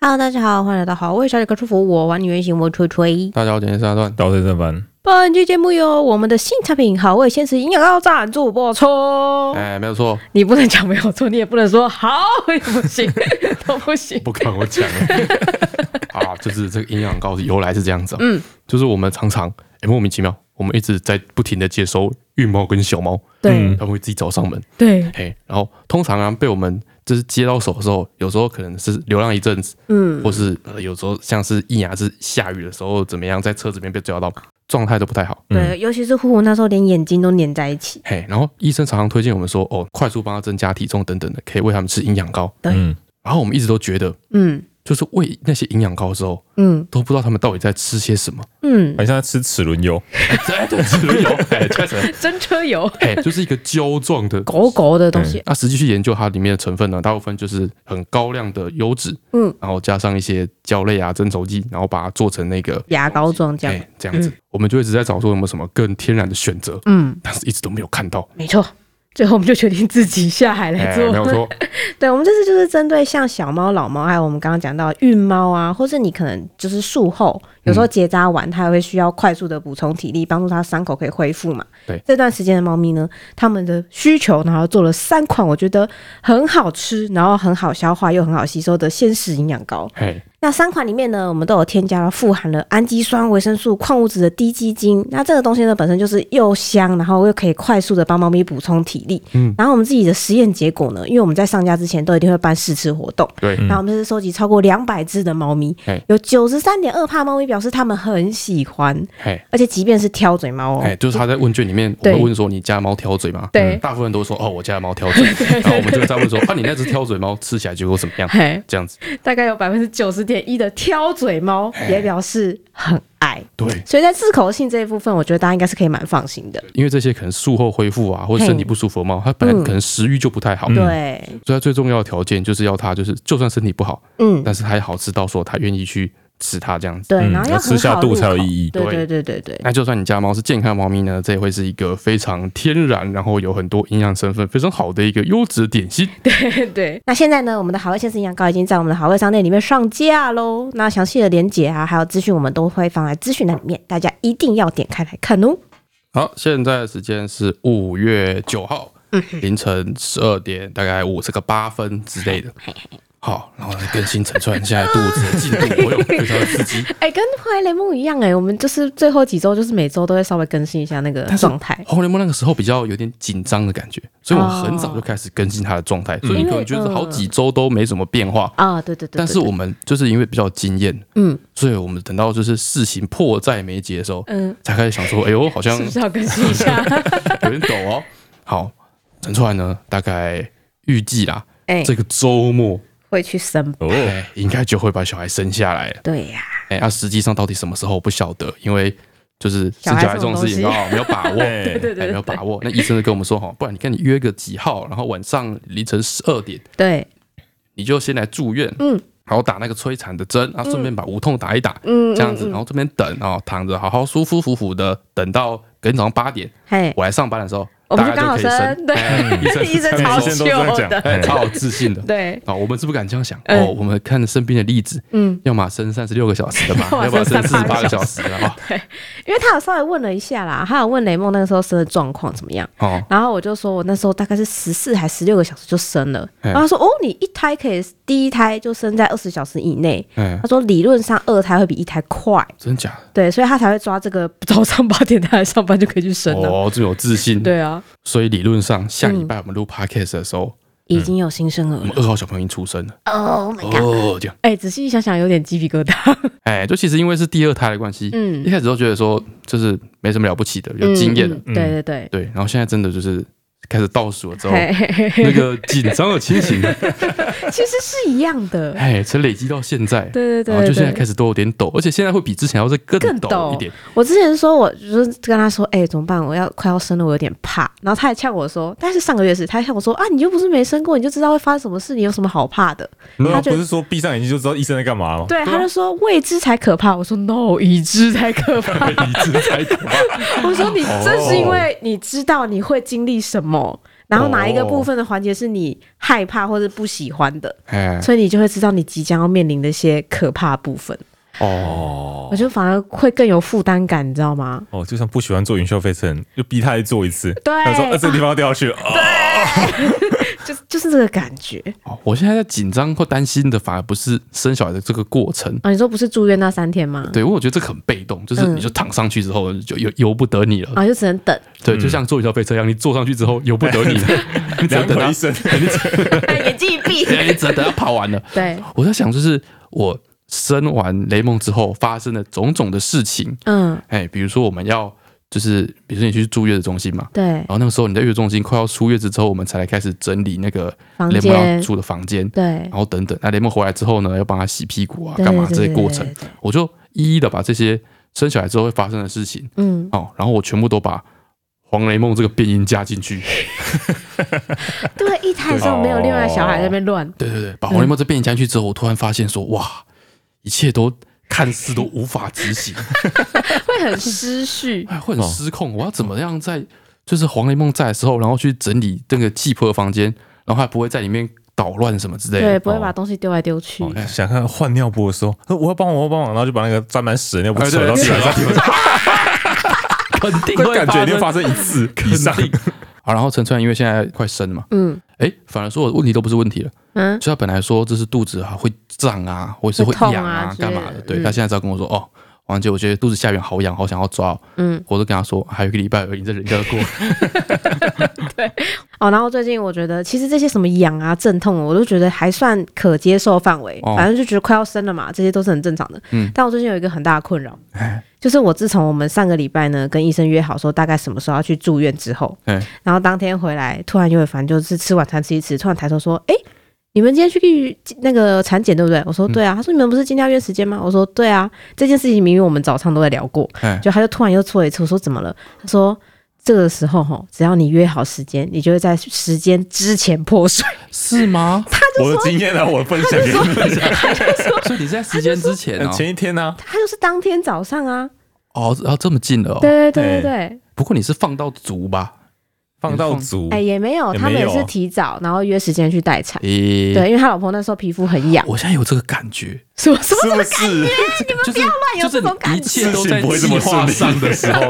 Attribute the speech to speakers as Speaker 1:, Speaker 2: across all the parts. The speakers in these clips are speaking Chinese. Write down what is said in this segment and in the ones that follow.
Speaker 1: Hello，大家好，欢迎来到好味小姐高舒服，我玩女原型，我吹吹。
Speaker 2: 大家好，我今天是阿段。
Speaker 3: 到这正班，
Speaker 1: 本期节目由我们的新产品好味鲜食营养膏赞助播出。哦
Speaker 2: 哎、没有错，
Speaker 1: 你不能讲没有错，你也不能说好，也不行， 都不行。
Speaker 2: 不敢我讲 了啊，就是这个营养膏的由来是这样子、啊，嗯，就是我们常常、哎莫名其妙，我们一直在不停的接收孕猫跟小猫，
Speaker 1: 对
Speaker 2: 它们会自己找上门，
Speaker 1: 对，
Speaker 2: 嘿，然后通常啊被我们就是接到手的时候，有时候可能是流浪一阵子，
Speaker 1: 嗯，
Speaker 2: 或是、呃有时候像是一牙是下雨的时候怎么样，在车子里面被抓到，状态都不太好，
Speaker 1: 对，尤其是呼呼那时候连眼睛都粘在一起，
Speaker 2: 嘿，然后医生常常推荐我们说，哦，快速帮他增加体重等等的，可以喂他们吃营养膏，
Speaker 1: 对
Speaker 3: 嗯，
Speaker 2: 然后我们一直都觉得。
Speaker 1: 嗯
Speaker 2: 就是喂那些营养膏的时候，
Speaker 1: 嗯
Speaker 2: 都不知道他们到底在吃些什么。
Speaker 1: 嗯，
Speaker 3: 好像在吃齿轮油，
Speaker 2: 哎，对，吃油，哎，确实，
Speaker 1: 真车油，
Speaker 2: 哎，就是一个胶状 的。
Speaker 1: 狗狗的东西，
Speaker 2: 那实际去研究它里面的成分呢，大部分就是很高量的油脂，
Speaker 1: 嗯，
Speaker 2: 然后加上一些胶类啊、增稠剂，然后把它做成那个
Speaker 1: 牙膏状这样，
Speaker 2: 哎这样子。我们就一直在找说有没有什么更天然的选择，
Speaker 1: 嗯，
Speaker 2: 但是一直都没有看到。
Speaker 1: 没错。最后我们就决定自己下海来
Speaker 2: 哎，
Speaker 1: 做，
Speaker 2: 没有错，
Speaker 1: 对，我们这次就是针对像小猫、老猫，还有我们刚刚讲到孕猫啊，或是你可能就是术后有时候结扎完，它还会需要快速的补充体力，帮助它伤口可以恢复嘛。
Speaker 2: 对
Speaker 1: 这段时间的猫咪呢，它们的需求，然后做了三款我觉得很好吃，然后很好消化又很好吸收的鲜食营养膏。
Speaker 2: 哎，
Speaker 1: 那三款里面呢，我们都有添加了富含了氨基酸、维生素、矿物质的低基精。那这个东西呢，本身就是又香，然后又可以快速的帮猫咪补充体力。
Speaker 2: 嗯
Speaker 1: 然后我们自己的实验结果呢，因为我们在上架之前都一定会办试吃活动，
Speaker 2: 对，
Speaker 1: 然后我们这次收集超过两百只的猫咪
Speaker 2: 嘿，
Speaker 1: 有九十三点二帕猫咪表示它们很喜欢，
Speaker 2: 哎，
Speaker 1: 而且即便是挑嘴猫哦，
Speaker 2: 哎，就是他在问卷里面，我
Speaker 1: 对
Speaker 2: 们问说你家猫挑嘴吗？
Speaker 1: 对
Speaker 2: 大部分人都说哦，我家的猫挑嘴，然后我们就会再问说啊，你那只挑嘴猫吃起来结果怎么样？
Speaker 1: 嘿，
Speaker 2: 这样子，
Speaker 1: 大概有百分之九十点一的挑嘴猫
Speaker 2: 哎
Speaker 1: 也表示很爱，
Speaker 2: 对，
Speaker 1: 所以在适口性这一部分，我觉得大家应该是可以蛮放心的。
Speaker 2: 因为这些可能术后恢复啊，或者身体不舒服的猫，它本来可能食欲就不太好，
Speaker 1: 嗯对，
Speaker 2: 所以它最重要的条件就是要它就是就算身体不好，
Speaker 1: 嗯，
Speaker 2: 但是还好吃到说它愿意去吃它这样子。
Speaker 1: 对，
Speaker 3: 嗯
Speaker 1: 然后
Speaker 3: 要
Speaker 1: 很
Speaker 3: 吃下
Speaker 1: 好
Speaker 3: 肚
Speaker 1: 入
Speaker 3: 才有
Speaker 1: 口
Speaker 3: 意义
Speaker 1: 对对
Speaker 2: 对
Speaker 1: 对对对，
Speaker 2: 那就算你家猫是健康的猫咪呢，这也会是一个非常天然，然后有很多营养成分非常好的一个优质的点心。
Speaker 1: 对，那现在呢，我们的好味先生营养膏已经在我们的好味商店里面上架喽。那详细的连结啊，还有资讯，我们都会放在资讯栏里面，大家一定要点开来看哦。
Speaker 2: 好，现在的时间是五月九号
Speaker 1: 嗯
Speaker 2: 凌晨十二点，大概五十个八分之类的。好，然后来更新陈川现在肚子的进度，我有非常的刺激。
Speaker 1: 哎、跟《坏雷梦》一样哎、我们就是最后几周，就是每周都会稍微更新一下那个
Speaker 2: 但是
Speaker 1: 状态。
Speaker 2: 红联盟那个时候比较有点紧张的感觉，所以我很早就开始更新它的状态，所以你可能觉得好几周都没什么变化。
Speaker 1: 嗯啊，对对对
Speaker 2: 但是我
Speaker 1: 对
Speaker 2: 们就是因为比较有经验，
Speaker 1: 嗯，
Speaker 2: 所以我们等到就是事情迫在眉睫的时候，
Speaker 1: 嗯，
Speaker 2: 才开始想说，哎呦，好像
Speaker 1: 是不是要更新一下？
Speaker 2: 有点抖哦。好，陈出来呢，大概预计啦，
Speaker 1: 哎、
Speaker 2: 这个周末
Speaker 1: 会去生。
Speaker 3: 哦，
Speaker 2: 哎应该就会把小孩生下来了。
Speaker 1: 对呀、
Speaker 2: 哎，那实际上到底什么时候不晓得，因为就是
Speaker 1: 小
Speaker 2: 生
Speaker 1: 孩
Speaker 2: 小孩
Speaker 1: 这
Speaker 2: 这
Speaker 1: 种
Speaker 2: 种事情
Speaker 1: 东西
Speaker 2: 哦，没有把 握。
Speaker 3: 对
Speaker 1: 对
Speaker 2: 哎没有把握。那医生就跟我们说，哈，不然你看你约个几号，然后晚上凌晨十二点，
Speaker 1: 对，
Speaker 2: 你就先来住院，
Speaker 1: 嗯，
Speaker 2: 然后打那个催产的针，然后顺便把无痛打一打，
Speaker 1: 嗯，
Speaker 2: 这样子，然后这边等啊，哦躺着好好舒舒服服的，等到隔天早上八点，
Speaker 1: 嘿，
Speaker 2: 我来上班的时候，
Speaker 1: 我
Speaker 2: 大
Speaker 1: 们
Speaker 2: 家
Speaker 1: 就哦刚
Speaker 2: 就
Speaker 1: 好
Speaker 2: 可以生，
Speaker 1: 生，对，
Speaker 2: 哎医 生
Speaker 1: 医生
Speaker 3: 每
Speaker 1: 超
Speaker 3: 天都这样
Speaker 1: 秀
Speaker 3: 讲
Speaker 1: 的，
Speaker 2: 哎超有自信的。
Speaker 1: 对，
Speaker 2: 啊、我们是不敢这样想、
Speaker 1: 嗯
Speaker 2: 哦。我们看身边的例子，
Speaker 1: 嗯，
Speaker 2: 要么生三十六个小时的 吧，
Speaker 1: 要
Speaker 2: 要
Speaker 1: 么
Speaker 2: 么
Speaker 1: 生
Speaker 2: 生四十
Speaker 1: 38
Speaker 2: 八
Speaker 1: 个
Speaker 2: 个
Speaker 1: 小
Speaker 2: 小时的吧。
Speaker 1: 因为他有稍微问了一下啦，他有问雷梦那个时候生的状况怎么样。
Speaker 2: 哦，
Speaker 1: 然后我就说，我那时候大概是十四还十六个小时就生了。
Speaker 2: 嗯
Speaker 1: 然后他说，哦，你一胎可以第一胎就生在二十小时以内。
Speaker 2: 嗯
Speaker 1: 他说理论上二胎会比一胎快，
Speaker 2: 真假
Speaker 1: 对，所以他才会抓这个早上八点他来上班就可以去
Speaker 2: 的？
Speaker 1: 生了。
Speaker 2: 哦，这么有自信。
Speaker 1: 对啊，
Speaker 2: 所以理论上下
Speaker 1: 嗯
Speaker 2: 礼拜我们录 podcast 的时候，
Speaker 1: 已经有新生儿
Speaker 2: 我
Speaker 1: 了
Speaker 2: 们。二号小朋友已经出生了。
Speaker 1: Oh my god！
Speaker 2: 哦，这样，
Speaker 1: 哎、仔细一想想，有点鸡皮疙瘩。
Speaker 2: 哎，就其实因为是第二胎的关系，
Speaker 1: 嗯
Speaker 2: 一开始都觉得说就是没什么了不起的，有经验的，
Speaker 1: 嗯嗯对对对。
Speaker 2: 对。然后现在真的就是开始倒数了之后，
Speaker 1: 嘿嘿嘿嘿
Speaker 2: 那个紧张的 情形，
Speaker 1: 其实是一样的。
Speaker 2: 哎，才累积到现在。
Speaker 1: 对对对
Speaker 2: 然后就现在
Speaker 1: 对
Speaker 2: 开始都有点抖，而且现在会比之前要再更
Speaker 1: 更
Speaker 2: 抖
Speaker 1: 抖
Speaker 2: 一点。
Speaker 1: 我之前说，我就是跟他说，哎、怎么办？我要快要生了，我有点怕。然后他还呛我说，但是上个月是，他还呛我说啊，你又不是没生过，你就知道会发生什么事，你有什么好怕的？
Speaker 3: 没有
Speaker 1: 他就
Speaker 3: 不是说闭上眼睛就知道医生在干嘛吗？
Speaker 1: 哦对，啊他就说未知才可 怕。我说 no，已知才可怕。
Speaker 2: 理智才可怕。
Speaker 1: 我说你正是因为你知道你会经历什么。然后哪一个部分的环节是你害怕或者不喜欢的，
Speaker 2: 哎，
Speaker 1: 所以你就会知道你即将要面临的一些可怕部分。
Speaker 2: 哦，
Speaker 1: 我觉得反而会更有负担感，你知道吗？
Speaker 3: 哦，就像不喜欢坐云霄飞车，就逼他去做一次。
Speaker 1: 对
Speaker 3: 他说：“呃，这个地方要掉下去。”啊，
Speaker 1: 就是就是这个感觉
Speaker 2: 哦我现在在紧张或担心的，反而不是生小孩的这个过程。
Speaker 1: 啊！你说不是住院那三天吗？
Speaker 2: 对，因为我觉得这个很被动，就是
Speaker 1: 嗯
Speaker 2: 你就躺上去之后就由由不得你了。
Speaker 1: 啊，就只能 等。
Speaker 2: 对，就像坐云霄飞车一样，你坐上去之后由不得你了，嗯 你只能
Speaker 3: 两
Speaker 2: 等
Speaker 3: 腿
Speaker 2: 它
Speaker 3: 一，伸，
Speaker 1: 哎眼睛一闭
Speaker 2: 对 你只能等它跑完了。
Speaker 1: 对，
Speaker 2: 我在想，就是我生完雷梦之后发生的种种的事情，
Speaker 1: 嗯，
Speaker 2: 哎，比如说我们要就是，比如说你去住月子中心嘛，
Speaker 1: 对
Speaker 2: 然，后那个时候你在月子中心快要出月子之后，我们才来开始整理那个
Speaker 1: 房
Speaker 2: 雷梦要
Speaker 1: 间，
Speaker 2: 住的房间，
Speaker 1: 对
Speaker 2: 然，后等等，那雷梦回来之后呢，要帮他洗屁股啊，
Speaker 1: 对
Speaker 2: 干嘛
Speaker 1: 对
Speaker 2: 这些
Speaker 1: 对
Speaker 2: 过
Speaker 1: 对
Speaker 2: 程
Speaker 1: 对对，
Speaker 2: 我就一一的把这些生小孩之后会发生的事情
Speaker 1: 嗯，
Speaker 2: 哦，然后我全部都把黄雷梦这个变音加进去，
Speaker 1: 对，一胎的时候没有另外小孩在那边乱，
Speaker 2: 对对对，把黄雷梦这变音加进去之后，我突然发现说，哇，一切都看似都无法 执行，
Speaker 1: 会很失序。
Speaker 2: 哎，会很失控。我要怎么样在就是黄雷梦在的时候，然后去整理这个气魄的房间，然后还不会在里面捣乱什么之类
Speaker 1: 对，
Speaker 2: 的。
Speaker 1: 不会把东西丢来丢去。
Speaker 2: 哦
Speaker 3: 想看换尿布的时候，呃我要帮忙，我要帮忙，然后就把那个沾满屎的尿布
Speaker 2: 哎
Speaker 3: 扯
Speaker 2: 对
Speaker 3: 到地板上，
Speaker 2: 肯定
Speaker 3: 这感觉一定
Speaker 2: 发
Speaker 3: 发生一次以上。
Speaker 2: 肯定。 好，然后陈川因为现在快生了嘛，
Speaker 1: 嗯
Speaker 2: 哎，反而说我的问题都不是问题了。
Speaker 1: 嗯，
Speaker 2: 就他本来说这是肚子啊会胀啊，或者是
Speaker 1: 会痛啊
Speaker 2: 痒啊，
Speaker 1: 之类
Speaker 2: 干
Speaker 1: 的
Speaker 2: 嘛的？对，
Speaker 1: 嗯
Speaker 2: 他现在只要跟我说哦。王姐，我觉得肚子下缘好痒，好想要抓哦。
Speaker 1: 嗯，
Speaker 2: 我都跟他说，还有一个礼拜而已，这忍得过。
Speaker 1: 哦，然后最近我觉得，其实这些什么痒啊、阵痛啊，我都觉得还算可接受范围，
Speaker 2: 哦
Speaker 1: 反正就觉得快要生了嘛，这些都是很正常的。
Speaker 2: 嗯哎
Speaker 1: 但我最近有一个很大的困扰，就是我自从我们上个礼拜呢跟医生约好说大概什么时候要去住院之后，
Speaker 2: 哎，
Speaker 1: 然后当天回来突然有点烦，就是吃晚餐吃一吃，突然抬头说，哎、你们今天去那个产检对不对？我说对啊。他说你们不是今天要约时间吗？我说对啊。这件事情明明我们早上都在聊过，
Speaker 2: 哎
Speaker 1: 就他就突然又错一次，我说怎么了？他说这个时候吼，只要你约好时间，你就会在时间之前破水。
Speaker 2: 是吗？
Speaker 3: 我的经验呢，我分享给你们。
Speaker 2: 所以你是在时间之前哦，
Speaker 3: 前一天呢，
Speaker 1: 他就是当天早上啊，
Speaker 2: 哦，然后这么近了哦。
Speaker 1: 对对对对对，
Speaker 2: 不过你是放到足吧？
Speaker 3: 放到足
Speaker 1: 哎、，也没有，
Speaker 3: 也
Speaker 1: 他们
Speaker 3: 没
Speaker 1: 也
Speaker 3: 有
Speaker 1: 是提早，然后约时间去待产。
Speaker 2: 诶、
Speaker 1: 对，因为他老婆那时候皮肤很痒，
Speaker 2: 我现在有这个感觉，
Speaker 1: 什么什么
Speaker 3: 是不是？
Speaker 2: 就是
Speaker 1: 有
Speaker 2: 就是
Speaker 1: 这种感
Speaker 2: 你一
Speaker 1: 觉
Speaker 2: 切都
Speaker 3: 事
Speaker 2: 在
Speaker 3: 情不会
Speaker 2: 计
Speaker 3: 这么
Speaker 2: 划
Speaker 3: 顺利
Speaker 2: 上的时候，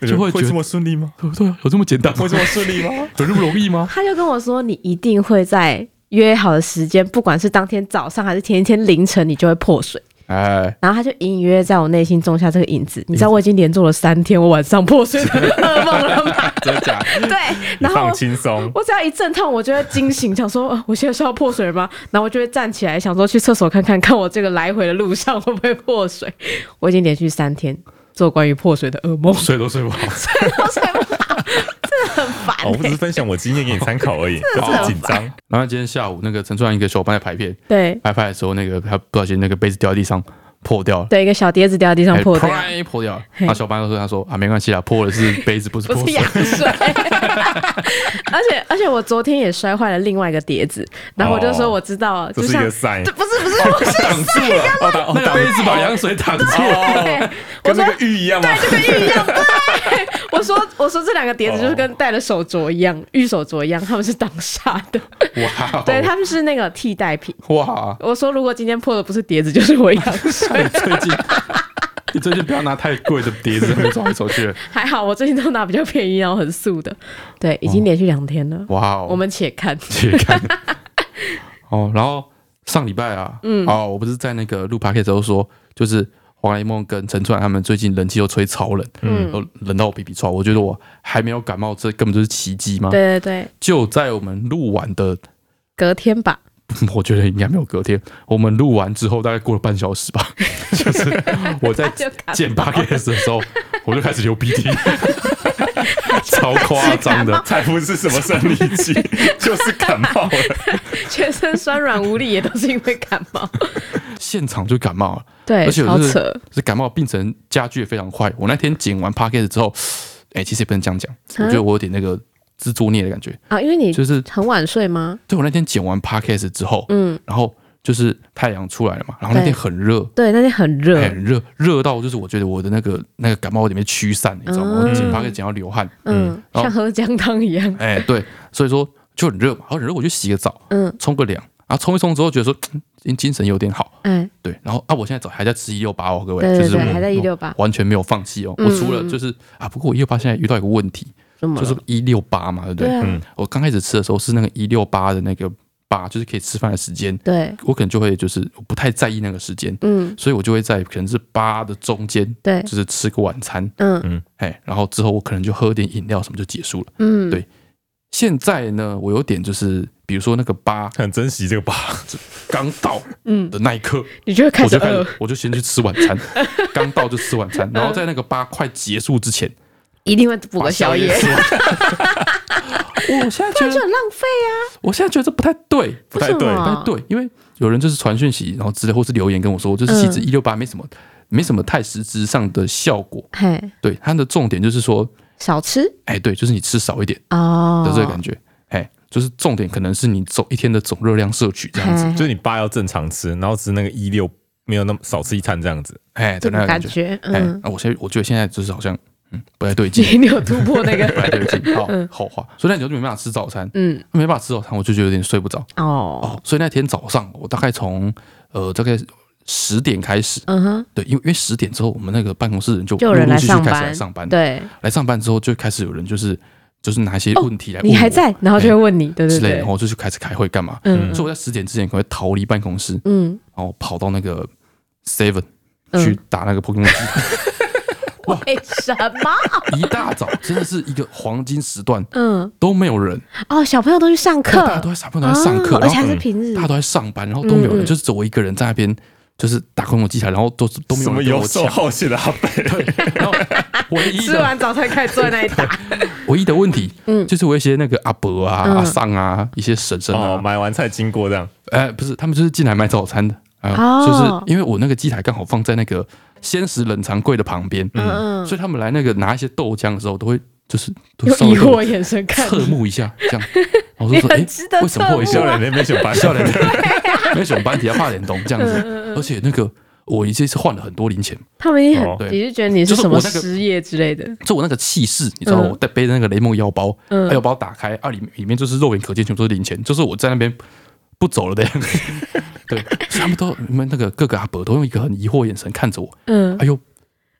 Speaker 2: 就会觉
Speaker 3: 会
Speaker 2: 得
Speaker 3: 这么顺利吗？
Speaker 2: 对 啊，有这么简单吗
Speaker 3: 会？这么顺利吗？
Speaker 2: 有这么容易吗？
Speaker 1: 他就跟我说，你一定会在约好的时间，不管是当天早上还是前一天凌晨，你就会破水。
Speaker 2: 哎，
Speaker 1: 然后他就隐隐约约在我内心种下这个影子。你知道我已经连做了三天我晚上破水的噩梦了 吗？
Speaker 2: 真的假 的？，
Speaker 1: 对，
Speaker 3: 你
Speaker 1: 然后
Speaker 3: 放轻松，
Speaker 1: 我只要一阵痛，我就会惊醒，想说、呃我现在是要破水了吗？然后我就会站起来，想说去厕所看看，看我这个来回的路上会不会破水。我已经连续三天做关于破水的噩梦
Speaker 2: 睡都睡不好，
Speaker 1: 我睡不好， 真的很烦、
Speaker 3: 哦我只是
Speaker 1: 欸。
Speaker 3: 分享我经验给你参考而已，不
Speaker 2: 的是
Speaker 3: 要紧张。
Speaker 2: 然后今天下午那个陈川一个小班在排片，
Speaker 1: 对
Speaker 2: 拍拍的时候，那个他不小心那个杯子掉地上破掉了。
Speaker 1: 对，一个小碟子掉在地上
Speaker 2: 哎
Speaker 1: 破掉。
Speaker 2: 啪破掉了，然后小班就说：“他说啊，没关系啊，破的是杯子，不是
Speaker 1: 不
Speaker 2: 破
Speaker 1: 是
Speaker 2: 水
Speaker 1: 羊。水。而且而且我昨天也摔坏了另外一个碟子，然后我就说
Speaker 3: 哦
Speaker 1: 我知道，
Speaker 3: 这
Speaker 1: 就是
Speaker 3: 一
Speaker 1: 像
Speaker 3: 个 sign
Speaker 1: 这不是不是不 是
Speaker 3: 挡住了，哦挡哦
Speaker 2: 那个
Speaker 3: 挡
Speaker 2: 杯子把羊水挡住了，
Speaker 1: 对
Speaker 3: 哦，
Speaker 1: 我
Speaker 3: 跟
Speaker 1: 说
Speaker 3: 那个玉一样吗？
Speaker 1: 这个玉一样，对，我说我说这两个碟子就是跟戴了手镯一样，玉手镯一样，他们是挡煞 的，
Speaker 2: 哇哦，
Speaker 1: 对，他们是那个替代品。
Speaker 2: 哇，哦
Speaker 1: 我说如果今天破的不是碟子，就是我 羊水。
Speaker 2: 最近 你最近不要拿太贵的碟子，走来走去。
Speaker 1: 还好我最近都拿比较便宜，然后很素的，对，已经连续两天了。
Speaker 2: 哇哦，
Speaker 1: 我们且看，
Speaker 2: 且看。哦，然后上礼拜啊，嗯，哦，我不是在那个录 p o d c a s 时候说，就是黄雷梦跟陈川他们最近人气都吹超冷，嗯，都冷到我鼻鼻喘。我觉得我还没有感冒，这根本就是奇迹嘛。
Speaker 1: 对对对，
Speaker 2: 就在我们录完的，
Speaker 1: 隔天吧，
Speaker 2: 嗯我觉得应该没有隔天，我们录完之后大概过了半小时 吧，就是我在
Speaker 1: 就感冒
Speaker 2: 剪 p o d c a s 的时候，我就开始流鼻 涕，超夸张的。
Speaker 3: 才不是什么生理期，就是感冒了。
Speaker 1: 全身酸软无力也都是因为感冒。
Speaker 2: 现场就感冒了，
Speaker 1: 对，
Speaker 2: 而且
Speaker 1: 超
Speaker 2: 我就是
Speaker 1: 扯，
Speaker 2: 就是感冒病程加剧也非常快。我那天剪完 p o d c a s 之后，哎、其实也不能这样讲，
Speaker 1: 啊
Speaker 2: 我觉得我有点那个自作孽的感觉，
Speaker 1: 啊！因为你
Speaker 2: 就是
Speaker 1: 很晚睡吗？
Speaker 2: 对我那天剪完 p o d c a s 之后，
Speaker 1: 嗯，
Speaker 2: 然后就是太阳出来了嘛，然后那天
Speaker 1: 对
Speaker 2: 很热，哎
Speaker 1: 对，那天很热，
Speaker 2: 很热，热到就是我觉得我的那个那个感冒有点被驱散，你知道吗？我剪发给剪到流汗，
Speaker 1: 嗯，
Speaker 2: 然后
Speaker 1: 像喝姜汤一样，
Speaker 2: 哎，对，所以说就很热嘛，然后很热我就洗个澡，
Speaker 1: 嗯，
Speaker 2: 冲个凉，然后冲一冲之后觉得说嗯精神有点好，
Speaker 1: 哎，
Speaker 2: 对，然后啊，我现在早还在吃一六八哦，各位，
Speaker 1: 对
Speaker 2: 就
Speaker 1: 对
Speaker 2: 是
Speaker 1: 对，
Speaker 2: 我
Speaker 1: 还在一六八，嗯
Speaker 2: 完全没有放弃哦，我除了就是啊，不过我一六八现在遇到一个问题，
Speaker 1: 怎么
Speaker 2: 就
Speaker 1: 了
Speaker 2: 是一六八嘛，对不
Speaker 1: 嗯对
Speaker 2: 对？
Speaker 1: 啊，
Speaker 2: 我刚开始吃的时候是那个一六八的那个八，就是可以吃饭的时间，
Speaker 1: 对，
Speaker 2: 我可能就会就是我不太在意那个时间，
Speaker 1: 嗯，
Speaker 2: 所以我就会在可能是八的中间，
Speaker 1: 对
Speaker 2: 就，是吃个晚餐，
Speaker 1: 嗯
Speaker 2: 哎，然后之后我可能就喝点饮料什么就结束了。
Speaker 1: 嗯，
Speaker 2: 对现在呢，我有点就是，比如说那个八
Speaker 3: 很珍惜这个吧，
Speaker 2: 刚到
Speaker 1: 嗯
Speaker 2: 的那一刻，
Speaker 1: 你就会开
Speaker 2: 我
Speaker 1: 始
Speaker 2: 就开
Speaker 1: 饿
Speaker 2: 始，，我就先去吃晚餐， 刚到就吃 晚餐，然后在那个八快结束之前
Speaker 1: 一定会补
Speaker 2: 把
Speaker 1: 个宵
Speaker 2: 夜
Speaker 1: 夜，
Speaker 2: 吃完。 我现在
Speaker 1: 那
Speaker 2: 觉
Speaker 1: 就啊
Speaker 2: 得，
Speaker 1: 很浪费啊，
Speaker 2: 我现在觉得这不太对，
Speaker 3: 不太
Speaker 1: 为什
Speaker 3: 对
Speaker 1: 么，
Speaker 2: 不太对，因为有人就是传讯息，然后之类或是留言跟我说，就是其实
Speaker 1: 嗯
Speaker 2: 一六八没什么，没什么太实质上的效果。
Speaker 1: 嘿，
Speaker 2: 对，它的重点就是说，
Speaker 1: 少吃
Speaker 2: 哎，对，就是你吃少一点
Speaker 1: 哦
Speaker 2: 的，这个感觉，哎，就是重点可能是你总一天的总热量摄取这样子，
Speaker 1: 嘿
Speaker 3: 就是你爸要正常吃，然后吃那个一六没有那么少吃一餐这样子，
Speaker 2: 哎，
Speaker 1: 这
Speaker 2: 对那
Speaker 1: 个
Speaker 2: 个
Speaker 1: 感
Speaker 2: 感觉，
Speaker 1: 觉，
Speaker 2: 哎
Speaker 1: 嗯，，
Speaker 2: 那我现在我觉得现在就是好像，嗯，不太对劲，
Speaker 1: 你你有突破那
Speaker 2: 不
Speaker 1: 个，
Speaker 2: 太 对 劲，好，后话，所以那你就没办法吃早餐，
Speaker 1: 嗯，
Speaker 2: 没办法吃早餐，我就觉得有点睡不着，
Speaker 1: 哦，
Speaker 2: 哦，所以那天早上我大概从呃大概十点开始，
Speaker 1: 嗯哼，
Speaker 2: 对，因为因为十点之后我们那个办公室人就
Speaker 1: 就有
Speaker 2: 陆
Speaker 1: 人
Speaker 2: 陆
Speaker 1: 来
Speaker 2: 续续
Speaker 1: 上
Speaker 2: 开始来
Speaker 1: 班，
Speaker 2: 上班，
Speaker 1: 对
Speaker 2: 来上班之后就开始有人就是就是拿一些问题来问
Speaker 1: 哦你还
Speaker 2: 我
Speaker 1: 在，然后就会问你，对
Speaker 2: 哎之
Speaker 1: 对
Speaker 2: 类的，然
Speaker 1: 对，
Speaker 2: 后就去开始开会干嘛，
Speaker 1: 嗯
Speaker 2: 所以我在十点之前可能会逃离办公室，
Speaker 1: 嗯，
Speaker 2: 然后跑到那个 Seven
Speaker 1: 嗯
Speaker 2: 去打那个 Pokemon 机，
Speaker 1: 为哎什么？
Speaker 2: 一大早真的是一个黄金时段
Speaker 1: 嗯，
Speaker 2: 都没有人，
Speaker 1: 哦，小朋友都去上课，
Speaker 2: 大家都在小朋友都在上课，
Speaker 1: 啊而
Speaker 2: 然后嗯
Speaker 1: 且还嗯是平日
Speaker 2: 大，家都在上班，然后都没有人，就是只有我一个人在那边。就是打空手机台，然后都是都没
Speaker 3: 什
Speaker 2: 有
Speaker 3: 么
Speaker 2: 人跟
Speaker 3: 游
Speaker 2: 我
Speaker 3: 手
Speaker 2: 抢，
Speaker 3: 好闲的阿贝，
Speaker 2: 然后唯一
Speaker 1: 吃
Speaker 2: 的
Speaker 1: 完早餐开始坐在那里 打，
Speaker 2: 唯一的问题，
Speaker 1: 嗯
Speaker 2: 就是我一些那个阿伯啊、
Speaker 1: 嗯
Speaker 2: 阿尚啊、一些婶婶
Speaker 3: 哦，
Speaker 2: 啊，
Speaker 3: 买完菜经过这样，
Speaker 2: 哎，不是，他们就是进来买早餐的，啊，
Speaker 1: 哦
Speaker 2: 就是因为我那个机台刚好放在那个鲜食冷藏柜的旁边，
Speaker 1: 嗯
Speaker 2: 所以他们来那个拿一些豆浆的时候，都会就是都稍
Speaker 1: 用
Speaker 2: 微
Speaker 1: 疑惑眼神看
Speaker 2: 侧目一下， 这样，然后就
Speaker 1: 你
Speaker 2: 说，
Speaker 1: 很
Speaker 2: 哎
Speaker 1: 值得，
Speaker 2: 为什么
Speaker 1: 侧
Speaker 2: 会有
Speaker 1: 目
Speaker 2: 笑
Speaker 3: 笑
Speaker 2: 脸
Speaker 3: 脸那边选 白笑脸，
Speaker 2: 没有什么班底要怕脸懂这样
Speaker 1: 嗯
Speaker 2: 子，而且那个我这次换了很多零钱，
Speaker 1: 他们一定
Speaker 3: 哦
Speaker 1: 很，
Speaker 2: 对
Speaker 1: 也是觉得你
Speaker 2: 就是
Speaker 1: 什
Speaker 2: 我
Speaker 1: 么
Speaker 2: 那个
Speaker 1: 失业之类的，
Speaker 2: 就我那个气势，你知道吗，
Speaker 1: 嗯
Speaker 2: 我在背着那个雷梦腰包，
Speaker 1: 嗯
Speaker 2: 啊腰包打开啊，里面里面就是肉眼可见全部都是零钱，就是我在那边不走了的样 子。对，所以他们都你们那个各个阿伯都用一个很疑惑的眼神看着我，
Speaker 1: 嗯，
Speaker 2: 哎呦，
Speaker 1: 而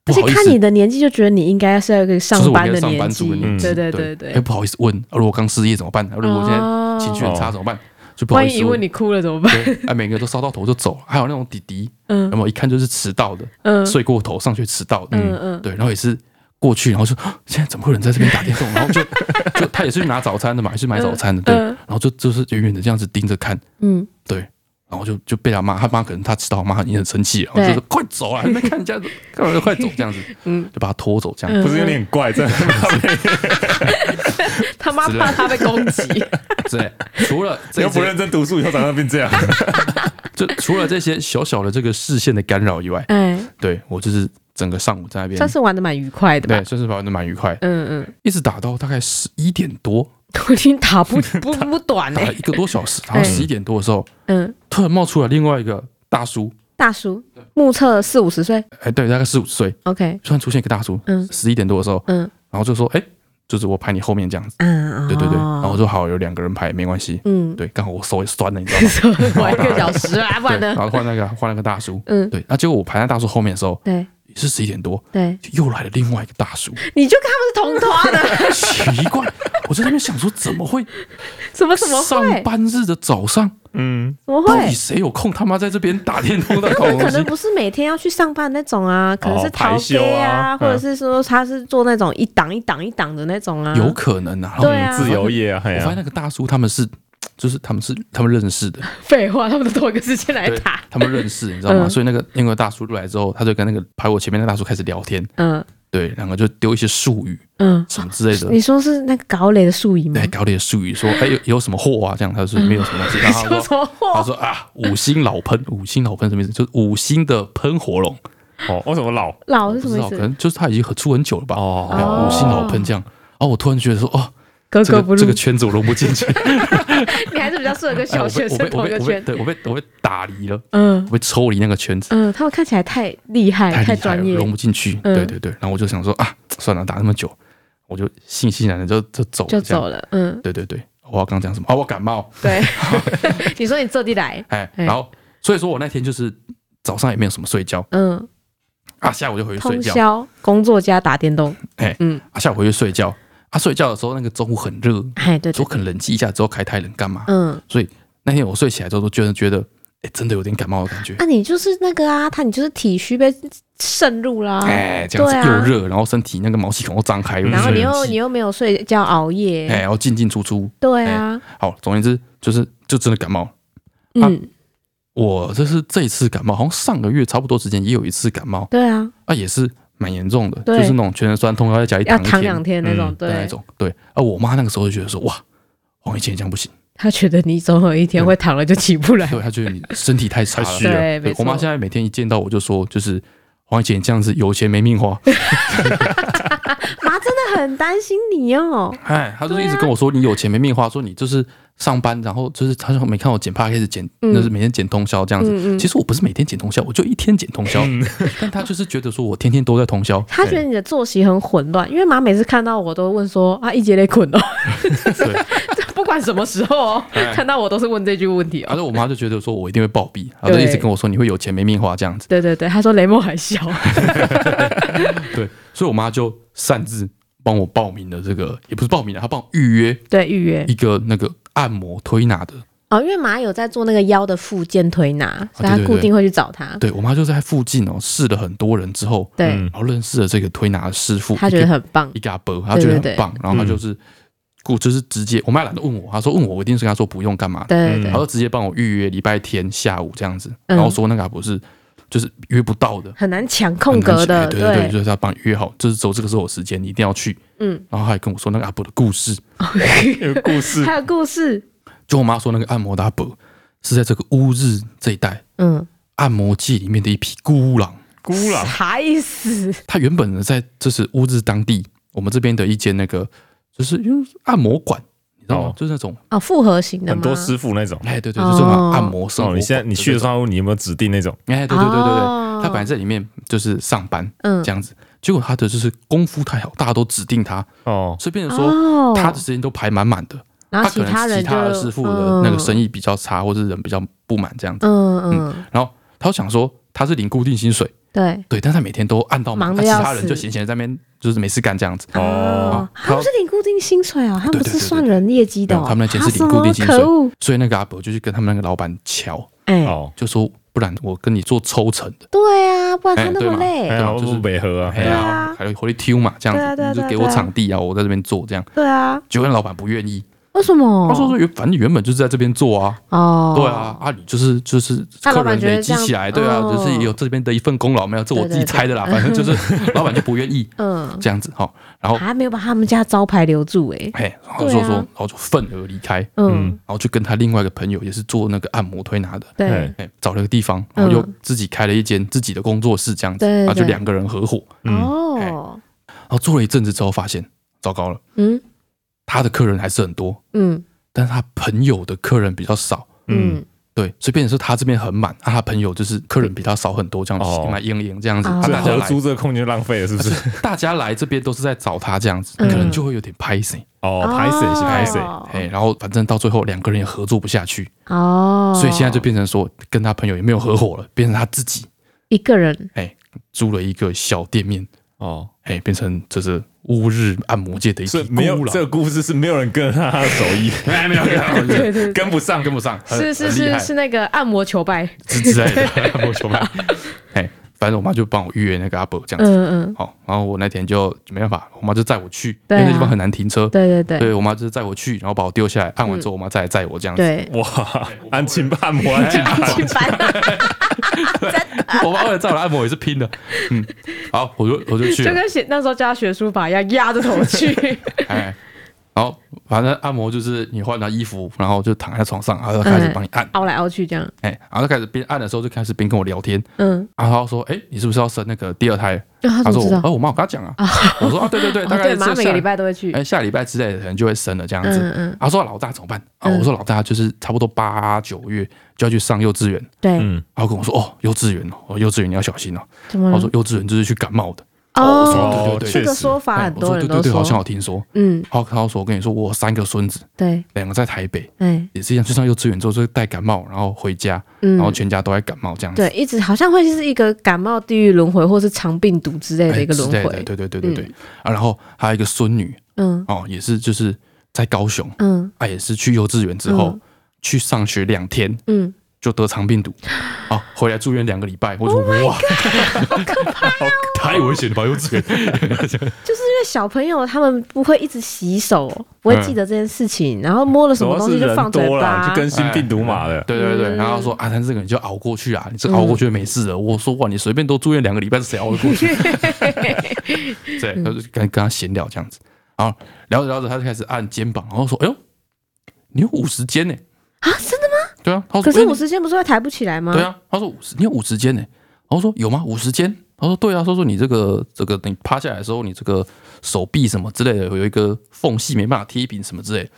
Speaker 2: 不
Speaker 1: 且
Speaker 2: 好意
Speaker 1: 看
Speaker 2: 思
Speaker 1: 你，的年纪就觉得你应该是要一个
Speaker 2: 就是
Speaker 1: 上
Speaker 2: 我应
Speaker 1: 班
Speaker 2: 该
Speaker 1: 的
Speaker 2: 上班族
Speaker 1: 纪
Speaker 2: 的，年
Speaker 3: 纪
Speaker 1: 对对对
Speaker 2: 对
Speaker 1: 嗯对
Speaker 2: 哎，，不好意思问，啊如果我刚失业怎么办？啊如果我现
Speaker 1: 哦
Speaker 2: 在情绪很差怎么办？就不好
Speaker 1: 万
Speaker 2: 意
Speaker 1: 一
Speaker 2: 思
Speaker 1: 一问
Speaker 2: 问。
Speaker 1: 你哭了怎么 办？
Speaker 2: 对，哎，每个都烧到头就走，还有那种弟弟，
Speaker 1: 嗯
Speaker 2: 那么一看就是迟到的，
Speaker 1: 嗯
Speaker 2: 睡过头上学迟到的，
Speaker 1: 嗯嗯
Speaker 2: 对，然后也是过去，然后说啊现在怎么会有人在这边打电动？然后就就他也是去拿早餐的嘛，也是买早餐的，对，
Speaker 1: 嗯
Speaker 2: 然后就就是远远的这样子盯着看，
Speaker 1: 嗯，
Speaker 2: 对，然后就就被他妈，他妈可能他迟到，我妈已经很生气了，然后
Speaker 1: 对
Speaker 2: 就说快走啊，还没看人家，干嘛就快走这 样子，嗯，就把他拖走这样
Speaker 3: 不是有点怪，真的
Speaker 1: 他妈
Speaker 2: 之类
Speaker 1: 怕他被攻击，
Speaker 2: 之类。除了
Speaker 3: 你
Speaker 2: 这
Speaker 3: 要不
Speaker 2: 些，
Speaker 3: 认真读书，以后长大变这样，
Speaker 2: 就除了这些小小的这个视线的干扰以外，
Speaker 1: 哎，
Speaker 2: 对我就是整个上午在那边
Speaker 1: 算，是玩的蛮愉快的吧
Speaker 2: 对，？算是玩的蛮愉快，
Speaker 1: 嗯嗯，
Speaker 2: 一直打到大概十一点多，
Speaker 1: 我已经打 不不不短
Speaker 2: 打
Speaker 1: 哎
Speaker 2: 了，一个多小时，然后
Speaker 1: 嗯
Speaker 2: 十一点多的时候，
Speaker 1: 嗯，
Speaker 2: 突然冒出来另外一个大叔，
Speaker 1: 大叔目测四五十岁
Speaker 2: 哎，对，大概四五十岁，
Speaker 1: ，OK，
Speaker 2: 突然出现一个大叔，
Speaker 1: 嗯
Speaker 2: 十一点多的时候，
Speaker 1: 嗯
Speaker 2: 然后就说，哎，就是我排你后面这样子，
Speaker 1: 嗯，
Speaker 2: 对对对，
Speaker 1: 哦
Speaker 2: 然后我说好，有两个人排没关系，
Speaker 1: 嗯，
Speaker 2: 对，刚好我手也酸了，你知 道吗？
Speaker 1: 玩一个小时啊，不
Speaker 2: 对，
Speaker 1: 然呢
Speaker 2: 然？后换那个换那个大叔，
Speaker 1: 嗯，
Speaker 2: 对，啊那结果我排在大叔后面的时候
Speaker 1: 对
Speaker 2: 也是十一点多，
Speaker 1: 对，
Speaker 2: 就又来了另外一个大叔，
Speaker 1: 你就跟他们是同团啊的，
Speaker 2: 奇怪，我在那边想说怎么会
Speaker 1: 怎 么怎么
Speaker 2: 上
Speaker 1: 会？
Speaker 2: 班日的早上，
Speaker 3: 嗯，
Speaker 1: 怎么
Speaker 2: 到底
Speaker 1: 会？
Speaker 2: 谁有空他妈在这边打电动在搞
Speaker 1: 他们
Speaker 2: 东
Speaker 1: 可能
Speaker 2: 西？哦
Speaker 1: 不是每天要去上班那种啊，可能是
Speaker 3: 排
Speaker 1: 逃
Speaker 3: 休
Speaker 1: 街
Speaker 3: 啊
Speaker 1: 啊，或者
Speaker 3: 嗯
Speaker 1: 是说他是做那种一档一档一档的那种啊，
Speaker 2: 有可能啊，然后
Speaker 1: 对啊
Speaker 3: 自由业啊，哎
Speaker 2: 我发现
Speaker 3: 呀，
Speaker 2: 那个大叔他们是，就是他们是他们认识的，
Speaker 1: 废话，他们都同一个时间来
Speaker 2: 对
Speaker 1: 打，，
Speaker 2: 他们认识，你知道吗？
Speaker 1: 嗯
Speaker 2: 所以那个那个大叔入来之后，他就跟那个排我前面那个大叔开始聊天，
Speaker 1: 嗯
Speaker 2: 对，两个就丢一些术语
Speaker 1: 嗯，
Speaker 2: 什么之类的
Speaker 1: 你，说是那个搞垒的树影吗
Speaker 2: 对，？搞点术语，说哎有有什么货啊？这样他说没有什么 东西，然后他
Speaker 1: 说什
Speaker 2: 说
Speaker 1: 么
Speaker 2: 他
Speaker 1: 话？
Speaker 2: 说啊五星老喷，五星老喷什么意思？就是五星的喷火龙，
Speaker 3: 哦，为什么老？
Speaker 1: 老
Speaker 2: 不
Speaker 1: 是什
Speaker 2: 知
Speaker 1: 么
Speaker 2: 道
Speaker 1: 意
Speaker 2: 可
Speaker 1: 思？
Speaker 2: 能就是他已经很出很久了吧？
Speaker 3: 哦
Speaker 2: 哎五星老喷这样，然后我突然觉得说哦。
Speaker 1: 格
Speaker 2: 这
Speaker 1: 格不
Speaker 2: 个
Speaker 1: 入。
Speaker 2: 这个圈子我融不进去，
Speaker 1: 你还是比较适合跟
Speaker 2: 哎
Speaker 1: 小
Speaker 2: 我
Speaker 1: 学
Speaker 2: 被
Speaker 1: 生
Speaker 2: 我被我
Speaker 1: 同一
Speaker 2: 被
Speaker 1: 个
Speaker 2: 我被
Speaker 1: 圈。
Speaker 2: 对我被我被打离了，
Speaker 1: 嗯
Speaker 2: 我被抽离那个圈子，
Speaker 1: 嗯，他们看起来太厉害，
Speaker 2: 太
Speaker 1: 太
Speaker 2: 厉害了，
Speaker 1: 专业。
Speaker 2: 融不进去。
Speaker 1: 嗯
Speaker 2: 对对对，然后我就想说啊，算了，打那么久，我就悻悻然的就就走了
Speaker 1: 就
Speaker 2: 这样
Speaker 1: 走了，嗯，
Speaker 2: 对对对，我要刚讲什么？哦，我感冒，
Speaker 1: 对。 你说你坐地来，
Speaker 2: 哎，
Speaker 1: 哎
Speaker 2: 然后所以说我那天就是早上也没有什么睡觉
Speaker 1: 嗯，
Speaker 2: 啊，下午就回去睡
Speaker 1: 通
Speaker 2: 觉，
Speaker 1: 宵工作加打电动，
Speaker 2: 啊，下午回去睡觉，啊，睡觉的时候那个中午很热，
Speaker 1: 哎，对
Speaker 2: 说
Speaker 1: 对，
Speaker 2: 可能冷静一下之后开太冷干嘛？
Speaker 1: 嗯，
Speaker 2: 那天我睡起来之后，觉得觉得，哎、真的有点感冒的感觉，
Speaker 1: 那你就是那个啊，他你就是体虚被渗入啦，
Speaker 2: 哎、这样
Speaker 1: 对
Speaker 2: 子
Speaker 1: 啊
Speaker 2: 又热，然后身体那个毛细孔又张开，
Speaker 1: 然后你又
Speaker 2: 冷
Speaker 1: 你
Speaker 2: 气
Speaker 1: 又没有睡觉熬
Speaker 2: 哎、
Speaker 1: 夜，
Speaker 2: 然后进进出出，
Speaker 1: 对啊，
Speaker 2: 好，总而言之就是就真的感冒。啊
Speaker 1: 嗯，
Speaker 2: 我这是这一次感冒，好像上个月差不多时间也有一次感冒，
Speaker 1: 对啊，
Speaker 2: 啊，也是蛮严重的，
Speaker 1: 对
Speaker 2: 就是那种全身酸痛，要在家里
Speaker 1: 要
Speaker 2: 躺一
Speaker 1: 躺两天那种，
Speaker 2: 的那
Speaker 1: 对
Speaker 2: 一，种。对，啊，我妈那个时候就觉得说，哇，王一健这样不行，
Speaker 1: 他觉得你总有一
Speaker 2: 嗯
Speaker 1: 天会躺了就起不来，
Speaker 2: 对，她觉得你身体太差
Speaker 3: 太
Speaker 2: 了。
Speaker 3: 虚是啊
Speaker 1: 对，没
Speaker 2: 我
Speaker 1: 错
Speaker 2: 妈，现在每天一见到我就说，就是王一健这样子有钱没命花，
Speaker 1: 妈真的很担心你哦，
Speaker 2: 哎，她就是一直跟我
Speaker 1: 啊
Speaker 2: 说你有钱没命花，说你就是上班，然后就是她说没看我剪 p 开始剪，
Speaker 1: 嗯
Speaker 2: 就是每天剪通宵这样子。
Speaker 1: 嗯嗯嗯
Speaker 2: 其，实我不是每天剪通宵，我就一天剪通宵，但她就是觉得说我天天都在通宵，
Speaker 1: 他觉得你的作息很混乱，因为妈每次看到我都问说啊，一节得困哦，
Speaker 2: 对， 哎
Speaker 1: 不管什么时候哦，看到我都是问这句问题
Speaker 2: 而
Speaker 1: 哦。
Speaker 2: 且我妈就觉得说我一定会暴毙，然后就一直
Speaker 1: 对
Speaker 2: 跟我说你会有钱没命花这样子。
Speaker 1: 对对对，他说雷梦还小，
Speaker 2: 对，所以我妈就擅自帮我报名了这个，也不是报名了，啊她帮我预约
Speaker 1: 对预约
Speaker 2: 一个那个按摩推拿的。
Speaker 1: 哦，因为马有在做那个腰的附件推拿，所以他
Speaker 2: 啊对对
Speaker 1: 固
Speaker 2: 对
Speaker 1: 定会去找他，
Speaker 2: 对我妈就在附近哦试了很多人之后，
Speaker 1: 对
Speaker 3: 嗯
Speaker 2: 然后认识了这个推拿的师傅，
Speaker 1: 他觉得很棒
Speaker 2: 一个，一个阿伯，她觉
Speaker 1: 对
Speaker 2: 得
Speaker 1: 对对
Speaker 2: 很棒，然后她就是顾就是直接，我妈也懒得问我，她说问我，我一定是跟她说不用干嘛，
Speaker 1: 对对
Speaker 2: 然
Speaker 1: 对，
Speaker 2: 后直接帮我预约礼拜天下午这样子，
Speaker 1: 嗯
Speaker 2: 然后说那个阿伯是就是约不到的。
Speaker 1: 很难抢空格的，
Speaker 2: 很难去哎对对对，就是要帮你约好，就是走这个时候有时间，你一定要去。
Speaker 1: 嗯，
Speaker 2: 然后还跟我说那个阿伯的故事，
Speaker 3: 有 故事
Speaker 1: 还有故事，
Speaker 2: 就我妈说，那个按摩的阿伯是在这个乌日这一带
Speaker 1: 嗯，
Speaker 2: 按摩界里面的一匹孤狼。
Speaker 3: 孤狼，
Speaker 1: 还死，
Speaker 2: 他原本呢，在就是乌日当地我们这边的一间那个，就是因为按摩馆，你知道吗？
Speaker 3: 哦
Speaker 2: 就是那种，
Speaker 1: 哦，复合型的
Speaker 3: 很
Speaker 1: 吗
Speaker 3: 多师傅那种。
Speaker 2: 哎，对对，
Speaker 1: 哦
Speaker 2: 就是那种按摩生活
Speaker 3: 哦，
Speaker 2: 馆
Speaker 3: 你现在你去的时，候，你有没有指定那种？
Speaker 2: 哎，对对对对
Speaker 1: 哦
Speaker 2: 对，他本来在里面就是上班
Speaker 1: 嗯
Speaker 2: 这，样子，结果他的就是功夫太好，大家都指定他，
Speaker 3: 哦，
Speaker 2: 所以变成说
Speaker 1: 哦，
Speaker 2: 他的时间都排满满的，
Speaker 1: 然
Speaker 2: 他
Speaker 1: 后
Speaker 2: 可能
Speaker 1: 他人
Speaker 2: 其
Speaker 1: 就嗯
Speaker 2: 他的师傅的那个生
Speaker 1: 意，
Speaker 2: 意比较差，或是人比较不满这样子，
Speaker 1: 嗯嗯，
Speaker 2: 然后他就想说他是领固定薪水。
Speaker 1: 对，
Speaker 2: 对，但是他每天都按到
Speaker 1: 忙得
Speaker 2: 满，啊那其
Speaker 1: 要
Speaker 2: 他人
Speaker 1: 死
Speaker 2: 就闲闲在那边，就是没事干这样子。
Speaker 1: 哦
Speaker 3: 哦，
Speaker 1: 他们是领固定薪水啊，他们
Speaker 2: 对
Speaker 1: 不
Speaker 2: 对
Speaker 1: 是
Speaker 2: 对对
Speaker 1: 算人业绩的哦
Speaker 2: 没，有他们那钱
Speaker 1: 啊
Speaker 2: 是领固定薪水
Speaker 1: 什么可恶，
Speaker 2: 所以那个阿伯就去跟他们那个老板瞧，
Speaker 1: 哎，
Speaker 3: 哦，
Speaker 2: 就说不然我跟你做抽成的，
Speaker 1: 对啊，不然他
Speaker 2: 哎
Speaker 1: 那
Speaker 2: 对
Speaker 1: 么
Speaker 2: 嘛
Speaker 1: 累，
Speaker 3: 哎呀，
Speaker 2: 就是
Speaker 3: 不违和啊，
Speaker 2: 哎
Speaker 1: 啊
Speaker 2: 呀，还有回去挑嘛，这样
Speaker 1: 对啊对啊
Speaker 2: 子，你
Speaker 1: 对啊
Speaker 2: 就给
Speaker 1: 对
Speaker 2: 我
Speaker 1: 啊
Speaker 2: 场地啊，我在这边做这样。
Speaker 1: 对啊，
Speaker 2: 结果那老板不愿意，
Speaker 1: 为什么？
Speaker 2: 他说说原反正原本就是在这边做啊，
Speaker 1: 哦，
Speaker 2: 对啊，啊你就是就是
Speaker 1: 那老
Speaker 2: 客
Speaker 1: 板
Speaker 2: 人
Speaker 1: 觉得
Speaker 2: 累积
Speaker 1: 这样
Speaker 2: 起来，对啊，
Speaker 1: 哦
Speaker 2: 就是也有这边的一份功劳没有，这我
Speaker 1: 对
Speaker 2: 自己
Speaker 1: 对对
Speaker 2: 猜的啦， 反正就是老板就不愿意
Speaker 1: 嗯，
Speaker 2: 这样子哈，然后
Speaker 1: 还没有把他们家招牌留住哎、
Speaker 2: 嘿，然后就说
Speaker 1: 对啊
Speaker 2: 说，然后就愤而离开，然
Speaker 1: 嗯，
Speaker 2: 后就跟他另外一个朋友也是做那个按摩推拿的，
Speaker 1: 对
Speaker 3: 哎，
Speaker 2: 哎，找了个地方，然后
Speaker 1: 嗯
Speaker 2: 又自己开了一间自己的工作室，这样子，
Speaker 1: 对对
Speaker 2: 然后就
Speaker 1: 对
Speaker 2: 两个人合伙，
Speaker 3: 嗯，
Speaker 1: 哦，
Speaker 2: 然后做了一阵子之后，发现糟糕了，
Speaker 1: 嗯
Speaker 2: 他的客人还是很多，
Speaker 1: 嗯
Speaker 2: 但是他朋友的客人比较少，
Speaker 1: 嗯，
Speaker 2: 对，所以变成是他这边很满，啊，他朋友就是客人比他少很多，这样
Speaker 3: 哦
Speaker 2: 子，来盈盈这样子，
Speaker 1: 哦
Speaker 2: 啊
Speaker 3: 所以
Speaker 2: 大家
Speaker 3: 合
Speaker 2: 来啊
Speaker 3: 租，这个空间就浪费了，是不是？
Speaker 2: 大家来这边都是在找他这样子，
Speaker 1: 嗯
Speaker 2: 可能就会有点拍谁，
Speaker 3: 哦，拍谁是拍谁？
Speaker 2: 哎，然后反正到最后两个人也合作不下去，
Speaker 1: 哦，
Speaker 2: 所以现在就变成说跟他朋友也没有合伙了，变成他自己
Speaker 1: 一个人
Speaker 2: 租了一个小店面。
Speaker 3: 哦，
Speaker 2: 哎，变成这是乌日按摩界的一
Speaker 3: 所
Speaker 2: 匹
Speaker 3: 以没有
Speaker 2: 孤狼
Speaker 3: 这个故事是没有人跟上他的手艺，
Speaker 2: 哎，没有，没有没有
Speaker 1: 对对 对
Speaker 2: 跟不上，跟不上，很
Speaker 1: 是是
Speaker 2: 很厉害
Speaker 1: 是是那个按摩求拜，
Speaker 2: 之之类的， 我求吧。哎，反正我妈就帮我预约那个阿伯这样子。
Speaker 1: 嗯嗯，
Speaker 2: 好，然后我那天就没办法，我妈就载我去，因
Speaker 1: 对啊
Speaker 2: 为那地方很难停车。
Speaker 1: 对对对
Speaker 2: 对我妈就是载我去，然后把我丢下来，按完之后我妈再来载我这样子。
Speaker 1: 对，
Speaker 3: 哇，安亲按摩，安亲按
Speaker 1: 去烦
Speaker 2: 我妈为了载我来按摩也是拼的，嗯，好，我就我就去
Speaker 1: 就
Speaker 2: 了。
Speaker 1: 跟写那时候教他学书法一样，压着头去，
Speaker 2: 哎，然后反正按摩就是你换了衣服，然后就躺在床上，然后就开始
Speaker 1: 嗯
Speaker 2: 帮你按，
Speaker 1: 凹来凹去这样，
Speaker 2: 哎、然后就开始边按的时候就开始边跟我聊天，
Speaker 1: 嗯，
Speaker 2: 然后他说，哎、你是不是要生那个第二胎？
Speaker 1: 那他怎
Speaker 2: 说
Speaker 1: 么
Speaker 2: 我
Speaker 1: 知道，？
Speaker 2: 哦，我妈有跟他讲啊，我说啊，对对对，
Speaker 1: 哦
Speaker 2: 大概
Speaker 1: 对，
Speaker 2: 是
Speaker 1: 妈妈每
Speaker 2: 下
Speaker 1: 个礼拜都会去
Speaker 2: 哎、，下礼拜之类的可能就会生了这样子。
Speaker 1: 嗯嗯，
Speaker 2: 他说老大怎么办啊？
Speaker 1: 嗯
Speaker 2: 我说老大就是差不多八九月就要去上幼稚园，
Speaker 1: 对，
Speaker 3: 嗯，
Speaker 2: 然后跟我说哦，幼稚园哦哦，幼稚园你要小心哦。
Speaker 1: 怎么
Speaker 2: 他
Speaker 1: 了
Speaker 2: 说？幼稚园就是去感冒的，
Speaker 1: 哦
Speaker 2: 我说对对对
Speaker 1: 这个
Speaker 3: 确实
Speaker 1: 说法很
Speaker 2: 哎我
Speaker 1: 多
Speaker 2: 说
Speaker 1: 人
Speaker 2: 对
Speaker 1: 都
Speaker 2: 对对，好像
Speaker 1: 说，
Speaker 2: 有听说。
Speaker 1: 嗯，
Speaker 2: 然后他说我跟你说，我有三个孙子，
Speaker 1: 对，
Speaker 2: 两个在台北，
Speaker 1: 哎，
Speaker 2: 也是一样去上幼稚园之后就带感冒，然后回家，
Speaker 1: 嗯
Speaker 2: 然，后全家都在感冒这样子。
Speaker 1: 对，一直好像会是一个感冒地狱轮回，或是肠病毒之类
Speaker 2: 哎，
Speaker 1: 的一个轮
Speaker 2: 之类的
Speaker 1: 回，
Speaker 2: 对对对对对。啊，然后还有一个孙女
Speaker 1: 嗯
Speaker 2: 哦，也是就是在高雄，
Speaker 1: 嗯
Speaker 2: 啊，也是去幼稚园之后
Speaker 1: 嗯
Speaker 2: 去上学两天，
Speaker 1: 嗯，
Speaker 2: 就得 肠病毒，啊，回来住院两个礼拜，我
Speaker 1: Oh
Speaker 2: 说哇， 太危险了吧，幼稚园，
Speaker 1: 就是因为小朋友他们不会一直洗手，不会记得这件事情，
Speaker 2: 嗯
Speaker 1: 然后摸了什
Speaker 3: 主
Speaker 1: 么
Speaker 3: 要
Speaker 1: 东
Speaker 3: 是
Speaker 1: 西就
Speaker 3: 人
Speaker 1: 放嘴
Speaker 3: 多啦，
Speaker 1: 巴
Speaker 3: 就，更新病毒码的，
Speaker 2: 对对对，
Speaker 1: 嗯
Speaker 2: 然后说啊，但这个你就熬过去啊，你这个熬过去就没事了。我说哇，你随便都住院两个礼拜，是谁熬得 过去？对，然后就跟跟他闲聊这样子，然后聊着聊着，他就开始按肩膀，然后说，哎呦，你有五十肩呢？
Speaker 1: 啊，真的吗？
Speaker 2: 对啊，他说，
Speaker 1: 可
Speaker 2: 哎
Speaker 1: 是
Speaker 2: 你
Speaker 1: 五十肩不是会抬不起来吗？
Speaker 2: 对啊，他说五十，你有五十肩呢？然后说有吗？五十肩？他说对啊，他说你这个这个你趴下来的时候，你这个手臂什么之类的有一个缝隙没办法贴平什么之类的。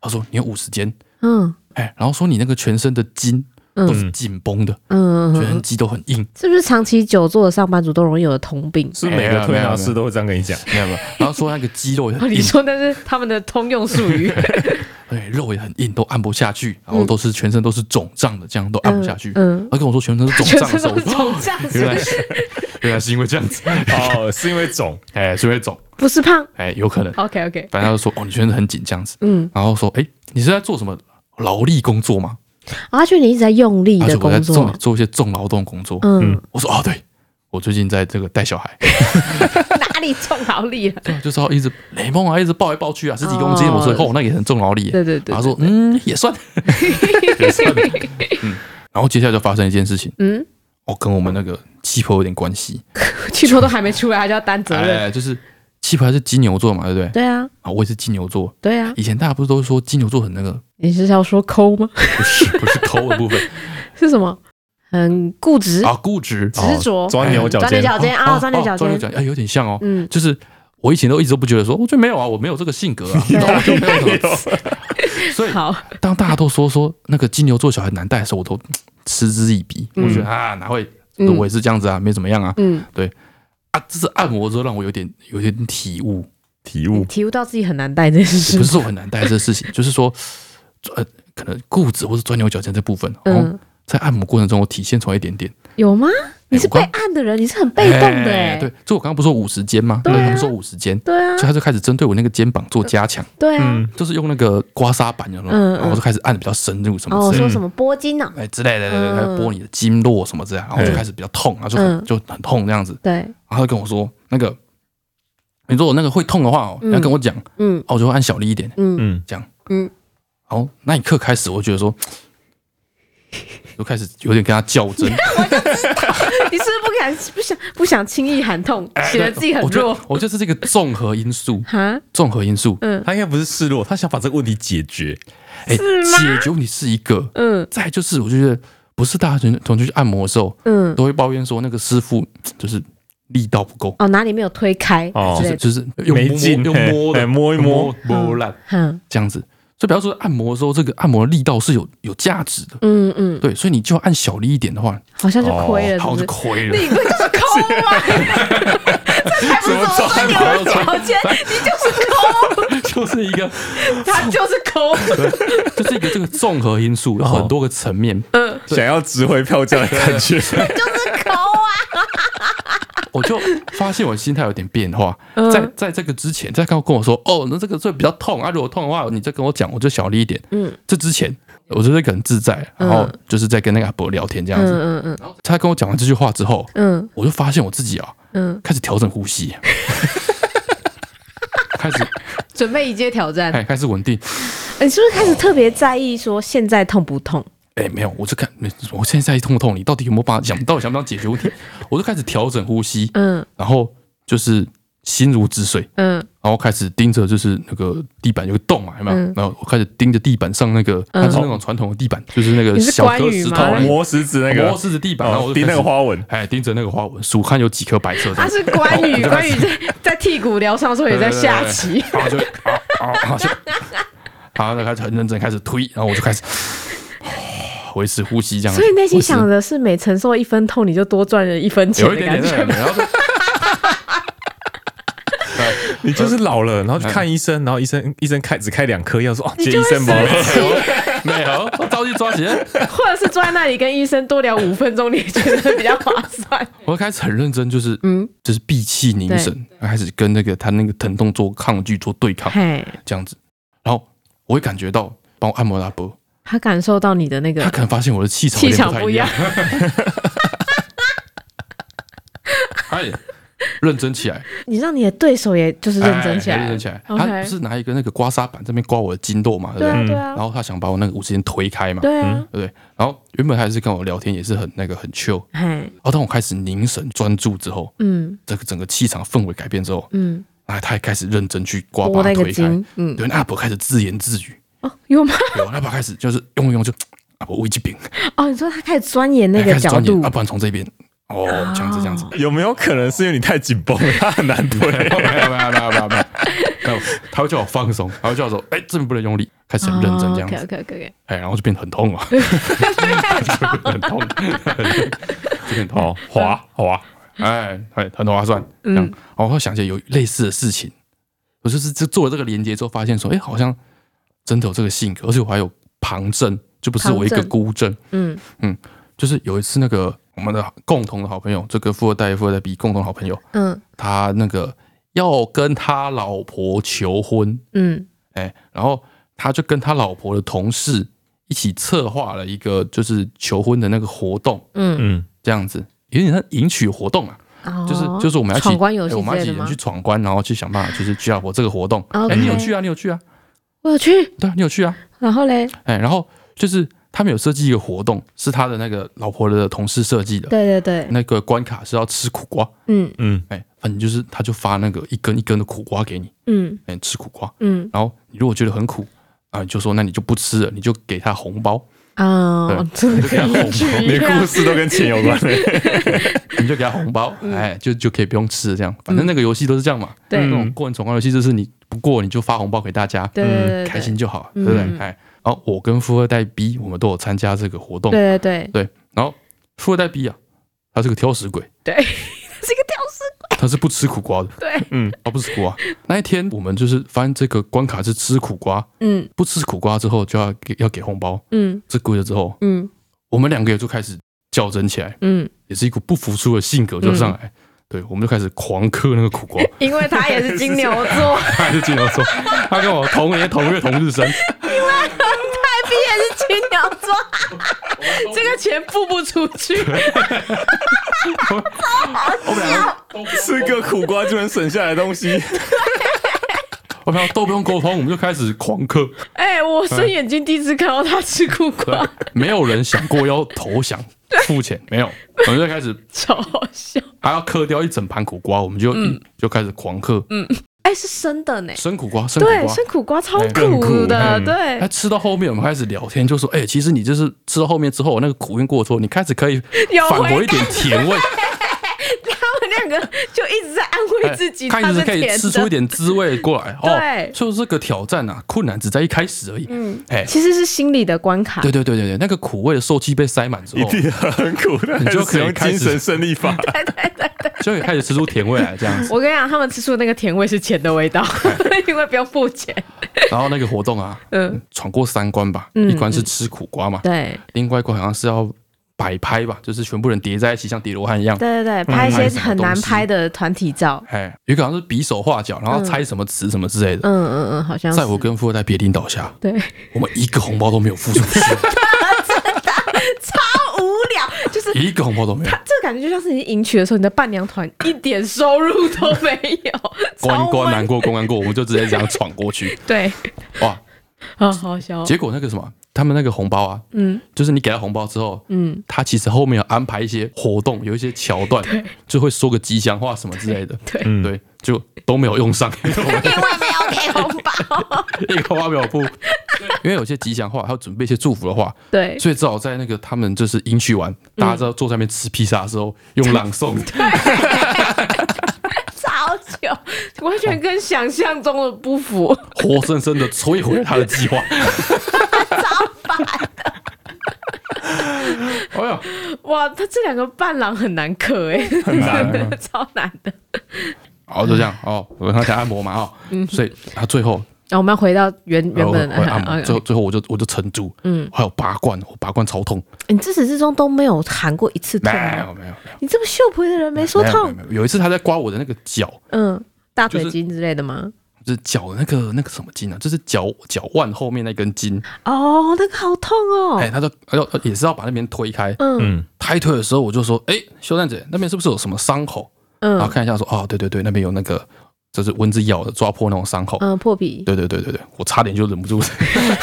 Speaker 2: 他说你有五十肩，
Speaker 1: 嗯
Speaker 2: 哎，然后说你那个全身的筋都是紧绷的，
Speaker 1: 嗯，
Speaker 2: 全
Speaker 1: 嗯
Speaker 2: 身肌都很硬，
Speaker 1: 是不是长期久坐的上班族都容易有的通病？
Speaker 3: 是不是每
Speaker 2: 哎没
Speaker 3: 个
Speaker 2: 有
Speaker 3: 推
Speaker 2: 没有
Speaker 3: 拿
Speaker 2: 没
Speaker 3: 师
Speaker 2: 有
Speaker 3: 都会这样跟你讲。
Speaker 2: 没有没有。然后说那个肌肉也
Speaker 1: 哦，
Speaker 2: 很
Speaker 1: 你
Speaker 2: 硬，
Speaker 1: 说那是他们的通用术 语，
Speaker 2: 哎，肉也很硬，都按不下去，然后都是全身都是肿胀的，这样都按不下去。
Speaker 1: 嗯，
Speaker 2: 他跟我说全身是肿
Speaker 1: 全
Speaker 2: 胀的
Speaker 1: 身
Speaker 2: 时候，
Speaker 1: 都
Speaker 2: 我
Speaker 1: 是
Speaker 2: 说
Speaker 1: 肿胀，
Speaker 2: 原 来是原来是因为这样子，
Speaker 3: 哦，是因为肿，
Speaker 2: 哎，是因为肿，
Speaker 1: 不是胖。
Speaker 2: 哎，有可能。
Speaker 1: OK OK，
Speaker 2: 反正他就说哦，你全身很紧这样子，
Speaker 1: 嗯，
Speaker 2: 然后说哎，你是在做什么劳力工作吗？
Speaker 1: 阿俊，你一直在用力
Speaker 2: 他
Speaker 1: 的
Speaker 2: 说我在
Speaker 1: 工
Speaker 2: 做
Speaker 1: 作，
Speaker 2: 做一些重劳动工作。
Speaker 1: 嗯，
Speaker 2: 我说哦，对，我最近在这个带小孩，
Speaker 1: 哪里重劳力了？
Speaker 2: 对，就是要一直雷梦啊，一直抱来抱去啊，十几公斤。
Speaker 1: 哦
Speaker 2: 我说哦，那也很重劳力耶。
Speaker 1: 对对对
Speaker 2: 他说嗯，也算。然后接下来就发生一件事情，
Speaker 1: 嗯，
Speaker 2: 哦，跟我们那个气泡有点关系。
Speaker 1: 气头都还没出来，他就要担责任。
Speaker 2: 哎，就是气泡是金牛座嘛，对不对？
Speaker 1: 对啊，
Speaker 2: 啊，我也是金牛座。
Speaker 1: 对啊，
Speaker 2: 以前大家不是都说金牛座很那个，
Speaker 1: 你是要说抠吗？
Speaker 2: 不是不是 抠的部分
Speaker 1: 是什么？很固执、
Speaker 2: 啊，固执
Speaker 1: 执
Speaker 2: 哦
Speaker 1: 着、
Speaker 3: 钻牛角
Speaker 1: 钻牛
Speaker 3: 尖，
Speaker 1: 角尖啊，钻牛角
Speaker 2: 钻牛
Speaker 1: 尖
Speaker 2: 角。尖，哎，有点像哦。
Speaker 1: 嗯，
Speaker 2: 就是我以前都一直都不觉得说，我觉得没有啊，我没有这个性格 啊，然后我就没有什么。所以
Speaker 1: 好，
Speaker 2: 当大家都说说那个金牛座小孩难带的时候，我都嗯嗤之以鼻，
Speaker 1: 嗯
Speaker 2: 我觉得啊，哪会，
Speaker 1: 嗯
Speaker 2: 我也是这样子啊，没怎么样啊。
Speaker 1: 嗯，
Speaker 2: 啊，这次按摩之后让我有点有点体悟，
Speaker 3: 体悟，
Speaker 1: 体悟到自己很难带这件
Speaker 2: 也嗯
Speaker 1: 事
Speaker 2: 不是。说我很难带这个事情，就是说，呃，可能固执或是钻牛角尖这部分，然后
Speaker 1: 嗯，
Speaker 2: 在按摩过程中我体现出来一点点。
Speaker 1: 有吗？你是
Speaker 2: 哎我
Speaker 1: 被
Speaker 2: 刚
Speaker 1: 按的人，你是很被动的
Speaker 2: 哎
Speaker 1: 哎。
Speaker 2: 对，这我刚刚不是说五十肩吗？
Speaker 1: 对啊
Speaker 2: 他们说五十肩，
Speaker 1: 对啊
Speaker 2: 所以，他就开始针对我那个肩膀做加强。
Speaker 1: 对啊。
Speaker 3: 嗯，
Speaker 2: 就是用那个刮痧板，有没有？
Speaker 1: 嗯嗯
Speaker 2: 然后就开始按的比较深入什么
Speaker 1: 哦，
Speaker 2: 之类
Speaker 1: 说
Speaker 2: 的，
Speaker 1: 什么拨筋呢？
Speaker 2: 哎、之类的，对对对，
Speaker 1: 嗯
Speaker 2: 还有拨你的经络什么之类的，然后就
Speaker 3: 嗯
Speaker 2: 开始比较痛，然后就很、
Speaker 1: 嗯
Speaker 2: 就很痛这样子。
Speaker 1: 对，
Speaker 2: 然后他就跟我说，那个你如果那个会痛的话哦，
Speaker 1: 嗯
Speaker 2: 你要跟我讲，哦，
Speaker 1: 嗯
Speaker 2: 我就会按小力一点。
Speaker 1: 嗯
Speaker 3: 嗯，
Speaker 2: 然后那一刻开始，我就觉得说， 就开始有点跟他较真，
Speaker 1: 你是不是不敢、不想、不想轻易喊痛，显得自己 很
Speaker 2: 哎我觉
Speaker 1: 弱
Speaker 2: 得？我觉得这是一个综合因素，
Speaker 1: 哈，
Speaker 2: 综合因素，
Speaker 1: 嗯
Speaker 3: 他应该不是示弱，他想把这个问题解决，
Speaker 2: 哎、解决问题是一个，
Speaker 1: 嗯
Speaker 2: 再就是我觉得不是大家总总去按摩的时候，
Speaker 1: 嗯，
Speaker 2: 都会抱怨说那个师傅就是力道不够，
Speaker 1: 哦，哪里没有推开
Speaker 3: 哦
Speaker 1: 之
Speaker 2: 就
Speaker 1: 类的，
Speaker 2: 是就是用
Speaker 3: 没
Speaker 2: 摸
Speaker 3: 劲
Speaker 2: 用
Speaker 3: 嘿
Speaker 2: 摸的
Speaker 3: 嘿摸一摸
Speaker 1: 嗯
Speaker 2: 摸烂
Speaker 1: 哼，
Speaker 2: 这样子。所以，比方说按摩的时候，这个按摩的力道是有有价值的，
Speaker 1: 嗯嗯，
Speaker 2: 对，所以你就要按小力一点的话，哦
Speaker 1: 好像就亏了，
Speaker 2: 好
Speaker 1: 是
Speaker 2: 像
Speaker 1: 不？
Speaker 2: 就是亏了。
Speaker 1: 你不就是抠吗？这才不是 什么啊钻牛 角尖，你就是抠，
Speaker 2: 就是一个，
Speaker 1: 他就是抠。
Speaker 2: 就是一个这个综合因素，有很多个层面。
Speaker 1: 嗯，
Speaker 3: 想要值回票价的感觉，
Speaker 1: 就是抠啊！
Speaker 2: 我就发现我心态有点变化
Speaker 1: 嗯，
Speaker 2: 在在这个之前，在跟我跟我说，哦，那这个最比较痛啊，如果痛的话，你再跟我讲，我就小力一点。
Speaker 1: 嗯，
Speaker 2: 这之前我就是很自在，然后
Speaker 1: 嗯
Speaker 2: 就是在跟那个阿伯聊天这样子。
Speaker 1: 嗯嗯
Speaker 2: 他跟我讲完这句话之后，
Speaker 1: 嗯
Speaker 2: 我就发现我自己啊，
Speaker 1: 嗯，
Speaker 2: 开始调整呼吸， 开始
Speaker 1: 准备迎接挑战。
Speaker 2: 哎开始稳定。
Speaker 1: 你是不是开始特别在意说现在痛不痛？
Speaker 2: 哎，没有，我就看没我现在痛不痛，你到底有没有办法想，你到底想不想解决问题？我就开始调整呼吸，
Speaker 1: 嗯
Speaker 2: 然后就是心如止水，
Speaker 1: 嗯
Speaker 2: 然后开始盯着就是那个地板有个洞嘛，有没有？然后我开始盯着地板上那个，它是那种传统的地板，就是那个
Speaker 1: 你是
Speaker 2: 小
Speaker 1: 关
Speaker 2: 颗
Speaker 1: 羽
Speaker 2: 石
Speaker 1: 吗
Speaker 2: 头
Speaker 1: 那个
Speaker 3: 哎磨石子那个
Speaker 2: 磨石子地板，
Speaker 3: 哦
Speaker 2: 然后我就
Speaker 3: 盯
Speaker 2: 开
Speaker 3: 那
Speaker 2: 始
Speaker 3: 个花纹，
Speaker 2: 哎，盯着那个花纹数，看有几颗白色的
Speaker 1: 他。是关羽，
Speaker 2: 哦
Speaker 1: 关羽在在剔骨疗伤的时候也在下棋，
Speaker 2: 然后就啊啊啊！就然后就开始很认真开始推，然后我就开始维持呼吸这样。
Speaker 1: 所以内心
Speaker 2: 维持
Speaker 1: 想的是每承受一分痛你就多赚了一分钱
Speaker 2: 有一
Speaker 1: 的
Speaker 2: 点
Speaker 1: 感
Speaker 2: 点
Speaker 1: 觉
Speaker 2: 那个，。然后就
Speaker 3: 你就是老了，然后去看医生，然后医生医生开只开两颗药，说哦，
Speaker 1: 你
Speaker 3: 接
Speaker 1: 就
Speaker 3: 医
Speaker 1: 会
Speaker 3: 生
Speaker 1: 生
Speaker 3: 吧。
Speaker 1: 气，
Speaker 2: 没有，我着急抓起来，
Speaker 1: 或者是坐在那里跟医生多聊五分钟，你也觉得比较划算。
Speaker 2: 我开始很认真，就是嗯，就是闭气凝神，开始跟那个他那个疼痛做抗拒、做对抗
Speaker 1: 嘿，
Speaker 2: 这样子。然后我会感觉到，帮我按摩拉伯，
Speaker 1: 他感受到你的那
Speaker 2: 他
Speaker 1: 个
Speaker 2: 可能发现我的气场有
Speaker 1: 气
Speaker 2: 点
Speaker 1: 场
Speaker 2: 不太
Speaker 1: 不
Speaker 2: 一
Speaker 1: 一样
Speaker 2: 样，， 哎，认真起来，
Speaker 1: 你让你的对手也就是认真起
Speaker 2: 哎
Speaker 1: 来，
Speaker 2: 认真起来。他
Speaker 1: OK
Speaker 2: 不是拿一个那个刮痧板这边刮我的经络嘛，对
Speaker 1: 对
Speaker 2: 不对？
Speaker 1: 啊，
Speaker 3: 嗯
Speaker 1: 对啊
Speaker 2: 然，后他想把我那个五十肩推开嘛，
Speaker 1: 对
Speaker 2: 对
Speaker 1: 啊，
Speaker 2: 不对？然后原本他还是跟我聊天，也是很那个很 chill。
Speaker 1: 嘿，
Speaker 2: 然后当我开始凝神专注之后，
Speaker 1: 哎嗯
Speaker 2: 这个整个气场氛围改变之后，
Speaker 1: 嗯，
Speaker 2: 啊，他也开始认真去刮
Speaker 1: 拨
Speaker 2: 把它
Speaker 1: 那个
Speaker 2: 推开。
Speaker 1: 筋，嗯，
Speaker 2: 对，那阿伯开始自言自语，
Speaker 1: 哦，有吗？
Speaker 2: 有阿伯开始就是用一用就啊阿伯胃疾病，
Speaker 1: 哦，你说他开始钻研那
Speaker 2: 哎开
Speaker 1: 个
Speaker 2: 始
Speaker 1: 角
Speaker 2: 钻研
Speaker 1: 度
Speaker 2: 啊，，不然从这边哦，这样子这样子，
Speaker 3: 有没有可能是因为你太紧绷啊了，他很难推？
Speaker 2: 没有没有没有没有没有没有，没有他会叫我放松，他会叫我说，哎，这边不能用力，开始很
Speaker 1: 哦
Speaker 2: 认真这样子，
Speaker 1: OK OK OK，
Speaker 2: 哎，然后就变得很 痛啊，很痛， 就变痛，
Speaker 3: 哦，滑滑，
Speaker 1: 嗯
Speaker 2: 哎，很很划算，这样，然后我会想起来有类似的事情，我就是就做了这个连接之后，发现说，哎，好像真的有这个性格，而且我还有旁症，就不是我一个
Speaker 1: 旁症
Speaker 2: 孤症。
Speaker 1: 嗯
Speaker 2: 就是有一次那个我们的共同的好朋友，这个富二代富二代 B 共同好朋友，
Speaker 1: 嗯
Speaker 2: 他那个要跟他老婆求婚，
Speaker 1: 嗯，
Speaker 2: 哎、然后他就跟他老婆的同事一起策划了一个就是求婚的那个活动，
Speaker 3: 嗯，
Speaker 2: 这样子有点像迎娶活动啊，
Speaker 1: 哦
Speaker 2: 就是就是我们要一起
Speaker 1: 闯关游
Speaker 2: 哎
Speaker 1: 戏
Speaker 2: 我
Speaker 1: 之
Speaker 2: 们
Speaker 1: 类
Speaker 2: 要一
Speaker 1: 的
Speaker 2: 起
Speaker 1: 吗
Speaker 2: 去？闯关，然后去想办法就是娶老婆这个活动。哎、
Speaker 1: OK
Speaker 2: 你有去啊？你有去啊？
Speaker 1: 我有去，
Speaker 2: 对啊，你有去啊？
Speaker 1: 然后嘞，
Speaker 2: 哎、然后就是他们有设计一个活动，是他的那个老婆的同事设计的。
Speaker 1: 对对对，
Speaker 2: 那个关卡是要吃苦瓜，
Speaker 1: 嗯
Speaker 2: 哎，反正就是他就发那个一根一根的苦瓜给你，
Speaker 1: 嗯
Speaker 2: 哎，吃苦瓜。
Speaker 1: 嗯
Speaker 2: 然后你如果觉得很苦啊，你就说那你就不吃了，你就给他红包，
Speaker 1: 啊，这个
Speaker 2: 就给 他红包，
Speaker 3: 你的故事都跟钱 有关的，
Speaker 2: 你就给他红包，
Speaker 1: 嗯
Speaker 2: 哎，就就可以不用吃了这样。反正那个游戏都是这样嘛，
Speaker 1: 对
Speaker 2: 那种过人闯关游戏就是你不过你就发红包给大家，
Speaker 1: 对对对，
Speaker 2: 嗯
Speaker 1: 嗯
Speaker 2: 开心就好，对不对？哎，然后我跟富二代 B 我们都有参加这个活动，
Speaker 1: 对对对
Speaker 2: 对，然后富二代 B 啊，他是个挑食鬼，
Speaker 1: 对，是一个吊饰，
Speaker 2: 他是不吃苦瓜的。
Speaker 1: 对，
Speaker 3: 嗯
Speaker 2: 啊，不吃苦瓜。那一天我们就是发现这个关卡是吃苦瓜，
Speaker 1: 嗯
Speaker 2: 不吃苦瓜之后就要给要给红包。
Speaker 1: 嗯
Speaker 2: 这过了之后，
Speaker 1: 嗯
Speaker 2: 我们两个也就开始较真起来，
Speaker 1: 嗯，
Speaker 2: 也是一股不服输的性格就上来。对，我们就开始狂嗑那个苦瓜。
Speaker 1: 因为他也是金牛座，
Speaker 2: 他就经常说，他跟我同年同月同日生，
Speaker 1: 他毕业是金牛座，这个钱付不出去，
Speaker 2: 我们两个
Speaker 3: 吃个苦瓜就能省下来的东西，
Speaker 2: 我们两个都不用沟通，我们就开始狂嗑。
Speaker 1: 哎，我生眼睛第一次看到他吃苦瓜，
Speaker 2: 没有人想过要 投降付钱，没有，我们就开始
Speaker 1: 超好笑，
Speaker 2: 还要嗑掉一整盘苦瓜，我们就一、
Speaker 1: 嗯
Speaker 2: 就开始狂嗑
Speaker 1: 哎，是生的呢，
Speaker 2: 生苦瓜，生苦
Speaker 1: 对，
Speaker 2: 瓜
Speaker 1: 生。苦瓜超
Speaker 3: 更
Speaker 1: 苦
Speaker 3: 苦
Speaker 1: 的，
Speaker 3: 嗯
Speaker 1: 对
Speaker 2: 哎，，吃到后面我们开始聊天，就说，哎、其实你就是吃到后面之后，那个苦跟过之后，你开始可以
Speaker 1: 有
Speaker 2: 返
Speaker 1: 回
Speaker 2: 回一点甜 味，
Speaker 1: 他们两个就一直在安
Speaker 2: 哎
Speaker 1: 慰自己，
Speaker 2: 开
Speaker 1: 他
Speaker 2: 始
Speaker 1: 是
Speaker 2: 可以
Speaker 1: 甜
Speaker 2: 吃出一
Speaker 1: 的。
Speaker 2: 点滋味 过来。
Speaker 1: 对
Speaker 2: 哦，所以这个挑战啊，困难只在一开始而已。嗯，哎、
Speaker 1: 其实是心理的关卡，
Speaker 2: 对对对对对，那个苦味的受气被塞满之
Speaker 3: 一
Speaker 2: 后，
Speaker 3: 定很苦的，
Speaker 2: 你就可以
Speaker 3: 使用
Speaker 2: 开
Speaker 3: 精
Speaker 2: 始
Speaker 3: 神胜利 法。
Speaker 2: 就可以开始吃出甜味来，这样子。
Speaker 1: 我跟你讲，他们吃出的那个甜味是钱的味道，
Speaker 2: 哎
Speaker 1: 因为不用付钱。
Speaker 2: 然后那个活动啊，
Speaker 1: 嗯，
Speaker 2: 闯过三关吧，
Speaker 1: 嗯
Speaker 2: 一关是吃苦瓜嘛，
Speaker 1: 对
Speaker 2: 另外一关好像是要摆拍吧，就是全部人叠在一起，像叠罗汉一样。
Speaker 1: 对对对，拍一些很难拍的团体照。
Speaker 2: 哎，有一个好像是比手画脚，然后猜什么词什么之类的。
Speaker 1: 嗯嗯嗯，好像是
Speaker 2: 在我跟富二代 B 的领导下，
Speaker 1: 对，
Speaker 2: 我们一个红包都没有付出去，
Speaker 1: 超无聊，就是
Speaker 2: 一个红包都没有。
Speaker 1: 这个感觉就像是你迎娶的时候，你的伴娘团一点收入都没有，
Speaker 2: 关
Speaker 1: 超
Speaker 2: 关啊
Speaker 1: 温
Speaker 2: 难过关关过，我们就直接这样闯过去。
Speaker 1: 对，
Speaker 2: 哇！
Speaker 1: 啊，好笑哦。
Speaker 2: 结果那个什么，他们那个红包啊，嗯，就是你给他红包之后，嗯，他其实后面有安排一些活动，有一些桥段，就会说个吉祥话什么之类的。
Speaker 1: 对
Speaker 2: 对，就都没有用上，
Speaker 4: 因为没有给红包。
Speaker 2: 一个花表铺，因为有些吉祥话，还有准备一些祝福的话，
Speaker 1: 对，嗯
Speaker 2: 所以只好在那个他们就是迎娶完，大家知道坐在那边吃披萨的时候，用 朗诵，
Speaker 1: 超久， 完全跟想象中的不符，
Speaker 2: 活生生的摧毁了他的 计划。
Speaker 4: 超烦，
Speaker 2: 哎呀，
Speaker 1: 哇，他这两个伴郎很难磕哎、
Speaker 3: 很
Speaker 2: 啊
Speaker 3: 难
Speaker 1: 真的超难的。
Speaker 2: 好，就这样哦，我跟他讲按摩嘛哈，所以他最后
Speaker 1: 那、啊我们要回到原嗯 原
Speaker 2: 我
Speaker 1: 本啊的
Speaker 2: 哦我 按摩，
Speaker 1: OK
Speaker 2: 最后最后我就我就撑住，嗯，还有拔罐，我拔罐超痛，
Speaker 1: 你自始至终都没有喊过一次
Speaker 2: 没
Speaker 1: 痛
Speaker 2: 有
Speaker 1: 吗，
Speaker 2: 没有没有
Speaker 1: 你这么秀婆的人没说
Speaker 2: 没有
Speaker 1: 痛
Speaker 2: 没，有，有一次他在刮我的那个脚，
Speaker 1: 嗯，大
Speaker 2: 就
Speaker 1: 腿
Speaker 2: 是
Speaker 1: 筋之类的吗？
Speaker 2: 就是脚的那个那个什么筋啊，就是脚脚腕后面那根筋，
Speaker 1: 哦，那个好痛哦，
Speaker 2: 哎，他就要也是要把那边推开，
Speaker 1: 嗯
Speaker 2: 他一推的时候我就说，哎，修蛋姐那边是不是有什么伤口？然后
Speaker 1: 嗯
Speaker 2: 看一下说，哦，对对对，那边有那个就是蚊子咬的抓破那种伤口，
Speaker 1: 嗯，破皮，
Speaker 2: 对对对对对，我差点就忍不住，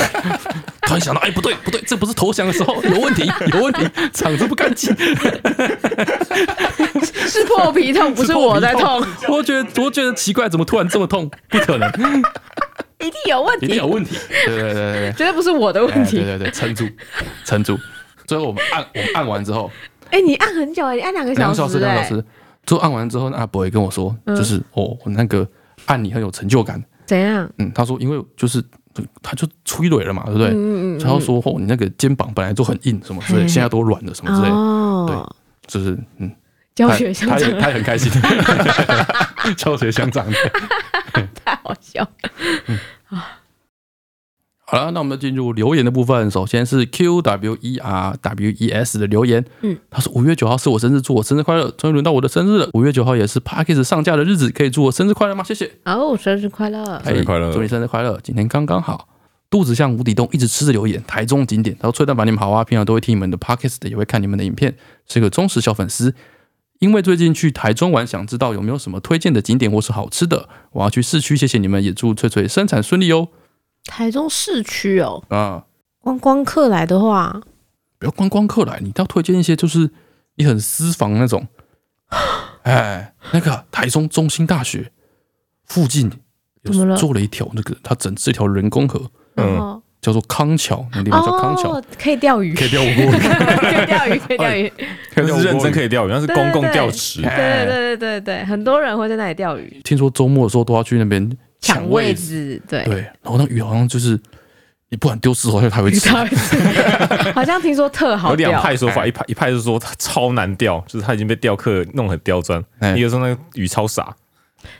Speaker 2: 突然想到，哎，不对不对，这不是投降的时候，有问 题有问题，场子不干净，
Speaker 1: 是破皮痛，不是我在痛，
Speaker 2: 是我觉得我觉得奇怪，怎么突然这么痛？不可 能，
Speaker 1: 一定有问
Speaker 2: 一
Speaker 1: 题
Speaker 2: 定有，问题。对对对对
Speaker 1: 绝对不是我的
Speaker 2: 对，哎
Speaker 1: 问
Speaker 2: 对
Speaker 1: 题。
Speaker 2: 对对，撑住撑住。最后我们按我们按完之后，
Speaker 1: 哎，你按很久哎，你按两个
Speaker 2: 两个
Speaker 1: 小
Speaker 2: 小时两个
Speaker 1: 哎
Speaker 2: 小，时，最后按完之后，那阿伯也跟我说，就是哦，我那个按你很有成就感。
Speaker 1: 怎样？
Speaker 2: 嗯，他说因为就是就他就催蕊了嘛，对不对？所以他说哦，你那个肩膀本来就很硬什么之类，现在都软了什么之类，
Speaker 1: 哦，
Speaker 2: 就是嗯，
Speaker 1: 教
Speaker 2: 他
Speaker 1: 学相
Speaker 2: 他
Speaker 1: 长
Speaker 2: 也他也很开 心，教学相长。
Speaker 1: 太好笑了，
Speaker 2: 好了，那我们就进入留言的部分。首先是 Q W E R W E S 的留言，
Speaker 1: 嗯，
Speaker 2: 他说五月九号是我生日，祝我生日快乐！终于轮到我的生日了，五月九号也是 p a c k a g e 上架的日子，可以祝我生日快乐吗？谢谢，
Speaker 1: 哦，生日快乐！
Speaker 3: 生日快乐
Speaker 2: 哎祝你生日快乐！今天刚刚好，肚子像无底洞，一直吃着留言。台中景点，然后崔蛋把你们好啊，平常都会听你们的 p a c k a g e 也会看你们的影片，是个忠实小粉丝。因为最近去台中玩，想知道有没有什么推荐的景点或是好吃的，我要去市区。谢谢你们，也祝翠翠生产顺利哦！
Speaker 1: 台中市区哦，
Speaker 2: 啊，
Speaker 1: 观光客来的话，
Speaker 2: 不要观光客来，你倒推荐一些就是你很私房 那种。哎，那个台中中心大学附近有
Speaker 1: 怎么了
Speaker 2: 做了一条那个，它整治一条人工河，
Speaker 1: 然后
Speaker 2: 叫做康桥，那地方叫康桥，
Speaker 1: 哦，可以钓鱼，
Speaker 2: 可以钓乌
Speaker 1: 可以钓鱼，可以钓鱼，
Speaker 3: 那是认 真可以钓鱼，那是公共钓池。
Speaker 1: 对对对对对对，很多人会在那里钓鱼，
Speaker 2: 听说周末的时候都要去那边
Speaker 1: 抢位
Speaker 2: 位置，
Speaker 1: 置，对。
Speaker 2: 对，然后那鱼好像就是你不管丢石头下去，它会吃。
Speaker 1: 钓一次，好像听说特好
Speaker 3: 有
Speaker 1: 钓，
Speaker 3: 两派说法，一派一派是说它超难钓，就是它已经被钓客弄得很刁钻；
Speaker 2: 哎
Speaker 3: 一个说那个鱼超傻，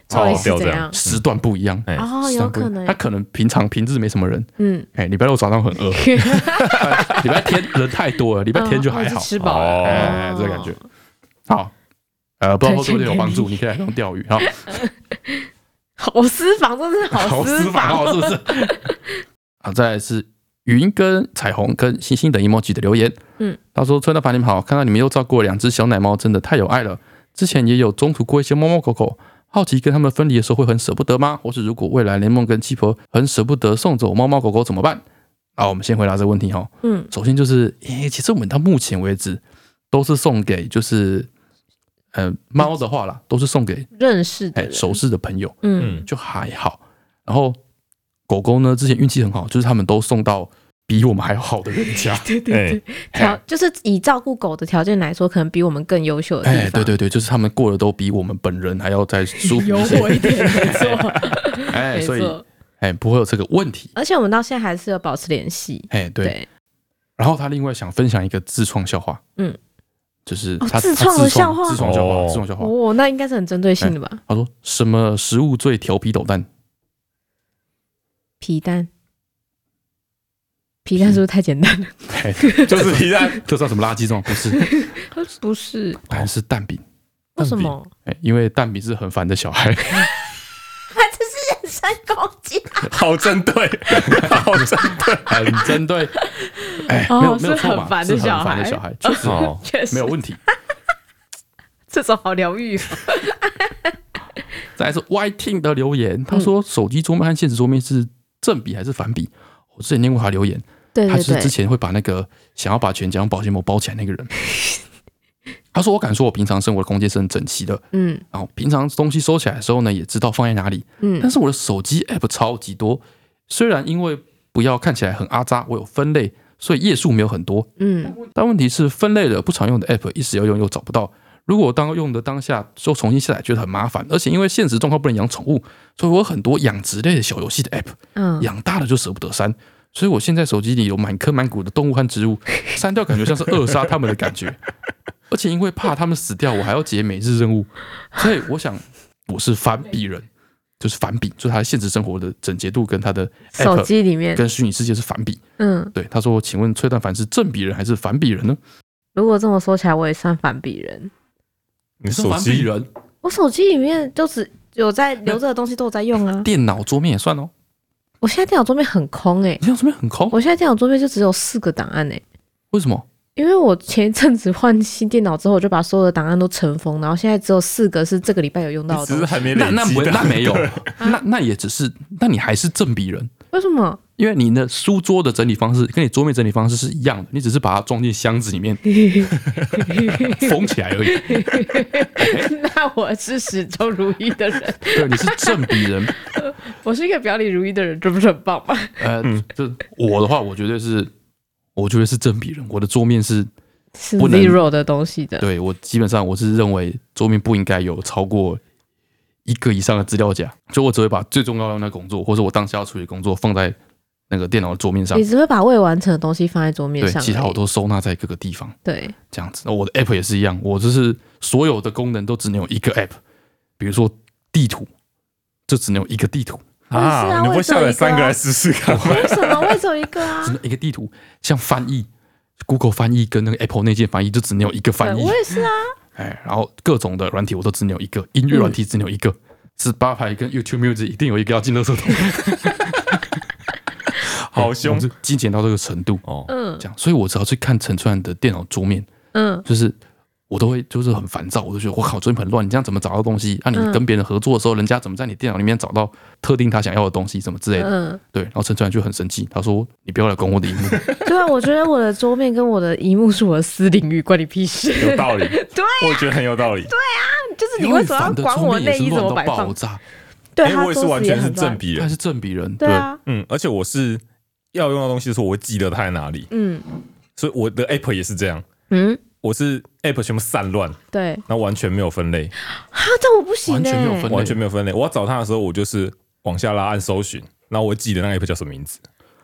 Speaker 1: 到底
Speaker 3: 超
Speaker 1: 是
Speaker 3: 好钓
Speaker 1: 怎
Speaker 3: 这
Speaker 1: 样
Speaker 3: 样。
Speaker 2: 时段不一样，
Speaker 3: 哎
Speaker 1: 哦，
Speaker 2: 时
Speaker 1: 有
Speaker 2: 段不
Speaker 1: 可
Speaker 2: 一样
Speaker 1: 能
Speaker 2: 他，可能平常平日没什么人，
Speaker 1: 嗯，
Speaker 2: 哎，礼拜六早上很 饿，哎礼拜天人太多了，礼拜天就还
Speaker 1: 哦
Speaker 2: 好
Speaker 1: 哦，吃饱了，
Speaker 2: 哎，这个感觉。好，呃，不知道会不会有帮助，你可以来用钓鱼哈，
Speaker 1: 好私房，真的是好私
Speaker 2: 法
Speaker 1: 房
Speaker 2: 哦，是不是？ 好，再来是云跟彩虹跟星星等 emoji 的留言，
Speaker 1: 嗯，
Speaker 2: 他说：“春大凡你们好，看到你们又照顾了两只小奶猫，真的太有爱了。之前也有中途过一些猫猫狗狗，好奇跟它们分离的时候会很舍不得吗？或是如果未来联盟跟七婆很舍不得送走猫猫狗狗怎么办？”啊，我们先回答这个问题哈、
Speaker 1: 嗯，
Speaker 2: 首先就是，诶、其实我们到目前为止都是送给就是，呃，猫的话啦，都是送给
Speaker 1: 认识
Speaker 2: 哎、
Speaker 1: 的人，
Speaker 2: 熟识的朋友，
Speaker 1: 嗯，
Speaker 3: 嗯，
Speaker 2: 就还好。然后狗狗呢，之前运气很好，就是他们都送到比我们还要好的人家。
Speaker 1: 对
Speaker 3: 哎
Speaker 1: 对对，条
Speaker 2: 哎
Speaker 1: 就是以照顾狗的条件来说，可能比我们更优秀的地
Speaker 2: 哎、
Speaker 1: 方，
Speaker 2: 对对对，就是他们过得都比我们本人还要再舒服
Speaker 1: 优
Speaker 2: 一
Speaker 1: 渥
Speaker 2: 些。
Speaker 1: 一点，没错，
Speaker 2: 哎、
Speaker 1: 没
Speaker 2: 所以
Speaker 1: 错。
Speaker 2: 哎、不会有这个问题。
Speaker 1: 而且我们到现在还是有保持联系，
Speaker 2: 哎、对。
Speaker 1: 对，
Speaker 2: 然后他另外想分享一个自创笑话，
Speaker 1: 嗯，
Speaker 2: 就是
Speaker 1: 哦
Speaker 2: 他、他
Speaker 1: 自创的笑话
Speaker 2: 自创笑话，
Speaker 3: 哦
Speaker 2: 自创笑话。
Speaker 1: 哦，那应该是很针对性的吧？
Speaker 2: 他说什么食物最调皮捣蛋？
Speaker 1: 皮蛋，皮蛋是不是太简单了？
Speaker 2: 哎，
Speaker 3: 就是皮蛋，
Speaker 2: 就是什么垃圾这种 不是，
Speaker 1: 不是，
Speaker 2: 答案是蛋饼。
Speaker 1: 为什么？
Speaker 2: 哎、因为蛋饼是很烦的 小孩。
Speaker 4: 人身攻击，
Speaker 3: 好针 对，好针对。
Speaker 2: 很针对，哎，
Speaker 1: 哦
Speaker 2: 没有
Speaker 1: 是
Speaker 2: 没有错
Speaker 1: 很
Speaker 2: 嘛，
Speaker 1: 烦
Speaker 2: 是
Speaker 1: 的
Speaker 2: 很
Speaker 1: 小
Speaker 2: 烦的
Speaker 1: 孩
Speaker 2: 小孩，确实
Speaker 3: 哦，
Speaker 1: 确实
Speaker 2: 没有问题。
Speaker 1: 这种好疗愈。
Speaker 2: 再来是 Y t i n 的留
Speaker 1: 嗯
Speaker 2: 言，他说手机桌面和现实桌面是正比还是反比？我之前念过他留言，
Speaker 1: 对
Speaker 2: 他
Speaker 1: 对
Speaker 2: 就是之
Speaker 1: 对，
Speaker 2: 前会把那个想要把全家用保鲜膜包起来那个人，他说：“我敢说，我平常生活的空间是很整齐的，
Speaker 1: 嗯，
Speaker 2: 然后平常东西收起来的时候呢，也知道放在哪里，
Speaker 1: 嗯
Speaker 2: 但是我的手机 app 超级多，虽然因为不要看起来很阿扎，我有分类，所以页数没有很多，
Speaker 1: 嗯，
Speaker 2: 但问题是分类了不常用的 app 一时要用又找不到。如果我当用的当下就重新下载，觉得很麻烦，而且因为现实状况不能养宠物，所以我有很多养殖类的小游戏的 app，
Speaker 1: 嗯，
Speaker 2: 养大了就舍不得删，所以我现在手机里有满坑满谷的动物和植物，删掉感觉像是扼杀它们的感觉。而且因为怕它们死掉，我还要解每日任务，所以我想我是反比人，就是反比，就是他现实生活的整洁度跟他的 app
Speaker 1: 手机里面，
Speaker 2: 跟虚拟世界是反比。
Speaker 1: 嗯，
Speaker 2: 对，他说：“请问崔蛋凡是正比人还是反比人呢
Speaker 1: 如果这么说起来，我也算反比人。
Speaker 3: 你？”
Speaker 2: 是
Speaker 3: 手
Speaker 2: 反比
Speaker 3: 机
Speaker 2: 人，
Speaker 1: 我手机里面就只有在留着的东西都有在用 啊。
Speaker 2: 电脑桌面也算哦。
Speaker 1: 我现在电脑桌面很空哎、
Speaker 2: 你电脑桌面很空，
Speaker 1: 我现在电脑桌面就只有四个档案哎、
Speaker 2: 为什么？
Speaker 1: 因为我前一阵子换新电脑之后，我就把所有的档案都尘封，然后现在只有四个是这个礼拜有用到的
Speaker 3: 只是
Speaker 1: 东西。
Speaker 3: 还没累
Speaker 2: 那那
Speaker 3: 积
Speaker 2: 不
Speaker 3: 的
Speaker 2: 那没 有，那那也只是，那你还是正比人。
Speaker 1: 为什么？
Speaker 2: 因为你的书桌的整理方式跟你桌面整理方式是一样的，你只是把它装进箱子里面封起来而已。
Speaker 1: 那我是始终如一的 人，
Speaker 2: 对，你是正比人。
Speaker 1: 我是一个表里如一的人，这不是很棒吗？
Speaker 2: 呃，就我的话，我绝对是，我觉得是正比人。我的桌面是
Speaker 1: 是
Speaker 2: 不能
Speaker 1: zero 的东西的。
Speaker 2: 对我基本上我是认为桌面不应该有超过一个以上的资料夹，所以我只会把最重要的那工作，或者我当下要处理的工作放在那个电脑的桌面上
Speaker 1: 你。只会把未完成的东西放在桌面
Speaker 2: 对，
Speaker 1: 上而已。
Speaker 2: 其他我都收纳在各个地方。
Speaker 1: 对，
Speaker 2: 这样子。那我的 app 也是一样，我就是所有的功能都只能有一个 app，比如说地图，就只能有一个地图，
Speaker 1: 我也是啊
Speaker 3: 你不
Speaker 1: 我也
Speaker 3: 会
Speaker 1: 只有
Speaker 3: 下载
Speaker 1: 一个
Speaker 3: 三个
Speaker 1: 啊
Speaker 3: 来试试看吗？
Speaker 1: 为什么我也只有一个啊
Speaker 2: 只？能一个地图。像翻译，Google 翻译跟那个 Apple 内建翻译就只能有一个翻
Speaker 1: 对
Speaker 2: 译
Speaker 1: 我，也是 啊。
Speaker 2: 哎，然后各种的软体我都只能有一个，音乐软体只能有一个，是八排跟 YouTube Music 一定有一个要进垃圾桶，
Speaker 3: 好凶
Speaker 2: 我是精简到这个程度。
Speaker 3: 哦，
Speaker 1: 嗯
Speaker 2: 这样，所以我只要去看陈川的电脑桌面，
Speaker 1: 嗯
Speaker 2: 就是我都会就是很烦躁，我就觉得我靠，桌面很乱，你这样怎么找到东西？那、
Speaker 1: 嗯
Speaker 2: 你跟别人合作的时候，人家怎么在你电脑里面找到特定他想要的东西，什么之类的？
Speaker 1: 嗯，
Speaker 2: 对，然后陈川就很生气，他说：“你不要来管我的荧幕。
Speaker 1: 对啊，我觉得我的桌面跟我的荧幕是我的私领域，关你屁事。
Speaker 3: 有道理，
Speaker 1: 对啊
Speaker 3: 我觉得很有道 理。
Speaker 1: 就是”你
Speaker 2: 因
Speaker 1: 为
Speaker 2: 为
Speaker 1: 什么要
Speaker 2: 烦的
Speaker 1: 管
Speaker 2: 桌
Speaker 1: 我
Speaker 2: 面也
Speaker 1: 内
Speaker 2: 是
Speaker 1: 衣怎
Speaker 2: 乱
Speaker 1: 么
Speaker 2: 到
Speaker 1: 摆
Speaker 2: 爆
Speaker 1: 放？
Speaker 2: 炸，
Speaker 1: 对，
Speaker 3: 哎
Speaker 1: 啊他
Speaker 3: 我也是
Speaker 1: 桌
Speaker 3: 完
Speaker 1: 子也
Speaker 3: 全是
Speaker 1: 很
Speaker 3: 正
Speaker 1: 乱。
Speaker 3: 比
Speaker 2: 他
Speaker 3: 人
Speaker 2: 是，正比人，
Speaker 1: 对啊，
Speaker 3: 嗯，而且我是要用到东西的时候，我会记得它在哪里，
Speaker 1: 嗯
Speaker 3: 所以我的 app 也是这样，
Speaker 1: 嗯，
Speaker 3: 我是 app 全部散乱，
Speaker 1: 对。
Speaker 3: 然后完全没有分类，
Speaker 1: 啊，但我不行
Speaker 2: 完全
Speaker 1: 欸
Speaker 2: 没有分类
Speaker 3: 完全没有分类。我要找它的时候，我就是往下拉按搜寻，然后我会记得那个 app 叫什么名字。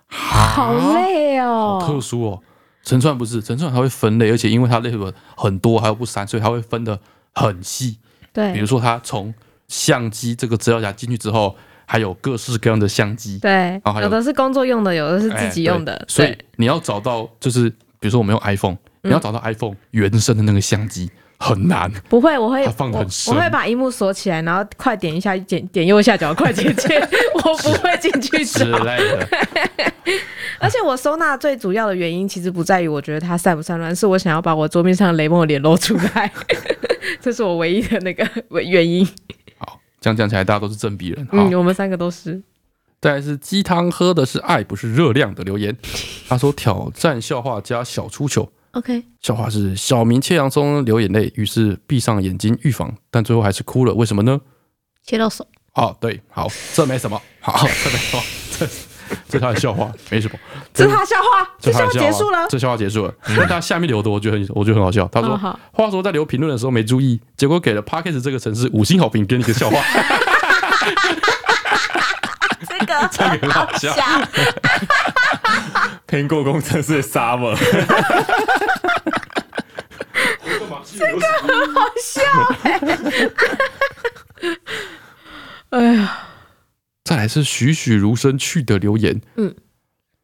Speaker 1: 好累哦。
Speaker 2: 啊好特殊哦。陈川不是陈川，他会分类，而且因为他类的很多，还有不删，所以他会分的很细。比如
Speaker 1: 对
Speaker 2: 说，他从相机这个资料夹进去之后，还有各式各样的相机，
Speaker 1: 对
Speaker 2: 啊后还，有
Speaker 1: 有的是工作用的，有的是自己用
Speaker 2: 哎
Speaker 1: 的
Speaker 2: 对，所以
Speaker 1: 对
Speaker 2: 你要找到，就是比如说我们用 iPhone，、你要找到 iPhone 原生的那个相机很难。
Speaker 1: 不会，我会
Speaker 2: 它放得
Speaker 1: 我
Speaker 2: 很深
Speaker 1: 我会把荧幕锁起来，然后快点一下，点 点右下角，快点 键，我不会进去
Speaker 2: 之
Speaker 1: 找。
Speaker 2: 类的，
Speaker 1: 而且我收纳最主要的原因，其实不在于我觉得它散不散乱，是我想要把我桌面上的雷梦脸露出来， 这是我唯一的那个 原因。
Speaker 2: 好，这样讲起来，大家都是正比人。好，
Speaker 1: 嗯，我们三个都是。
Speaker 2: 再来是鸡汤喝的是爱，不是热量的留言。 他说挑战笑话加小出糗，
Speaker 1: OK，
Speaker 2: 笑话是小明切洋葱流眼泪，于是闭上眼睛预防，但最后还是哭了，为什么呢？
Speaker 1: 切到手。
Speaker 2: 哦，对，好，这没什么，好，这没什么，这这他的笑话没什么。
Speaker 1: 这是他的笑话，
Speaker 2: 这
Speaker 1: 这笑
Speaker 2: 笑
Speaker 1: 话
Speaker 2: 话
Speaker 1: 结束了。
Speaker 2: 这笑话结束了。但他下面留的我觉得很，我觉得很好笑。他说
Speaker 1: 嗯好：“
Speaker 2: 话说在留评论的时候没注意，结果给了 Parkes 这个城市五星好评，给你 个笑话，
Speaker 4: 这个
Speaker 2: 这个很好笑。
Speaker 4: 假
Speaker 3: 苹果工程师的 Summer，
Speaker 1: 哎呀，”
Speaker 2: 再来是栩栩如生去的留言，
Speaker 1: 嗯
Speaker 2: 嗯，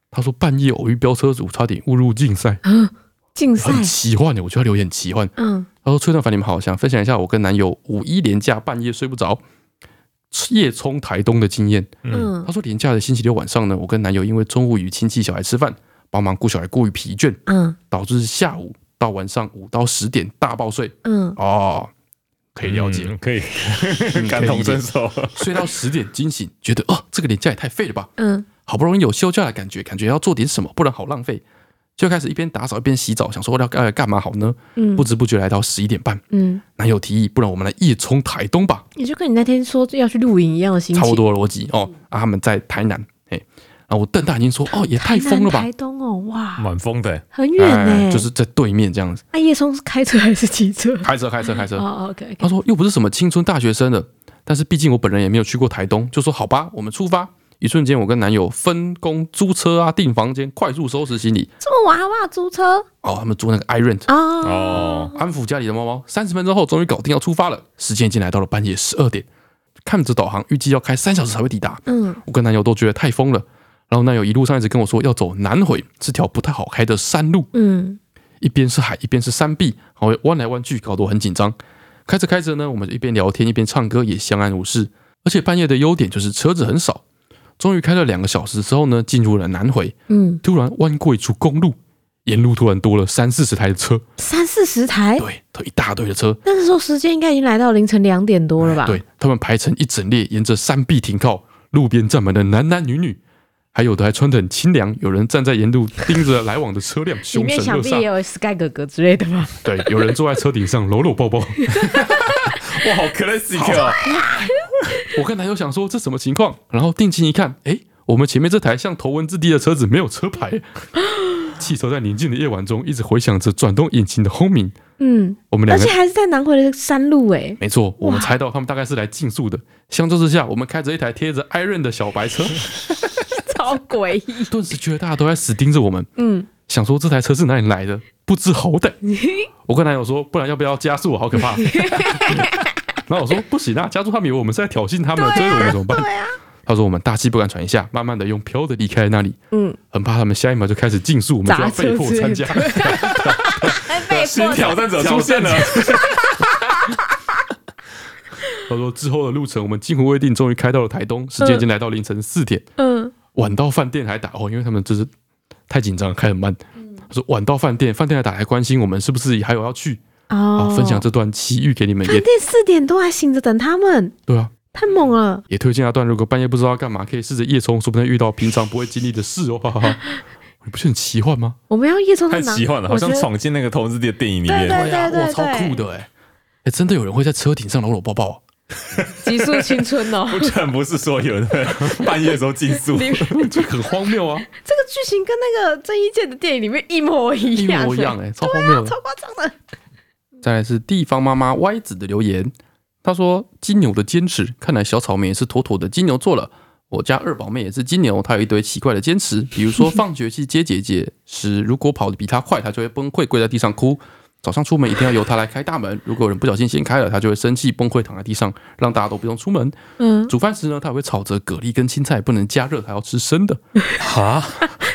Speaker 2: 他说半夜偶遇飙车主，差点误入竞赛，
Speaker 1: 竞啊 赛，
Speaker 2: 很奇幻的，我觉得他留言很奇幻。
Speaker 1: 嗯，
Speaker 2: 他说：“崔正凡，你们好，想分享一下我跟男友五一连假半夜睡不着，夜冲台东的经验。”
Speaker 1: 嗯
Speaker 2: 他说，连假的星期六晚上呢，我跟男友因为中午与亲戚小孩吃饭，帮忙顾小孩过于疲倦，
Speaker 1: 嗯
Speaker 2: 导致下午到晚上五到十点大爆睡
Speaker 1: 嗯，
Speaker 2: 哦，可以了解，
Speaker 3: 嗯可以
Speaker 2: 嗯
Speaker 3: 感同身，
Speaker 2: 可以理
Speaker 3: 受。
Speaker 2: 解睡到十点惊醒，觉得哦，这个年假也太废了吧，
Speaker 1: 嗯
Speaker 2: 好不容易有休假的感觉，感觉要做点什么，不然好浪费。就开始一边打扫一边洗澡，想说要要干嘛好呢？不知不觉来到十一点半，
Speaker 1: 嗯，
Speaker 2: 男友提议，不然我们来夜冲台东吧，
Speaker 1: 也就跟你那天说要去露营一样的心情，
Speaker 2: 差不多的逻辑哦。
Speaker 1: 嗯
Speaker 2: 啊，他们在台南，哎，啊，我瞪大眼睛说，哦，也太疯
Speaker 1: 台南
Speaker 2: 了吧嗯哎
Speaker 1: 台，东哦，哇，
Speaker 3: 蛮疯的欸，
Speaker 1: 很远呢、
Speaker 2: 就是在对面这样子，
Speaker 1: 啊，叶松是开车还是骑车？
Speaker 2: 开车，开车，开车，
Speaker 1: 哦，OK，
Speaker 2: 他说又不是什么青春大学生的，但是毕竟我本人也没有去过台东，就说好吧，我们出发。一瞬间，我跟男友分工租车啊，订房间，快速收拾行李。
Speaker 1: 这么晚好不好？租车
Speaker 2: 哦，他们租那个 iRent，
Speaker 1: 哦，
Speaker 3: 哦，
Speaker 2: 安抚家里的猫猫。三十分钟后，终于搞定，要出发了。时间已经来到了半夜十二点，看着导航，预计要开三小时才会抵达。
Speaker 1: 嗯，
Speaker 2: 我跟男友都觉得太疯了。然后男友一路上一直跟我说要走南回，是条不太好开的山路。
Speaker 1: 嗯，
Speaker 2: 一边是海，一边是山壁，然后弯来弯去，搞得我很紧张。开着开着呢，我们就一边聊天一边唱歌，也相安无事。而且半夜的优点就是车子很少。终于开了两个小时之后呢，进入了南回，
Speaker 1: 嗯，
Speaker 2: 突然弯过一处公路，沿路突然多了三四十台的车，
Speaker 1: 三四十台，
Speaker 2: 对，都一大堆的车，
Speaker 1: 那时候时间应该已经来到凌晨两点多了吧？，
Speaker 2: 哎对他们排成一整列，沿着山壁停靠，路边站满了男男女女，还有的还穿得很清凉，有人站在沿路盯着来往的车辆，
Speaker 1: 里
Speaker 2: 凶
Speaker 1: 面
Speaker 2: 神
Speaker 1: 想
Speaker 2: 恶
Speaker 1: 必也
Speaker 2: 煞。
Speaker 1: 有 Sky 哥哥之类的吧？
Speaker 2: 对，有人坐在车顶上搂搂抱抱。
Speaker 3: 哇，好 classic 哦，
Speaker 2: 我跟男友想说这什么情况，然后定睛一看，诶，我们前面这台像头文字 D 的车子没有车牌， 汽车在宁静的夜晚中一直回响着转动引擎的轰鸣。
Speaker 1: 嗯，
Speaker 2: 我们
Speaker 1: 而
Speaker 2: 两个
Speaker 1: 且还是在南回的山路哎、
Speaker 2: 没错，我们猜到他们大概是来竞速的。相较之下，我们开着一台贴着 Iron 的小白车，
Speaker 1: 超诡异。
Speaker 2: 顿时觉得大家都在死盯着我们，
Speaker 1: 嗯，
Speaker 2: 想说这台车是哪里来的，不知好 歹。我跟男友说，不然要不要加速？好可怕。然后我说不行啊，加速他们以为我们是在挑衅他们，
Speaker 1: 啊
Speaker 2: 追着我们怎么办？他说我们大气不敢喘一下，慢慢的用飘的离开那里。
Speaker 1: 嗯，
Speaker 2: 很怕他们下一秒就开始竞速，我们就要
Speaker 1: 砸车
Speaker 2: 被迫
Speaker 1: 之类
Speaker 2: 参
Speaker 1: 的
Speaker 2: 加。
Speaker 4: 被
Speaker 3: 新
Speaker 4: 迫
Speaker 3: 挑战者出现了，
Speaker 2: 他说之后的路程我们惊魂未定，终于开到了台东，时间已经来到凌晨四点，
Speaker 1: 嗯，
Speaker 2: 晚到饭店还打哦，因为他们就是太紧张了，开很慢。
Speaker 1: 嗯
Speaker 2: 他说晚到饭店，饭店还打来关心我们是不是还有要去，好
Speaker 1: 哦，
Speaker 2: 啊分享这段奇遇给你们
Speaker 1: 饭
Speaker 2: 也
Speaker 1: 店四点多还醒着等他们，
Speaker 2: 对啊，
Speaker 1: 太猛了。
Speaker 2: 也推荐那段，如果半夜不知道要干嘛，可以试着夜冲，说不定遇到平常不会经历的事哦，哈哈哈。你不是很奇幻吗？
Speaker 1: 我们要夜冲到
Speaker 3: 太
Speaker 1: 哪？
Speaker 3: 奇幻了，好像
Speaker 1: 我觉得
Speaker 3: 闯进那个投资的电影里面，
Speaker 1: 对对对
Speaker 2: 哇，超酷的哎、欸！哎、真的有人会在车顶上搂搂抱抱、啊，
Speaker 1: 极速青春 哦。
Speaker 3: 但不是说有人在半夜的时候竞速，
Speaker 2: 这很荒谬啊，
Speaker 1: 这个剧情跟那个郑伊健的电影里面一模 一
Speaker 2: 一
Speaker 1: 样，啊
Speaker 2: 模一样哎、超荒谬的。
Speaker 1: 超夸张的。
Speaker 2: 再来是地方妈妈歪子的留言，她说金牛的坚持，看来小草莓也是妥妥的金牛座了。我家二宝妹也是金牛，她有一堆奇怪的坚持，比如说放学去接姐姐时，如果跑得比她快，她就会崩溃跪在地上哭。早上出门一定要由她来开大门，如果有人不小心先开了，她就会生气崩溃躺在地上，让大家都不用出门。
Speaker 1: 嗯，
Speaker 2: 煮饭时呢，她也会吵着蛤蜊跟青菜不能加热，她要吃生的。
Speaker 3: 哈，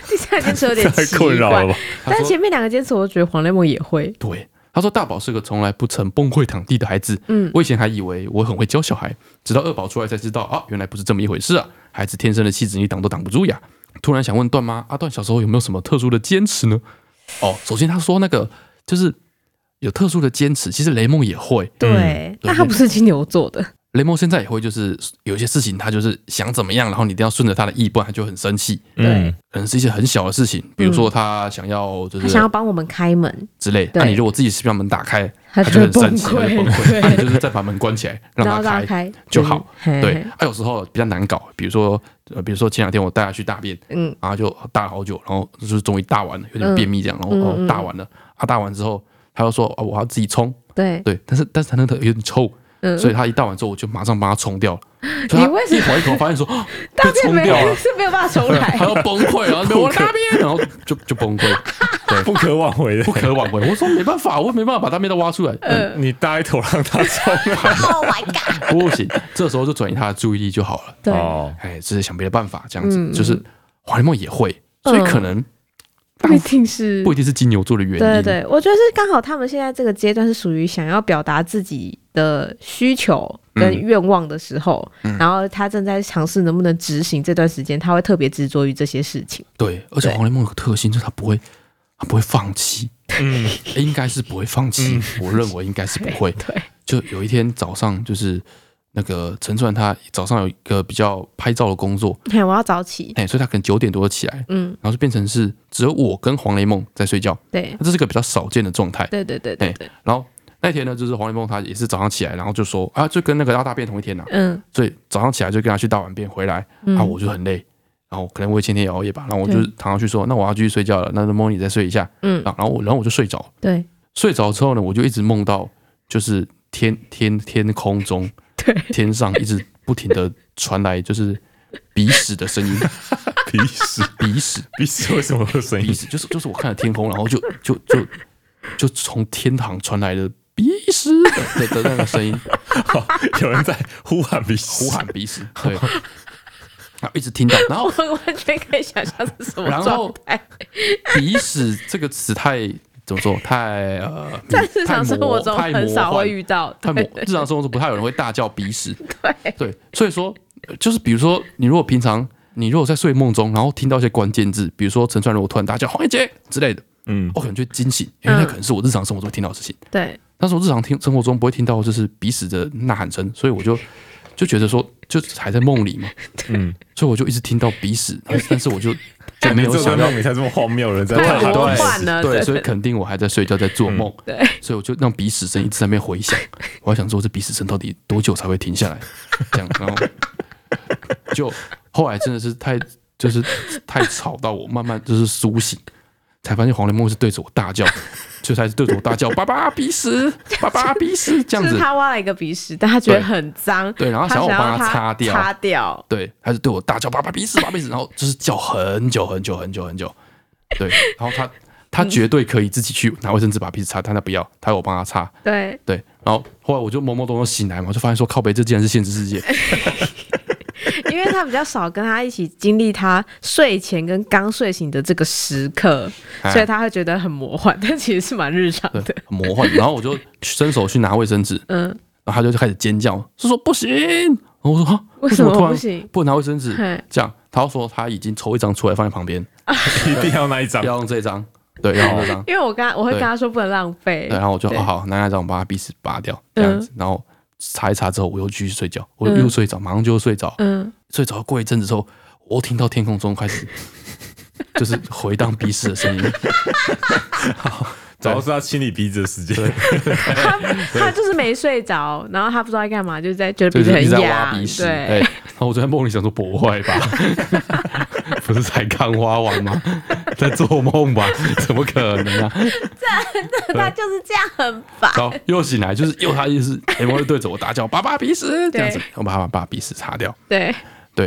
Speaker 1: 第三件事有点
Speaker 3: 太
Speaker 1: 奇
Speaker 3: 困扰了
Speaker 1: 怪，
Speaker 3: 吧？
Speaker 1: 嗯
Speaker 2: 她
Speaker 1: 但
Speaker 2: 说
Speaker 1: 前面两个坚持，我觉得黄雷梦也会。
Speaker 2: 对，他说大宝是个从来不曾崩溃躺地的孩子。
Speaker 1: 嗯
Speaker 2: 我以前还以为我很会教小孩，直到二宝出来才知道啊，原来不是这么一回事啊！孩子天生的气质，你挡都挡不住呀。突然想问段妈，啊阿段小时候有没有什么特殊的坚持呢？哦，首先他说那个就是有特殊的坚持，其实雷梦也会，
Speaker 1: 对，那他不是金牛座的，
Speaker 2: 雷梦现在也会，就是有些事情他就是想怎么样，然后你一定要顺着他的意，不然他就很生气。
Speaker 3: 嗯
Speaker 1: 对，
Speaker 2: 可能是一些很小的事情，比如说他想要就
Speaker 1: 嗯他
Speaker 2: 是
Speaker 1: 想要帮我们开门，
Speaker 2: 之类，
Speaker 1: 对
Speaker 2: 那你如果自己是把门打开，
Speaker 1: 他
Speaker 2: 他就
Speaker 1: 会
Speaker 2: 很
Speaker 1: 崩
Speaker 2: 生气，他就崩
Speaker 1: 溃，
Speaker 2: 溃，那你就是再把门 关起来，让
Speaker 1: 然后
Speaker 2: 他
Speaker 1: 让
Speaker 2: 开
Speaker 1: 他。开
Speaker 2: 就好。
Speaker 1: 嗯
Speaker 2: 对，
Speaker 1: 嘿嘿
Speaker 2: 啊，有时候比较难搞，比如说，呃，比如说前两天我带他去大便，
Speaker 1: 嗯，
Speaker 2: 然后就大了好久，然后就是终于大完了，有点便秘这样，然后、
Speaker 1: 嗯嗯
Speaker 2: 哦大完了，啊大完之后，他又说哦我要自己冲，
Speaker 1: 对，
Speaker 2: 对，但是但是他那个有点臭，
Speaker 1: 嗯
Speaker 2: 所以他一大完之后我就马上帮他冲 掉了，所以
Speaker 1: 你
Speaker 2: 他
Speaker 1: 为什么
Speaker 2: 一口一口发现说啊
Speaker 1: 大
Speaker 2: 被
Speaker 1: 便
Speaker 2: 冲
Speaker 1: 没
Speaker 2: 掉 了，哦
Speaker 1: 是没有办法重来
Speaker 2: 他，要崩 溃，然后就我大便，然后就就崩溃，
Speaker 3: 不可挽回的
Speaker 2: 不。可挽回。我说没办法，我没办法把大便都挖出 来，嗯
Speaker 3: 你搭一头让他冲啊！
Speaker 4: ，Oh my god！
Speaker 2: 不行，这时候就转移他的注意力就好了。
Speaker 1: 对，
Speaker 3: 哦，
Speaker 2: 哎，只是想别的办法，这样子、
Speaker 1: 嗯
Speaker 2: 就是黄连梦也会，所以可能
Speaker 1: 不一定是
Speaker 2: 不一定是金牛座的原因。
Speaker 1: 对对对，我觉得是刚好他们现在这个阶段是属于想要表达自己的需求跟
Speaker 2: 嗯
Speaker 1: 愿望的时候，然后他正在尝试能不能执行这段时间，他会特别执着于这些事情。
Speaker 2: 对而且黄连梦有个特性，就是他不会，他不会放 弃，
Speaker 3: 嗯，
Speaker 2: 应该是不会放弃。我认为应该是不会。
Speaker 1: 嗯 对，
Speaker 2: 就有一天早上，就是那个陈川他早上有一个比较拍照的工作，
Speaker 1: 嘿，我要早起，
Speaker 2: 哎、所以他可能九点多起来，
Speaker 1: 嗯，
Speaker 2: 然后就变成是只有我跟黄雷梦在睡觉，
Speaker 1: 对，
Speaker 2: 那这是个比较少见的状态。
Speaker 1: 对对对对对，
Speaker 2: 然后那天呢，就是黄雷梦他也是早上起来，然后就说啊，就跟那个要大便同一天呐、
Speaker 1: 嗯
Speaker 2: 所以早上起来就跟他去大完便回来，
Speaker 1: 嗯
Speaker 2: 啊，我就很累，然后可能我也前天也熬夜吧，然后我就
Speaker 1: 对
Speaker 2: 躺上去说，那我要继续睡觉了，那梦你再睡一下，啊
Speaker 1: 嗯，
Speaker 2: 然后然后我然后我就睡着了，
Speaker 1: 对
Speaker 2: 睡着之后呢，我就一直梦到就是天天天空中
Speaker 1: 对，
Speaker 2: 天上一直不停的传来就是鼻屎的声音，
Speaker 3: 鼻屎，
Speaker 2: 鼻屎
Speaker 3: 鼻屎为什么会有声
Speaker 2: 鼻
Speaker 3: 音？
Speaker 2: 屎就是就是我看着天空，然后就就就就从天堂传来的鼻屎的的的那个声音，
Speaker 3: 有人在呼喊鼻屎，
Speaker 2: 呼喊鼻屎，对，然后一直听到，然后
Speaker 1: 我完全可以想象是什么
Speaker 2: 然后
Speaker 1: 状态。
Speaker 2: 鼻屎这个词太怎么说？太呃，
Speaker 1: 在日常生活中
Speaker 2: 太魔
Speaker 1: 很少会遇
Speaker 2: 到，
Speaker 1: 到，
Speaker 2: 太魔
Speaker 1: 对
Speaker 2: 日常生活中不太有人会大叫鼻屎。
Speaker 1: 对
Speaker 2: 对，所以说呃就是比如说，你如果平常你如果在睡梦中，然后听到一些关键字，比如说陈川如果突然大叫黄一杰之类的，哦
Speaker 3: 嗯，
Speaker 2: 我可能就会惊醒，因为那可能是我日常生活中会听到的事情。
Speaker 1: 对，
Speaker 2: 但是我日常听生活中不会听到就是鼻屎的呐喊声，所以我就就觉得说，就还在梦里嘛，
Speaker 3: 嗯，
Speaker 2: 所以我就一直听到鼻屎，但是但是我 就就没
Speaker 3: 没
Speaker 2: 有
Speaker 3: 有
Speaker 2: 想
Speaker 3: 想
Speaker 2: 到
Speaker 3: 到。你才这么荒谬，有人在
Speaker 1: 太
Speaker 3: 呼
Speaker 1: 魔
Speaker 3: 喊鼻
Speaker 1: 幻
Speaker 3: 屎。
Speaker 1: 了，
Speaker 2: 对，
Speaker 1: 对
Speaker 2: 所以肯定我还在睡觉，在做梦，
Speaker 3: 嗯
Speaker 1: 对，
Speaker 2: 所以我就让鼻屎声一直在那边回响，我还想说这鼻屎声到底多久才会停 下来，这样，然后就后来真的是太就是太吵到我，慢慢就是苏醒，才发现黄连梦是对着我大叫，就才是对着我大叫，爸爸鼻屎，爸爸鼻屎这样
Speaker 1: 就是
Speaker 2: 子，
Speaker 1: 他挖了一个鼻屎，但他觉得很脏，
Speaker 2: 对对然后
Speaker 1: 他
Speaker 2: 想要
Speaker 1: 想
Speaker 2: 我帮
Speaker 1: 他
Speaker 2: 他擦掉
Speaker 1: 擦掉，
Speaker 2: 对，他就对我大叫“爸爸鼻屎，爸爸鼻屎”，然后就是叫很久很久很久很久。 对，然后他他绝对可以自己去拿卫生纸把鼻屎擦，但他不要，他要我帮他擦。
Speaker 1: 对，
Speaker 2: 对，然后后来我就懵懵懂懂醒来嘛，就发现说靠北，这竟然是现实世界。
Speaker 1: 因为他比较少跟他一起经历他睡前跟刚睡醒的这个时刻，
Speaker 2: 哎
Speaker 1: 所以他会觉得很魔幻，但其实是蛮日常
Speaker 2: 对
Speaker 1: 的，，
Speaker 2: 很魔幻。然后我就伸手去拿卫生纸，
Speaker 1: 嗯，
Speaker 2: 然后他就开始尖叫，是说不行。然后我说哈，
Speaker 1: 为
Speaker 2: 什
Speaker 1: 什么
Speaker 2: 突然
Speaker 1: 不行
Speaker 2: 不拿卫生纸
Speaker 1: 嘿？
Speaker 2: 这样，他就说他已经抽一张出来放在旁边，
Speaker 3: 一定要那一
Speaker 1: 啊
Speaker 3: 张，
Speaker 2: 要用这张，对，要用这张。
Speaker 1: 因为我刚我会
Speaker 2: 对
Speaker 1: 跟他说不能浪费
Speaker 2: 对，，然后我就
Speaker 1: 对嗯
Speaker 2: 哦好，那那让我把它鼻屎拔掉，这样子，然后擦一擦之后，我又继续睡觉，我又睡着，马上就睡着，
Speaker 1: 嗯，
Speaker 2: 睡着过一阵子之后，我又听到天空中 开始就是回荡鼻屎的声音，
Speaker 3: 主要是要清理鼻子的 时间。
Speaker 1: 他他就是没睡着，然后他不知道在干嘛，就是在觉得
Speaker 2: 就
Speaker 1: 鼻子
Speaker 2: 是一直
Speaker 1: 很
Speaker 2: 在挖
Speaker 1: 痒
Speaker 2: 鼻，屎，哎，
Speaker 1: 对，
Speaker 2: 然后我就在梦里想说不会吧， 不是才刚挖完吗？在做梦吧？怎么可能啊？
Speaker 4: 他就是这样很烦。
Speaker 2: 然后又醒来，就是又他又是 M 又对着我大叫“爸爸鼻屎”这样子
Speaker 1: 对，
Speaker 2: 我把他把鼻屎擦掉。
Speaker 1: 对，
Speaker 2: 对，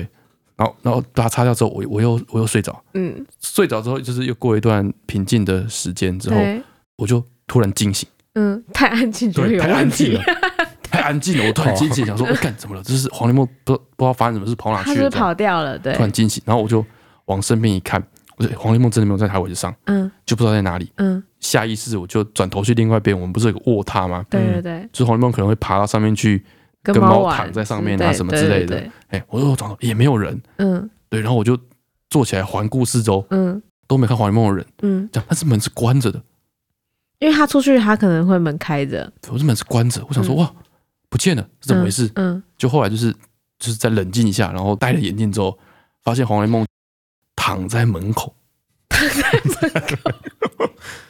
Speaker 2: 然后然后把它擦掉之后，我我又我又睡着，
Speaker 1: 嗯，
Speaker 2: 睡着之后就是又过一段平静的时间之后，
Speaker 1: 对，
Speaker 2: 我就突然惊醒，
Speaker 1: 嗯，太安静就会
Speaker 2: 对
Speaker 1: 有
Speaker 2: 太安
Speaker 1: 问
Speaker 2: 静
Speaker 1: 题
Speaker 2: 了，太安静了，我突然惊 醒，想说哎干、怎么了？就是黄连梦不不知道发生什么事跑哪
Speaker 1: 他
Speaker 2: 去
Speaker 1: 就
Speaker 2: 了，
Speaker 1: 是
Speaker 2: 这样
Speaker 1: 跑掉了，对
Speaker 2: 突，然惊醒，然后我就往身边一看，我就、哎黄连梦真的没有在他位置上，
Speaker 1: 嗯
Speaker 2: 就不知道在哪里，
Speaker 1: 嗯，
Speaker 2: 下意识我就转头去另外一边，我们不是有个卧榻吗？
Speaker 1: 对对对，
Speaker 2: 就是黄连梦可能会爬到上面去
Speaker 1: 跟
Speaker 2: 嗯跟猫
Speaker 1: 玩
Speaker 2: 躺在上
Speaker 1: 之
Speaker 2: 面啊
Speaker 1: 类
Speaker 2: 什么
Speaker 1: 对
Speaker 2: 之
Speaker 1: 对
Speaker 2: 类的
Speaker 1: 对
Speaker 2: 哎、我又转头也没有人，
Speaker 1: 嗯
Speaker 2: 对，然后我就坐起来环顾四周，
Speaker 1: 嗯
Speaker 2: 都没看黄连梦的人。
Speaker 1: 嗯，
Speaker 2: 讲，但是门是关着的，
Speaker 1: 因为他出去，他可能会门开着，
Speaker 2: 我这门是关着，我想说、
Speaker 1: 嗯
Speaker 2: 哇，不见了，是怎么回事？
Speaker 1: 嗯
Speaker 2: 就后来就是就是再冷静一下，然后戴了眼镜之后，发现黄雷梦躺在门口，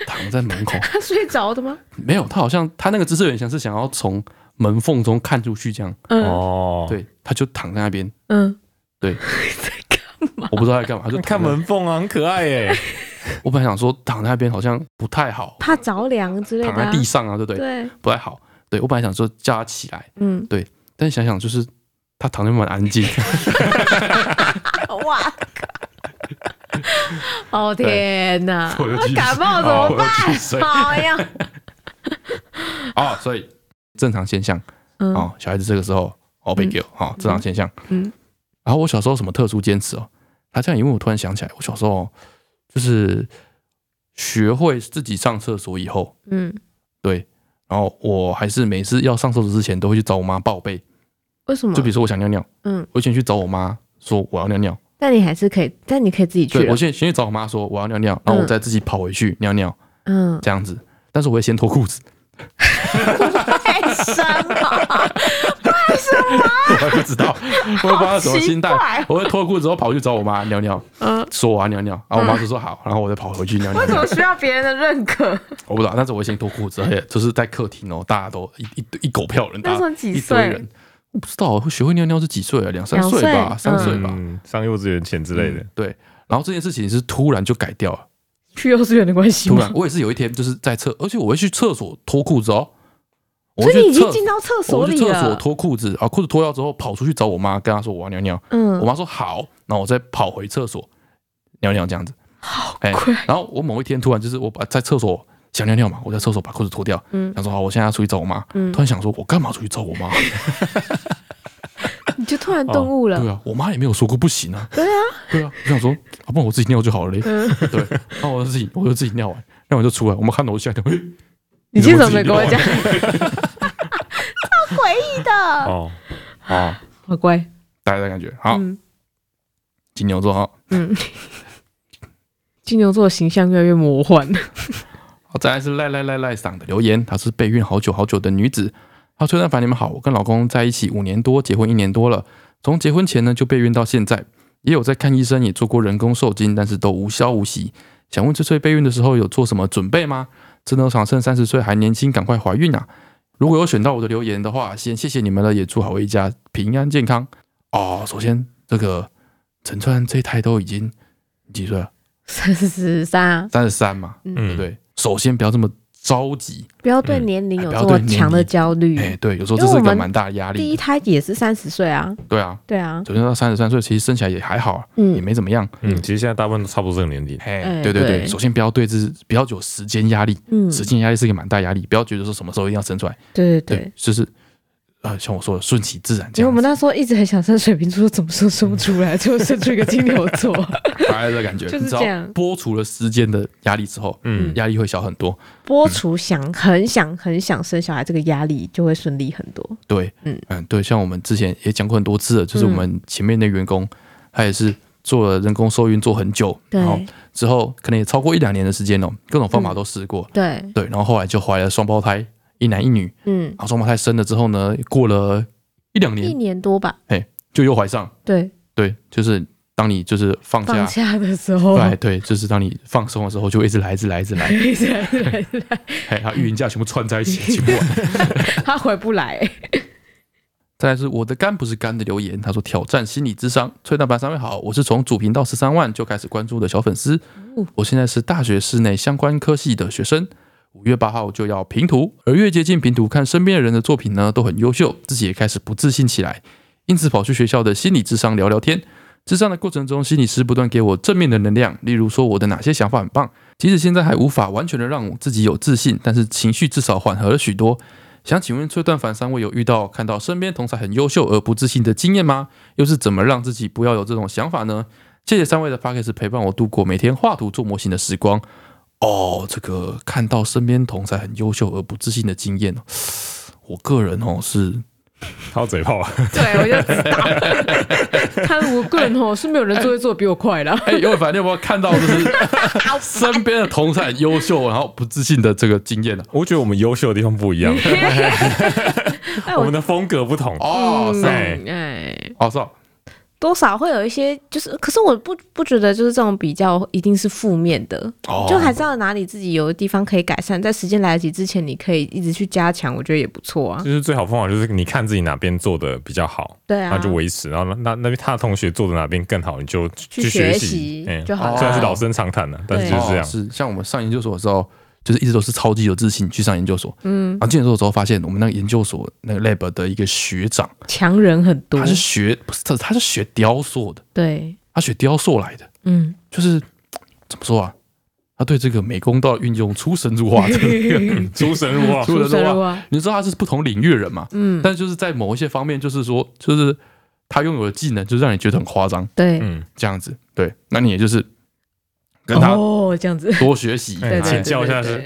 Speaker 2: 躺在门口，
Speaker 1: 他睡着的吗？
Speaker 2: 没有，他好像他那个姿势有点像是想要从门缝中看出去这样，
Speaker 1: 嗯
Speaker 3: 哦，
Speaker 2: 对，他就躺在那 边，
Speaker 1: 嗯，
Speaker 2: 对
Speaker 1: 在干嘛？
Speaker 2: 我不知道在干嘛，他就
Speaker 3: 那
Speaker 2: 躺
Speaker 3: 看
Speaker 2: 在，
Speaker 3: 门缝啊，很可爱耶。
Speaker 2: 我本来想说躺在那边好像不太好，
Speaker 1: 怕着凉之类的
Speaker 2: 躺
Speaker 1: 啊，
Speaker 2: 在地上啊，对不对？
Speaker 1: 对，
Speaker 2: 不太好，对我本来想说叫他起来，
Speaker 1: 嗯，
Speaker 2: 但想想就是他躺在那边蛮安 静。
Speaker 4: 哇，
Speaker 1: 哦天哪，
Speaker 2: 我就继续
Speaker 1: 感冒怎
Speaker 2: 哦
Speaker 1: 么
Speaker 2: 我就继续睡
Speaker 1: 办？好呀，
Speaker 2: 啊、所以正常现象啊、
Speaker 1: 嗯
Speaker 2: 哦，小孩子这个时候哦被丢啊，正常现象。
Speaker 1: 嗯
Speaker 2: 然后我小时候什么特殊坚持哦，他这样一问，我突然想起来，我小时候哦就是学会自己上厕所以后，
Speaker 1: 嗯，
Speaker 2: 对，然后我还是每次要上厕所之前都会去找我妈报备，
Speaker 1: 为什么
Speaker 2: 就比？如说我想尿尿，
Speaker 1: 嗯，
Speaker 2: 我先去找我妈说我要尿尿，
Speaker 1: 但你还是可以，但你可以自己去啊
Speaker 2: 对
Speaker 1: 了
Speaker 2: 我，先先去找我妈说我要尿尿，然后我再自己跑回去尿尿
Speaker 1: 嗯，
Speaker 2: 这样子，但是我会先脱裤子。
Speaker 4: 为什么？为
Speaker 2: 我也不知 道，我也不知道什么心态
Speaker 1: 好奇怪哦，
Speaker 2: 我会脱裤子后跑去找我妈尿尿，
Speaker 1: 嗯
Speaker 2: 说我要尿尿，然后我妈就说好，然后我再跑回去尿尿
Speaker 1: 为。什么需要别人的认可？
Speaker 2: 我不知道，但是我先脱裤子，而且就是在客厅哦，大家都一一一狗票人，
Speaker 1: 那
Speaker 2: 大
Speaker 1: 时候
Speaker 2: 家
Speaker 1: 几
Speaker 2: 一堆
Speaker 1: 岁
Speaker 2: 人，我不知道学会尿尿是几岁啊？两三
Speaker 1: 两
Speaker 2: 岁
Speaker 1: 岁
Speaker 2: 吧，三
Speaker 1: 嗯
Speaker 2: 岁吧，嗯
Speaker 3: 嗯，上幼稚园前之类的，
Speaker 2: 对。然后这件事情是突然就改掉了，
Speaker 1: 去幼稚园的关系
Speaker 2: 突
Speaker 1: 吗
Speaker 2: 然？我也是有一天就是在厕，而且我会去厕所脱裤子哦，我
Speaker 1: 所
Speaker 2: 会
Speaker 1: 以你
Speaker 2: 去
Speaker 1: 已经
Speaker 2: 厕
Speaker 1: 进到厕
Speaker 2: 我
Speaker 1: 所
Speaker 2: 去
Speaker 1: 里
Speaker 2: 厕所
Speaker 1: 了。
Speaker 2: 脱裤子，然后啊裤子脱掉之后跑出去找我妈，跟她说我要尿尿，我
Speaker 1: 嗯，
Speaker 2: 妈说好，然后我再跑回厕所尿尿这样子。好
Speaker 1: 快
Speaker 2: 然后我某一天突然就是我把在厕所想尿尿嘛，我在厕所把裤子脱掉，
Speaker 1: 嗯
Speaker 2: 想说好，我现在要出去找我妈。
Speaker 1: 嗯
Speaker 2: 突然想说，我干嘛出去找我妈？
Speaker 1: 你就突然顿悟了
Speaker 2: 对。啊，我妈也没有说过不行啊。
Speaker 1: 对啊，
Speaker 2: 对啊，我想说，啊，不然我自己尿就好了嘞。
Speaker 1: 嗯，
Speaker 2: 对，然后我就自己我就自己尿完，尿完就出来，我妈看到我就吓一跳，嘿
Speaker 1: 你去怎么没跟我讲？
Speaker 4: 诡异
Speaker 1: 嗯
Speaker 4: 的，
Speaker 3: 哦，
Speaker 2: 啊，
Speaker 1: 好乖。
Speaker 2: 大家的感觉好，
Speaker 1: 嗯
Speaker 2: 金牛座哈。
Speaker 1: 嗯， 金牛座的形象越来越魔幻。
Speaker 2: 好，再来是赖赖赖赖嗓的留言，她是备孕好久好久的女子。她说崔蛋凡，你们好，我跟老公在一起五年多，结婚一年多了，从结婚前呢就备孕到现在，也有在看医生，也做过人工受精，但是都无消无息。想问翠翠备孕的时候有做什么准备吗？真的想趁三十岁还年轻，赶快怀孕啊！如果有选到我的留言的话，先谢谢你们了，也祝好一家平安健康哦。首先，这个陈川这一胎都已经几岁了？
Speaker 1: 三十三啊，
Speaker 2: 三十三嘛，对
Speaker 3: 嗯，
Speaker 2: 不，对？首先不要这么着急，
Speaker 1: 不要对年龄
Speaker 2: 嗯
Speaker 1: 有
Speaker 2: 不
Speaker 1: 这
Speaker 2: 要对
Speaker 1: 么
Speaker 2: 年龄
Speaker 1: 强的焦虑。
Speaker 2: 哎、对，有时候这是
Speaker 1: 嗯因
Speaker 2: 一
Speaker 1: 为我
Speaker 2: 个
Speaker 1: 们
Speaker 2: 蛮大的压
Speaker 1: 第一
Speaker 2: 力。
Speaker 1: 胎也是三十岁啊，
Speaker 2: 对啊，
Speaker 1: 对啊，
Speaker 2: 首先到三十三岁，其实生起来也还好啊，也
Speaker 1: 嗯，
Speaker 2: 没怎么样。
Speaker 3: 嗯，其实现在大部分都差不多这个年龄，
Speaker 2: 哎、
Speaker 1: 哎
Speaker 2: 对对对，
Speaker 1: 对
Speaker 2: 首先不要对自己不要有时间压力，
Speaker 1: 嗯
Speaker 2: 时间压力是一个蛮大压力，不要觉得说什么时候一定要生出来。
Speaker 1: 对对
Speaker 2: 对，
Speaker 1: 对。
Speaker 2: 就是呃，像我说的，顺其自然这
Speaker 1: 因为我
Speaker 2: 样
Speaker 1: 们
Speaker 2: 子，
Speaker 1: 那时候一直很想生水瓶座，怎么说生不出来，最后生出一个金牛 座。
Speaker 2: 大概的感觉。
Speaker 1: 就是
Speaker 2: 你知道
Speaker 1: 这样
Speaker 2: 剥除了时间的压力之后，
Speaker 3: 嗯，
Speaker 2: 压力会小很多。
Speaker 1: 播除想很想很想生小孩这个压力，就会顺利很多。
Speaker 2: 对，嗯
Speaker 1: 嗯
Speaker 2: 对，像我们之前也讲过很多次了，就是我们前面的员工，他也是做了人工受孕做很久，
Speaker 1: 对嗯
Speaker 2: 然后之后可能也超过一两年的时间哦，各种方法都试过，
Speaker 1: 对，
Speaker 2: 对，然后后来就怀了双胞胎，一男一女，
Speaker 1: 嗯，
Speaker 2: 然后双胞胎生了之后呢，过了一两
Speaker 1: 一
Speaker 2: 年
Speaker 1: 年多吧。
Speaker 2: 就又怀上，
Speaker 1: 对，
Speaker 2: 对，就是当你就是放
Speaker 1: 放
Speaker 2: 假。
Speaker 1: 假的时候，
Speaker 2: 对对，就是当你放松的时候，就会一直来，一直来，一直来，
Speaker 1: 一直来一直来一直来，
Speaker 2: 嘿，他育婴假全部串在一起，全部完。
Speaker 1: 他回不来。
Speaker 2: 再来是我的肝不是肝的留言，他说挑战心理智商。崔大白三位好，我是从主频道十三万就开始关注的小粉丝，我现在是大学室内相关科系的学生。五月八号就要评图，而越接近评图，看身边的人的作品呢都很优秀，自己也开始不自信起来，因此跑去学校的心理智商聊聊天。智商的过程中，心理师不断给我正面的能量，例如说我的哪些想法很棒，即使现在还无法完全的让我自己有自信，但是情绪至少缓和了许多。想请问崔段凡三位有遇到看到身边同才很优秀而不自信的经验吗？又是怎么让自己不要有这种想法呢？谢谢三位的 p a c k a g e 陪伴我度过每天画图做模型的时光。哦，这个看到身边同才很优秀而不自信的经验哦，我个人哦是
Speaker 3: 掏嘴炮啊，
Speaker 1: 对，我就知道， 贪污棍吼哦是没有人做会做得比我快的。
Speaker 2: 哎，尤伟凡，你有没有看到就是身边的同才很优秀然后不自信的这个经验呢、啊
Speaker 3: 我觉得我们优秀的地方不一样，啊
Speaker 1: 哎，
Speaker 3: 我
Speaker 1: 我
Speaker 3: 们的风格不同，
Speaker 2: 哦，是啊，
Speaker 3: 哎
Speaker 1: 嗯哎，
Speaker 2: 哦是啊，
Speaker 1: 多少会有一些，就是，可是我不不觉得就是这种比较一定是负面的，
Speaker 2: 哦，
Speaker 1: 就还是要哪里自己有的地方可以改善，在时间来得及之前，你可以一直去加强，我觉得也不错啊
Speaker 3: 就。是最好方法就是你看自己哪边做的比较好，
Speaker 1: 对啊，
Speaker 3: 那就维持，然后那那那边他的同学做的哪边更好，你就
Speaker 1: 去
Speaker 3: 去学
Speaker 1: 习
Speaker 3: 哎
Speaker 1: 就好
Speaker 2: 哦
Speaker 1: 了。
Speaker 3: 虽然是老生常谈的，啊但是
Speaker 1: 对
Speaker 3: 就是这
Speaker 2: 哦
Speaker 3: 样，
Speaker 2: 是像我们上研究所的时候，就是一直都是超级有自信去上研究所。
Speaker 1: 嗯
Speaker 2: 然，后进研究所之后，发现我们那个研究所那个 lab 的一个学长，
Speaker 1: 强人很多
Speaker 2: 他，是学不是他他是学雕塑的，
Speaker 1: 对，
Speaker 2: 他学雕塑来的，
Speaker 1: 嗯，
Speaker 2: 就是怎么说啊？他对这个美工刀的运用出神入 化，真的
Speaker 3: 出神入化，
Speaker 2: 出神入化。
Speaker 1: 啊，
Speaker 2: 你知道他是不同领域的人嘛？
Speaker 1: 嗯，
Speaker 2: 但就是在某一些方面，就是说，就是他拥有的技能，就让你觉得很夸张
Speaker 1: 对，
Speaker 3: 嗯，
Speaker 2: 这样子。对，那你也就是跟他
Speaker 1: 哦，这样子，
Speaker 2: 多学习，
Speaker 3: 哎
Speaker 1: 对对，
Speaker 3: 请
Speaker 1: 对
Speaker 3: 教一下
Speaker 1: 对
Speaker 3: 是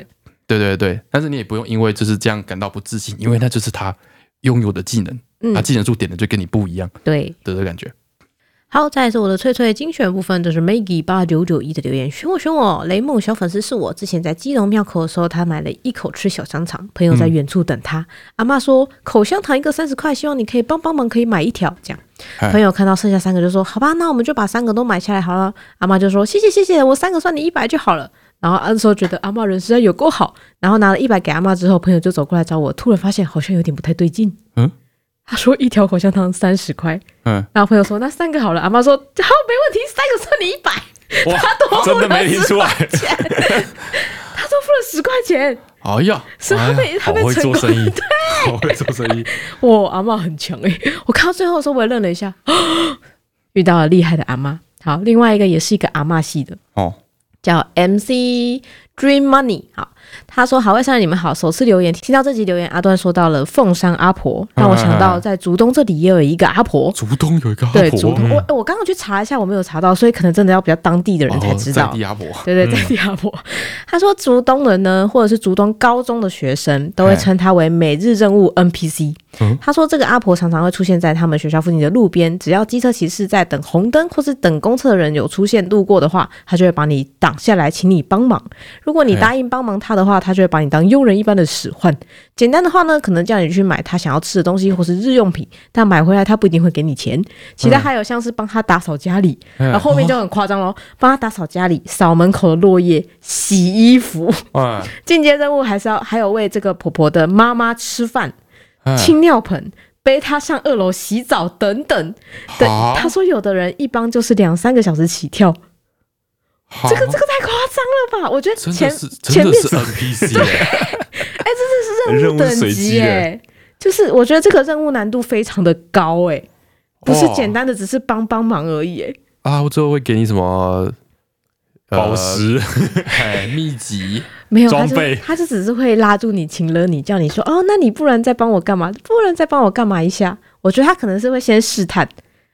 Speaker 1: 对
Speaker 2: 对对对，但是你也不用因为就是这样感到不自信，因为那就是他拥有的技能，他
Speaker 1: 嗯，
Speaker 3: 啊
Speaker 2: 技能数点的就跟你不一样
Speaker 1: 对，
Speaker 2: 的这个感觉。
Speaker 1: 好，再来是我的脆脆精选部分，这是 Maggie 八九九一的留言，选我选我，雷梦小粉丝是我，之前在基隆庙口的时候，他买了一口吃小香肠，朋
Speaker 2: 嗯
Speaker 1: 友在远处等他，阿妈说口香糖一个三十块，希望你可以帮帮忙，可以买一条这样。
Speaker 2: 哎
Speaker 1: 朋友看到剩下三个就说：“好吧，那我们就把三个都买下来好了。”阿妈就说：“谢谢谢谢，我三个算你一百就好了。”然后那时候觉得阿妈人实在有够好，然后拿了一百给阿妈之后，朋友就走过来找我，突然发现好像有点不太对劲。
Speaker 2: 嗯，
Speaker 1: 他说一条口香糖三十块，
Speaker 2: 嗯，
Speaker 1: 然后朋友说那三个好了，阿妈说好没问题，三个算你一百。
Speaker 3: 哇，真的
Speaker 1: 啊
Speaker 3: 没听出来，
Speaker 1: 他说付了十块钱，
Speaker 2: 哎呀，
Speaker 1: 是他被、他
Speaker 3: 好
Speaker 1: 被
Speaker 3: 会
Speaker 1: 成
Speaker 3: 做
Speaker 1: 功。
Speaker 3: 生意，
Speaker 2: 好会做生意，
Speaker 1: 哇，阿妈很强哎、 我看到最后的时候，我也愣了一下， 遇到了厉害的阿妈。好，另外一个也是一个阿妈系的，
Speaker 2: 哦，
Speaker 1: 叫 MC Dream Money。好，他说：“好，外商人你们好，首次留言，听到这集留言，阿段说到了凤山阿婆，
Speaker 2: 嗯
Speaker 1: 让我想到在竹东这里也有一个阿婆。
Speaker 2: 竹东有一个阿
Speaker 1: 对，
Speaker 2: 婆嗯
Speaker 1: 竹东，我我刚刚去查一下，我没有查到，所以可能真的要比较当地的人才
Speaker 2: 哦，
Speaker 1: 知
Speaker 2: 在
Speaker 1: 道。
Speaker 2: 地阿婆，
Speaker 1: 对对，在地阿婆， 他说竹东人呢，或者是竹东高中的学生，都会
Speaker 2: 哎
Speaker 1: 称他为每日任务 NPC。他说这个阿婆常常会出现在他们学校附近的路边，只要机车骑士在等红灯或是等公厕的人有出现路过的话，他就会把你挡下来，请你帮忙。如果你
Speaker 2: 哎
Speaker 1: 答应帮忙他的话，他就会把你当佣人一般的使唤。简单的话呢，可能叫你去买他想要吃的东西或是日用品，但买回来他不一定会给你钱。其他还有像是帮他打扫家里，嗯
Speaker 2: 哦
Speaker 1: 然后后面就很夸张喽，帮他打扫家里、扫门口的落叶、洗衣 服。
Speaker 2: 哎
Speaker 1: 进阶任务还是要还有为这个婆婆的妈妈吃饭、
Speaker 2: 哎，
Speaker 1: 清尿盆、背她上二楼洗澡等等。对，
Speaker 2: 好
Speaker 1: 他说有的人一帮就是两三个小时起跳，
Speaker 2: 好
Speaker 1: 这个这个太夸张了吧？我觉得
Speaker 2: 哦真
Speaker 1: 前
Speaker 2: 的是
Speaker 1: 前
Speaker 2: 真的
Speaker 1: 面
Speaker 2: 是 NPC，哎
Speaker 1: 任
Speaker 3: 任
Speaker 1: 务
Speaker 3: 务
Speaker 1: 等
Speaker 3: 是随
Speaker 1: 级
Speaker 3: 机
Speaker 1: 哎、
Speaker 3: 的，
Speaker 1: 就是我觉得这个任务难度非常的高哎、不是
Speaker 2: 哦
Speaker 1: 简单的只是帮帮忙而已哎、
Speaker 2: 啊，我最后会给你什么呃
Speaker 3: 宝石
Speaker 2: 哎秘籍，
Speaker 1: 没有，他
Speaker 3: 装
Speaker 1: 就
Speaker 3: 备
Speaker 1: 他就只是会拉住你，请了你，叫你说哦，那你不然再帮我干嘛？不然再帮我干嘛一下？我觉得他可能是会先试探，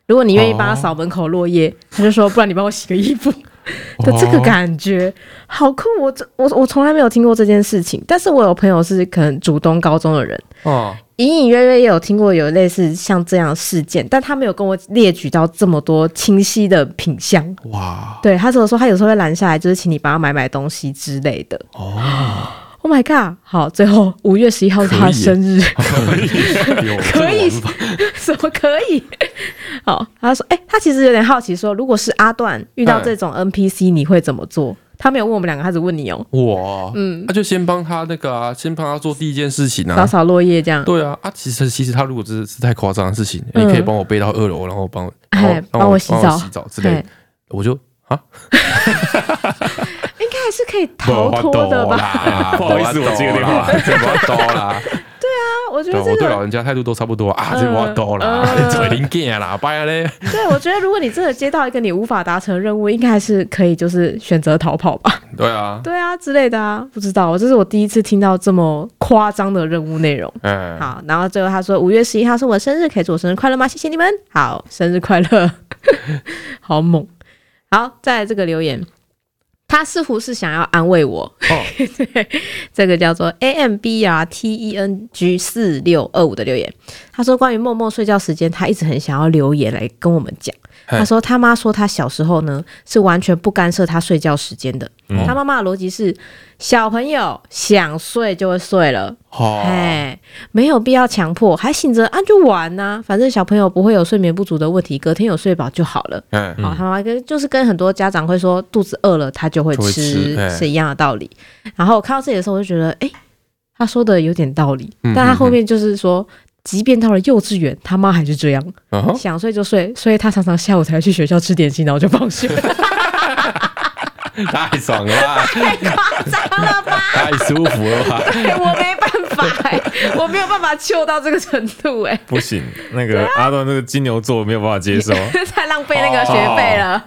Speaker 1: 如果你愿意帮他扫门口落叶，他就说不然你帮我洗个衣服 的这个感觉，好酷！我这我我从来没有听过这件事情，但是我有朋友是可能竹东高中的人，
Speaker 2: 哦，
Speaker 1: 隐隐约约也有听过有类似像这样的事件，但他没有跟我列举到这么多清晰的品相。
Speaker 2: 哇
Speaker 1: 对他只有说他有时候会拦下来，就是请你帮他买买东西之类的。
Speaker 2: 哦，
Speaker 1: Oh my god！好，最后五月十一号是他的生日，
Speaker 2: 有
Speaker 1: 可以什么可以？好，他说，哎、他其实有点好奇说，如果是阿段遇
Speaker 2: 哎
Speaker 1: 到这种 NPC，你会怎么做？他没有问我们两个，他只问你哦、
Speaker 2: 我嗯，那就先帮他那个啊，先帮他做第一件事情
Speaker 1: 扫
Speaker 2: 啊。
Speaker 1: 扫落叶这样，
Speaker 2: 对啊，啊，其实其实他如果真的是太夸张的事情，
Speaker 1: 嗯
Speaker 2: 你可以帮我背到二楼，然后帮我，然
Speaker 1: 哎
Speaker 2: 后
Speaker 1: 帮我
Speaker 2: 我
Speaker 1: 洗澡
Speaker 2: 洗澡之类
Speaker 1: 哎
Speaker 2: 的，我就啊，
Speaker 1: 应该还是可以逃脱的
Speaker 3: 不
Speaker 1: 吧？
Speaker 3: 好
Speaker 2: 啊
Speaker 3: 不好意思我接个电话
Speaker 2: 这我抖啦，
Speaker 1: 啊我觉
Speaker 2: 对
Speaker 1: 得
Speaker 2: 我
Speaker 1: 这
Speaker 2: 对
Speaker 1: 个，嗯
Speaker 2: 老人家态度都差不多啊， 这我抖啦，嘴灵干啦，拜嘞，
Speaker 1: 对我觉得如果你真的接到一个你无法达成的任务，应该还是可以就是选择逃跑吧？
Speaker 2: 对啊，
Speaker 1: 对啊，之类的啊，不知道，这是我第一次听到这么夸张的任务内容。
Speaker 2: 嗯，
Speaker 1: 好，然后最后他说五月十一号是我生日，可以祝我生日快乐吗？谢谢你们，好，生日快乐， 好猛。好，再来这个留言，他似乎是想要安慰我。
Speaker 2: 哦
Speaker 1: 对，这个叫做 A M B R T E N G 四六二五的留言，他说关于梦梦睡觉时间，他一直很想要留言来跟我们讲。
Speaker 2: 嘿
Speaker 1: 他说他妈说他小时候呢是完全不干涉他睡觉时间的，
Speaker 3: 嗯
Speaker 1: 他妈妈的逻辑是小朋友想睡就会睡了。
Speaker 2: 好，
Speaker 1: 哎，没有必要强迫，还醒着啊就玩呐、反正小朋友不会有睡眠不足的问题，隔天有睡饱就好了。
Speaker 2: 嗯，
Speaker 1: 好、他妈跟就是跟很多家长会说肚子饿了他就会
Speaker 2: 就会
Speaker 1: 吃
Speaker 2: 吃，哎
Speaker 1: 是一样的道理。然后我看到这里的时候，我就觉得，哎、他说的有点道理，
Speaker 2: 嗯
Speaker 1: 但他后面就是说。即便到了幼稚园，他妈还是这样，
Speaker 2: 嗯哼
Speaker 1: 想睡就睡，所以他常常下午才去学校吃点心，然后就放 学。
Speaker 2: 太爽了吧，
Speaker 1: 太夸张了吧！
Speaker 2: 太舒服了吧。
Speaker 1: 哎我没办法、哎我没有办法救到这个程度、哎，
Speaker 3: 不行，那个
Speaker 1: 啊
Speaker 3: 阿段那个金牛座没有办法接受，
Speaker 1: 太浪费那个学费了，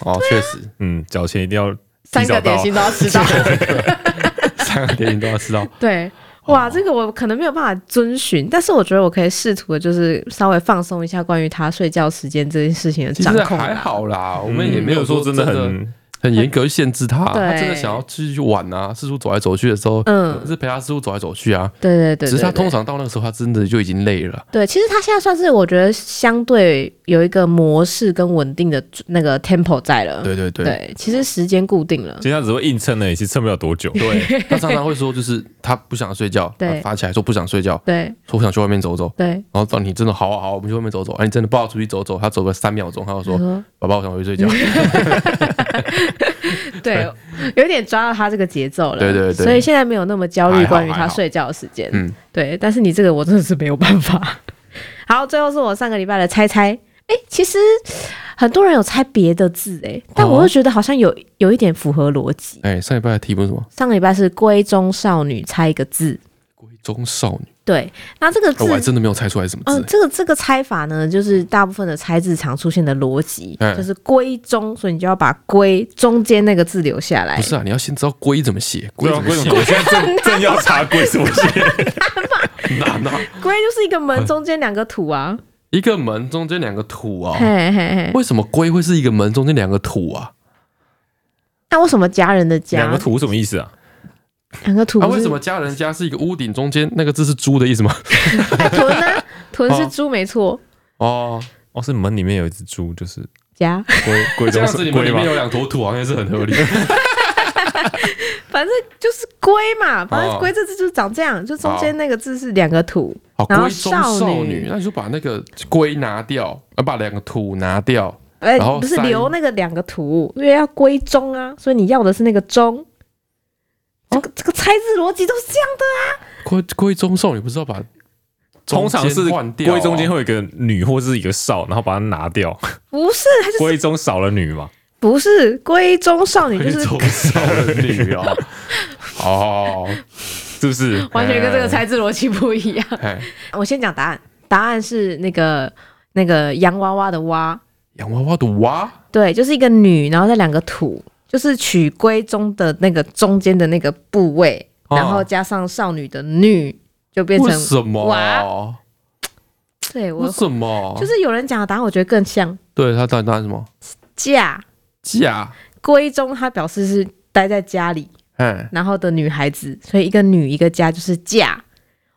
Speaker 2: 哦，确实，
Speaker 3: 嗯，缴钱一定要
Speaker 1: 三个点心都要吃到。
Speaker 2: 三个点你都要吃到。
Speaker 1: 对，哇，这个我可能没有办法遵循，但是我觉得我可以试图的就是稍微放松一下关于他睡觉时间这件事情的
Speaker 2: 其
Speaker 1: 掌
Speaker 2: 实
Speaker 1: 控
Speaker 2: 还
Speaker 1: 啦。
Speaker 2: 好啦，我
Speaker 3: 我
Speaker 2: 嗯们也没有
Speaker 3: 嗯说
Speaker 2: 说
Speaker 3: 真
Speaker 2: 的
Speaker 3: 的很
Speaker 2: 很严格去限制他、
Speaker 1: 对
Speaker 2: 他真的想要继续去玩啊，四处走来走去的时候，
Speaker 1: 嗯
Speaker 2: 是陪他四处走来走去啊。
Speaker 1: 对对对对
Speaker 2: 只是他通常到那个时候，他真的就已经累了。
Speaker 1: 对，其实他现在算是我觉得相对有一个模式跟稳定的那个 tempo 在了。
Speaker 2: 对对对，
Speaker 1: 其实时间固定了。
Speaker 3: 今天只会硬撑了，也是撑不了多久。
Speaker 2: 啊
Speaker 3: 对，
Speaker 2: 他常常会说，就是他不想睡觉，
Speaker 1: 对
Speaker 2: 他发起来说不想睡觉，
Speaker 1: 对
Speaker 2: 说我想去外面走走。
Speaker 1: 对，
Speaker 2: 然后到你真的好啊好啊，我们去外面走走。哎、你真的抱他出去走走，他走个三秒钟，他就说
Speaker 1: 我：“说
Speaker 2: 爸爸，我想回去睡觉。
Speaker 1: 嗯 对，有点抓到他这个节奏了。
Speaker 2: 对对对
Speaker 1: 所以现在没有那么焦虑
Speaker 2: 还好
Speaker 1: 关于
Speaker 2: 还
Speaker 1: 他
Speaker 2: 好
Speaker 1: 睡觉的时间”。
Speaker 2: 嗯，
Speaker 1: 对，但是你这个我真的是没有办法。 好，最后是我上个礼拜的猜猜。哎、其实很多人有猜别的字哎、但我
Speaker 2: 哦
Speaker 1: 又觉得好像有有一点符合逻辑。
Speaker 2: 哎、上礼拜的题目是什么？
Speaker 1: 上个礼拜是闺中少女猜一个字，
Speaker 2: 闺中少 女、
Speaker 1: 对，那这个字
Speaker 2: 哎我还真的没有猜出来是什么
Speaker 1: 嗯，
Speaker 2: 字、
Speaker 1: 这个这个猜法呢，就是大部分的猜字常出现的逻辑，
Speaker 2: 嗯
Speaker 1: 就是归中，所以你就要把归中间那个字留下来
Speaker 2: 不。是啊，你要先知道龟怎么写，龟
Speaker 3: 龟
Speaker 2: 怎
Speaker 3: 怎
Speaker 2: 么
Speaker 3: 啊么
Speaker 2: 写
Speaker 3: 写？？我现在 正正要查龟怎么写，
Speaker 2: 难啊！
Speaker 1: 归就是一个门中间两个土啊，
Speaker 2: 一个门中间两个土啊、
Speaker 1: 嘿嘿嘿。
Speaker 2: 为什么龟会是一个门中间两个土啊？
Speaker 1: 那为什么家人的 家
Speaker 3: 两个图什么意思啊？
Speaker 1: 两个土
Speaker 2: 啊，
Speaker 1: 不
Speaker 2: 为
Speaker 1: 是
Speaker 2: 什么家人家是一个屋顶中间那个字是猪的意思吗？
Speaker 1: 哎豚呢？ 豚是
Speaker 2: 哦
Speaker 1: 猪没错，
Speaker 2: 哦，
Speaker 3: 哦，是门里面有一只猪，就是
Speaker 1: 家。
Speaker 3: 龟 龟
Speaker 2: 这
Speaker 3: 中
Speaker 2: 样子
Speaker 3: 是
Speaker 2: 你们
Speaker 3: 龟
Speaker 2: 里
Speaker 3: 嘛
Speaker 2: 面？有两坨土，好像也是很合理。
Speaker 1: 反正就是龟嘛，反正
Speaker 2: 哦
Speaker 1: 龟这字就是长这样，就中间那个字是两个土，
Speaker 2: 好，
Speaker 1: 然后
Speaker 2: 哦龟中少
Speaker 1: 少
Speaker 2: 女
Speaker 1: 女，
Speaker 2: 那你就把那个龟拿掉，啊，把两个土拿掉。
Speaker 1: 哎、
Speaker 2: 然后
Speaker 1: 不是
Speaker 2: 三
Speaker 1: 留那个两个土，因为要归中啊，所以你要的是那个中。这
Speaker 2: 哦
Speaker 1: 个、这个猜字逻辑都是这样的，
Speaker 2: 龟龟中少女不是要把
Speaker 3: 通常是
Speaker 2: 中间换掉哦
Speaker 3: 龟中间会有一个女或是一个少，然后把它拿 掉，
Speaker 1: 不是？它就是
Speaker 3: 龟中少了女嘛。
Speaker 1: 不是闺中少女，就
Speaker 2: 龟
Speaker 1: 是
Speaker 2: 中少女哦，哦，
Speaker 3: 是不是？
Speaker 1: 完全跟这个猜字逻辑不一样。
Speaker 2: 哎，
Speaker 1: 我先讲答案，答案是那个那个洋娃娃的娃，
Speaker 2: 洋娃娃的娃
Speaker 1: 对，就是一个女，然后再两个土，就是取闺中的那个中间的那个部位，
Speaker 2: 哦
Speaker 1: 然后加上少女的女，就变
Speaker 2: 为
Speaker 1: 成
Speaker 2: 什么
Speaker 1: 娃？对我
Speaker 2: 为什么？
Speaker 1: 就是有人讲的答案，我觉得更像
Speaker 2: 对他到底答案是什么？
Speaker 1: 嫁
Speaker 2: 嫁，
Speaker 1: 闺中，它表示是待在家里，
Speaker 2: 哎，
Speaker 1: 然后的女孩子，所以一个女一个家就是嫁。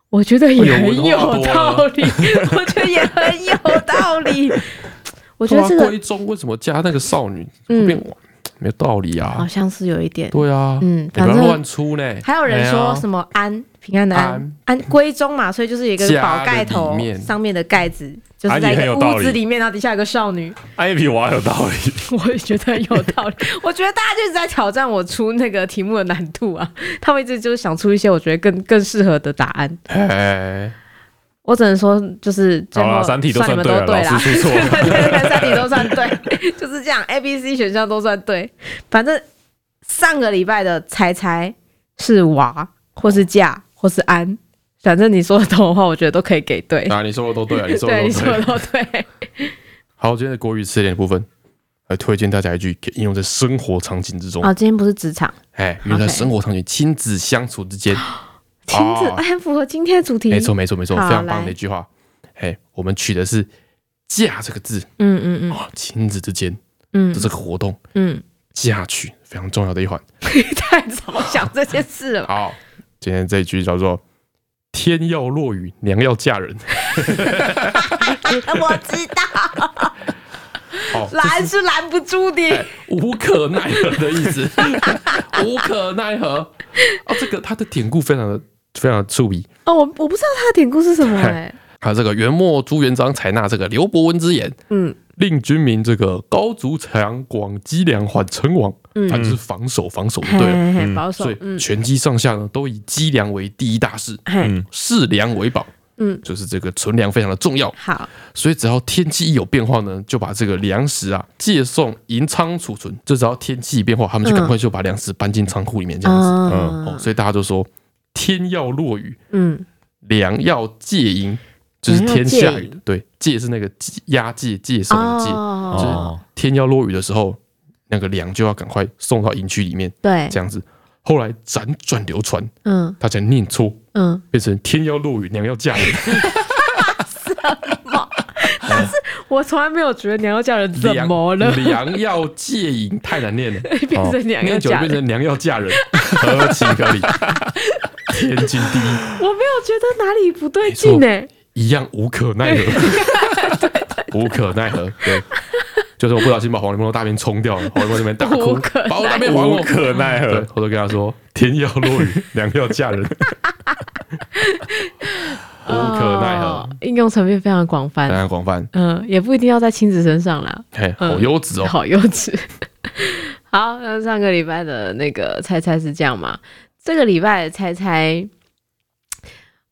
Speaker 1: 我觉得也
Speaker 2: 哎呦
Speaker 1: 很有
Speaker 2: 我的话
Speaker 1: 道
Speaker 2: 多
Speaker 1: 理， 我觉得也很有道理。 我觉
Speaker 2: 对
Speaker 1: 得
Speaker 2: 啊
Speaker 1: 这，个
Speaker 2: 龟中为什么加那个少女会变
Speaker 1: 嗯，
Speaker 2: 娃？没有道理
Speaker 1: 好
Speaker 2: 啊，
Speaker 1: 像是有一点，
Speaker 2: 对啊，
Speaker 1: 嗯，
Speaker 2: 你不
Speaker 1: 反
Speaker 2: 要
Speaker 1: 正
Speaker 2: 乱出呢。
Speaker 1: 还有人
Speaker 2: 哎
Speaker 1: 说
Speaker 2: 呀
Speaker 1: 什么安平安的安安闺中嘛，所以就是有一个
Speaker 2: 家
Speaker 1: 宝盖
Speaker 2: 的
Speaker 1: 头
Speaker 2: 里面
Speaker 1: 上面的盖子，就是
Speaker 3: 安
Speaker 1: 在
Speaker 3: 啊也
Speaker 1: 一
Speaker 3: 很
Speaker 1: 个
Speaker 3: 有道
Speaker 1: 屋子
Speaker 3: 理
Speaker 1: 里面，然后底下有个少女。
Speaker 3: 安一哎比娃有道理，
Speaker 1: 我也觉得很有道理。我觉得大家就是在挑战我出那个题目的难度啊， 他们一直就是想出一些我觉得更更适合的答案。
Speaker 2: 哎，
Speaker 1: 我只能说，就是最
Speaker 3: 好
Speaker 1: 后
Speaker 3: 啦，三题都
Speaker 1: 算你们
Speaker 3: 算对了，
Speaker 1: 对
Speaker 3: 老
Speaker 1: 啦，
Speaker 3: 师 出错了。
Speaker 1: 对对对，三题都算对， 就是这样，A、B、C 选项都算对。反正上个礼拜的猜猜是娃，或是嫁，或是安，反正你说的懂的话，我觉得都可以给对。
Speaker 2: 啊，你说的都对啊，你 说
Speaker 1: 对，
Speaker 2: 的
Speaker 1: 你
Speaker 2: 都
Speaker 1: 说
Speaker 2: 对
Speaker 1: 的。都对。
Speaker 2: 好，今天的国语词典部分，来推荐大家一句可以应用在生活场景之中。
Speaker 1: 哦，今天不是职场
Speaker 2: 哎，因为在
Speaker 1: OK 啊
Speaker 2: 生活场景、亲子相处之间，
Speaker 1: 亲子，
Speaker 2: 哦
Speaker 1: 哎，很符合今天的主题。
Speaker 2: 没错，没错，没错，
Speaker 1: 好
Speaker 2: 非常棒
Speaker 1: 来
Speaker 2: 的一句话。哎，我们取的是“嫁”这个字
Speaker 1: 嗯嗯嗯
Speaker 2: 啊，亲子之间
Speaker 1: 嗯
Speaker 2: 的这个活动，
Speaker 1: 嗯，
Speaker 2: 嫁娶非常重要的一环。
Speaker 1: 太早想这件事了吧？
Speaker 2: 好，今天这一句叫做“天要落雨，娘要嫁 人
Speaker 1: 我知道，”，
Speaker 2: 好，这
Speaker 1: 拦是拦不住的。
Speaker 2: 哎无可奈何的意思， 无可奈何。哦，这个它的典故非常的非常的注意。
Speaker 1: 哦，我我不知道他的典故是什么哎、
Speaker 2: 还有这个元末朱元璋采纳这个刘伯温之言，
Speaker 1: 嗯，
Speaker 2: 令军民这个高筑墙广积粮缓称王，
Speaker 1: 嗯
Speaker 2: 反正就是防守防守就
Speaker 1: 嘿
Speaker 2: 对了。
Speaker 1: 嘿嘿，
Speaker 3: 嗯
Speaker 1: 保守
Speaker 2: 所，以
Speaker 1: 嗯，
Speaker 2: 全机上下呢，都以积粮为第一大事，
Speaker 1: 嘿，
Speaker 3: 嗯
Speaker 2: 视粮为宝。
Speaker 1: 嗯，
Speaker 2: 就是这个存粮非常的重要，
Speaker 1: 好，
Speaker 2: 所以只要天气一有变化呢，就把这个粮食啊借送银仓储存。就只要天气一变化，他们就赶快就把粮食搬进仓库里面这样子。
Speaker 1: 嗯
Speaker 2: 哦，所以大家就说天要落雨，
Speaker 1: 嗯，
Speaker 2: 粮要借银，就是
Speaker 1: 粮要
Speaker 2: 天下
Speaker 1: 借
Speaker 2: 雨的，对，借是那个借押借借送的借，
Speaker 3: 哦，
Speaker 2: 天要落雨的时候，那个粮就要赶快送到营区里面，
Speaker 1: 对，
Speaker 2: 这样子。后来辗转流传，
Speaker 1: 嗯
Speaker 2: 大家念错，
Speaker 1: 嗯，
Speaker 2: 变成天要落雨，娘要嫁人。
Speaker 1: 但是我从来没有觉得娘要嫁人 怎么了，
Speaker 2: 良药戒瘾太难念了，
Speaker 1: 变成娘要
Speaker 2: 念久
Speaker 1: 嫁
Speaker 2: 了变
Speaker 1: 人，
Speaker 2: 成良药嫁人，合情合理，天经地义，
Speaker 1: 我没有觉得哪里不对劲欸
Speaker 2: 没
Speaker 1: 呢、
Speaker 2: 一样无可奈何， 无可奈何，对。就是我不小心把黄连木头大便冲掉了，黄连木头那边大
Speaker 1: 无
Speaker 2: 哭
Speaker 1: 可，
Speaker 2: 把我大便还
Speaker 3: 无
Speaker 2: 我。
Speaker 3: 可奈
Speaker 2: 对
Speaker 3: 何。，
Speaker 2: 我都跟他说天要落雨，娘要嫁 人，无可奈何
Speaker 1: 哦。，
Speaker 2: 啊
Speaker 1: 应用层面非常广泛
Speaker 2: 当。然广泛，
Speaker 1: 嗯，也不一定要在亲子身上啦，
Speaker 2: 嘿，好优质哦。
Speaker 1: 好幼稚。 好，那上个礼拜的那个猜猜是这样嘛？这个礼拜的猜猜，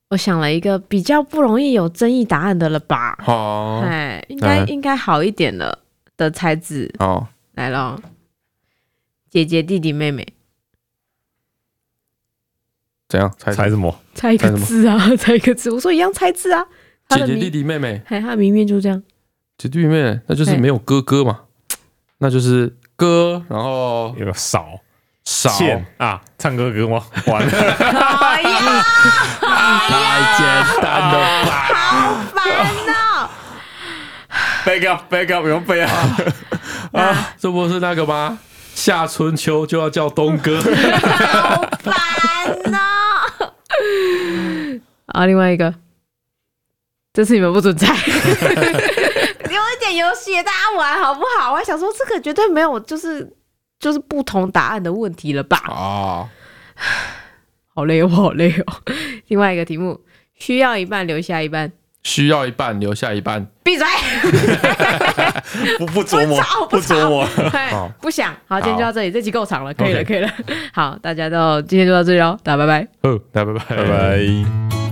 Speaker 1: 我想了一个比较不容易有争议答案的了吧？
Speaker 2: 好
Speaker 1: 哎、应该、
Speaker 2: 嗯
Speaker 1: 应该好一点了的猜字
Speaker 2: 哦，
Speaker 1: 来了，姐姐、弟弟、妹妹，
Speaker 2: 怎样？猜
Speaker 3: 猜什么？
Speaker 1: 猜一个
Speaker 2: 猜什么
Speaker 1: 字啊，猜一个字。我说一样猜字啊，他
Speaker 2: 姐
Speaker 1: 的
Speaker 2: 姐、
Speaker 1: 名，
Speaker 2: 弟弟、妹妹，
Speaker 1: 哎，他的明面就这样。
Speaker 2: 姐弟妹妹，那就是没有哥哥嘛，那就是哥，然后
Speaker 3: 有少
Speaker 2: 少，
Speaker 3: 欠啊？唱歌给我完了，
Speaker 1: 哎呀，
Speaker 2: 太简单了吧？
Speaker 1: 烦哦恼。
Speaker 3: back up back up 不用背啊！
Speaker 2: 啊，这不是那个吗？夏春秋就要叫东哥，
Speaker 1: 烦哦恼。 啊，另外一个，这次你们不准 猜，给我一点游戏给大家玩好不好？我还想说，这个绝对没有，就是就是不同答案的问题了吧？
Speaker 2: 哦，
Speaker 1: 好累哦，我好累哦。 另外一个题目，需要一半留下一半，
Speaker 2: 需要一半，留下一半。
Speaker 1: 闭嘴，
Speaker 3: 不不琢磨
Speaker 1: 不吵，
Speaker 3: 不
Speaker 1: 不吵
Speaker 3: 琢磨。
Speaker 1: 嘿不想。好，今天就到这里，这集够长了，可以了，
Speaker 2: OK
Speaker 1: 哦可以了。好，大家到今天就到这里喽，大家拜拜。
Speaker 2: 嗯，来，拜拜，
Speaker 3: 拜拜。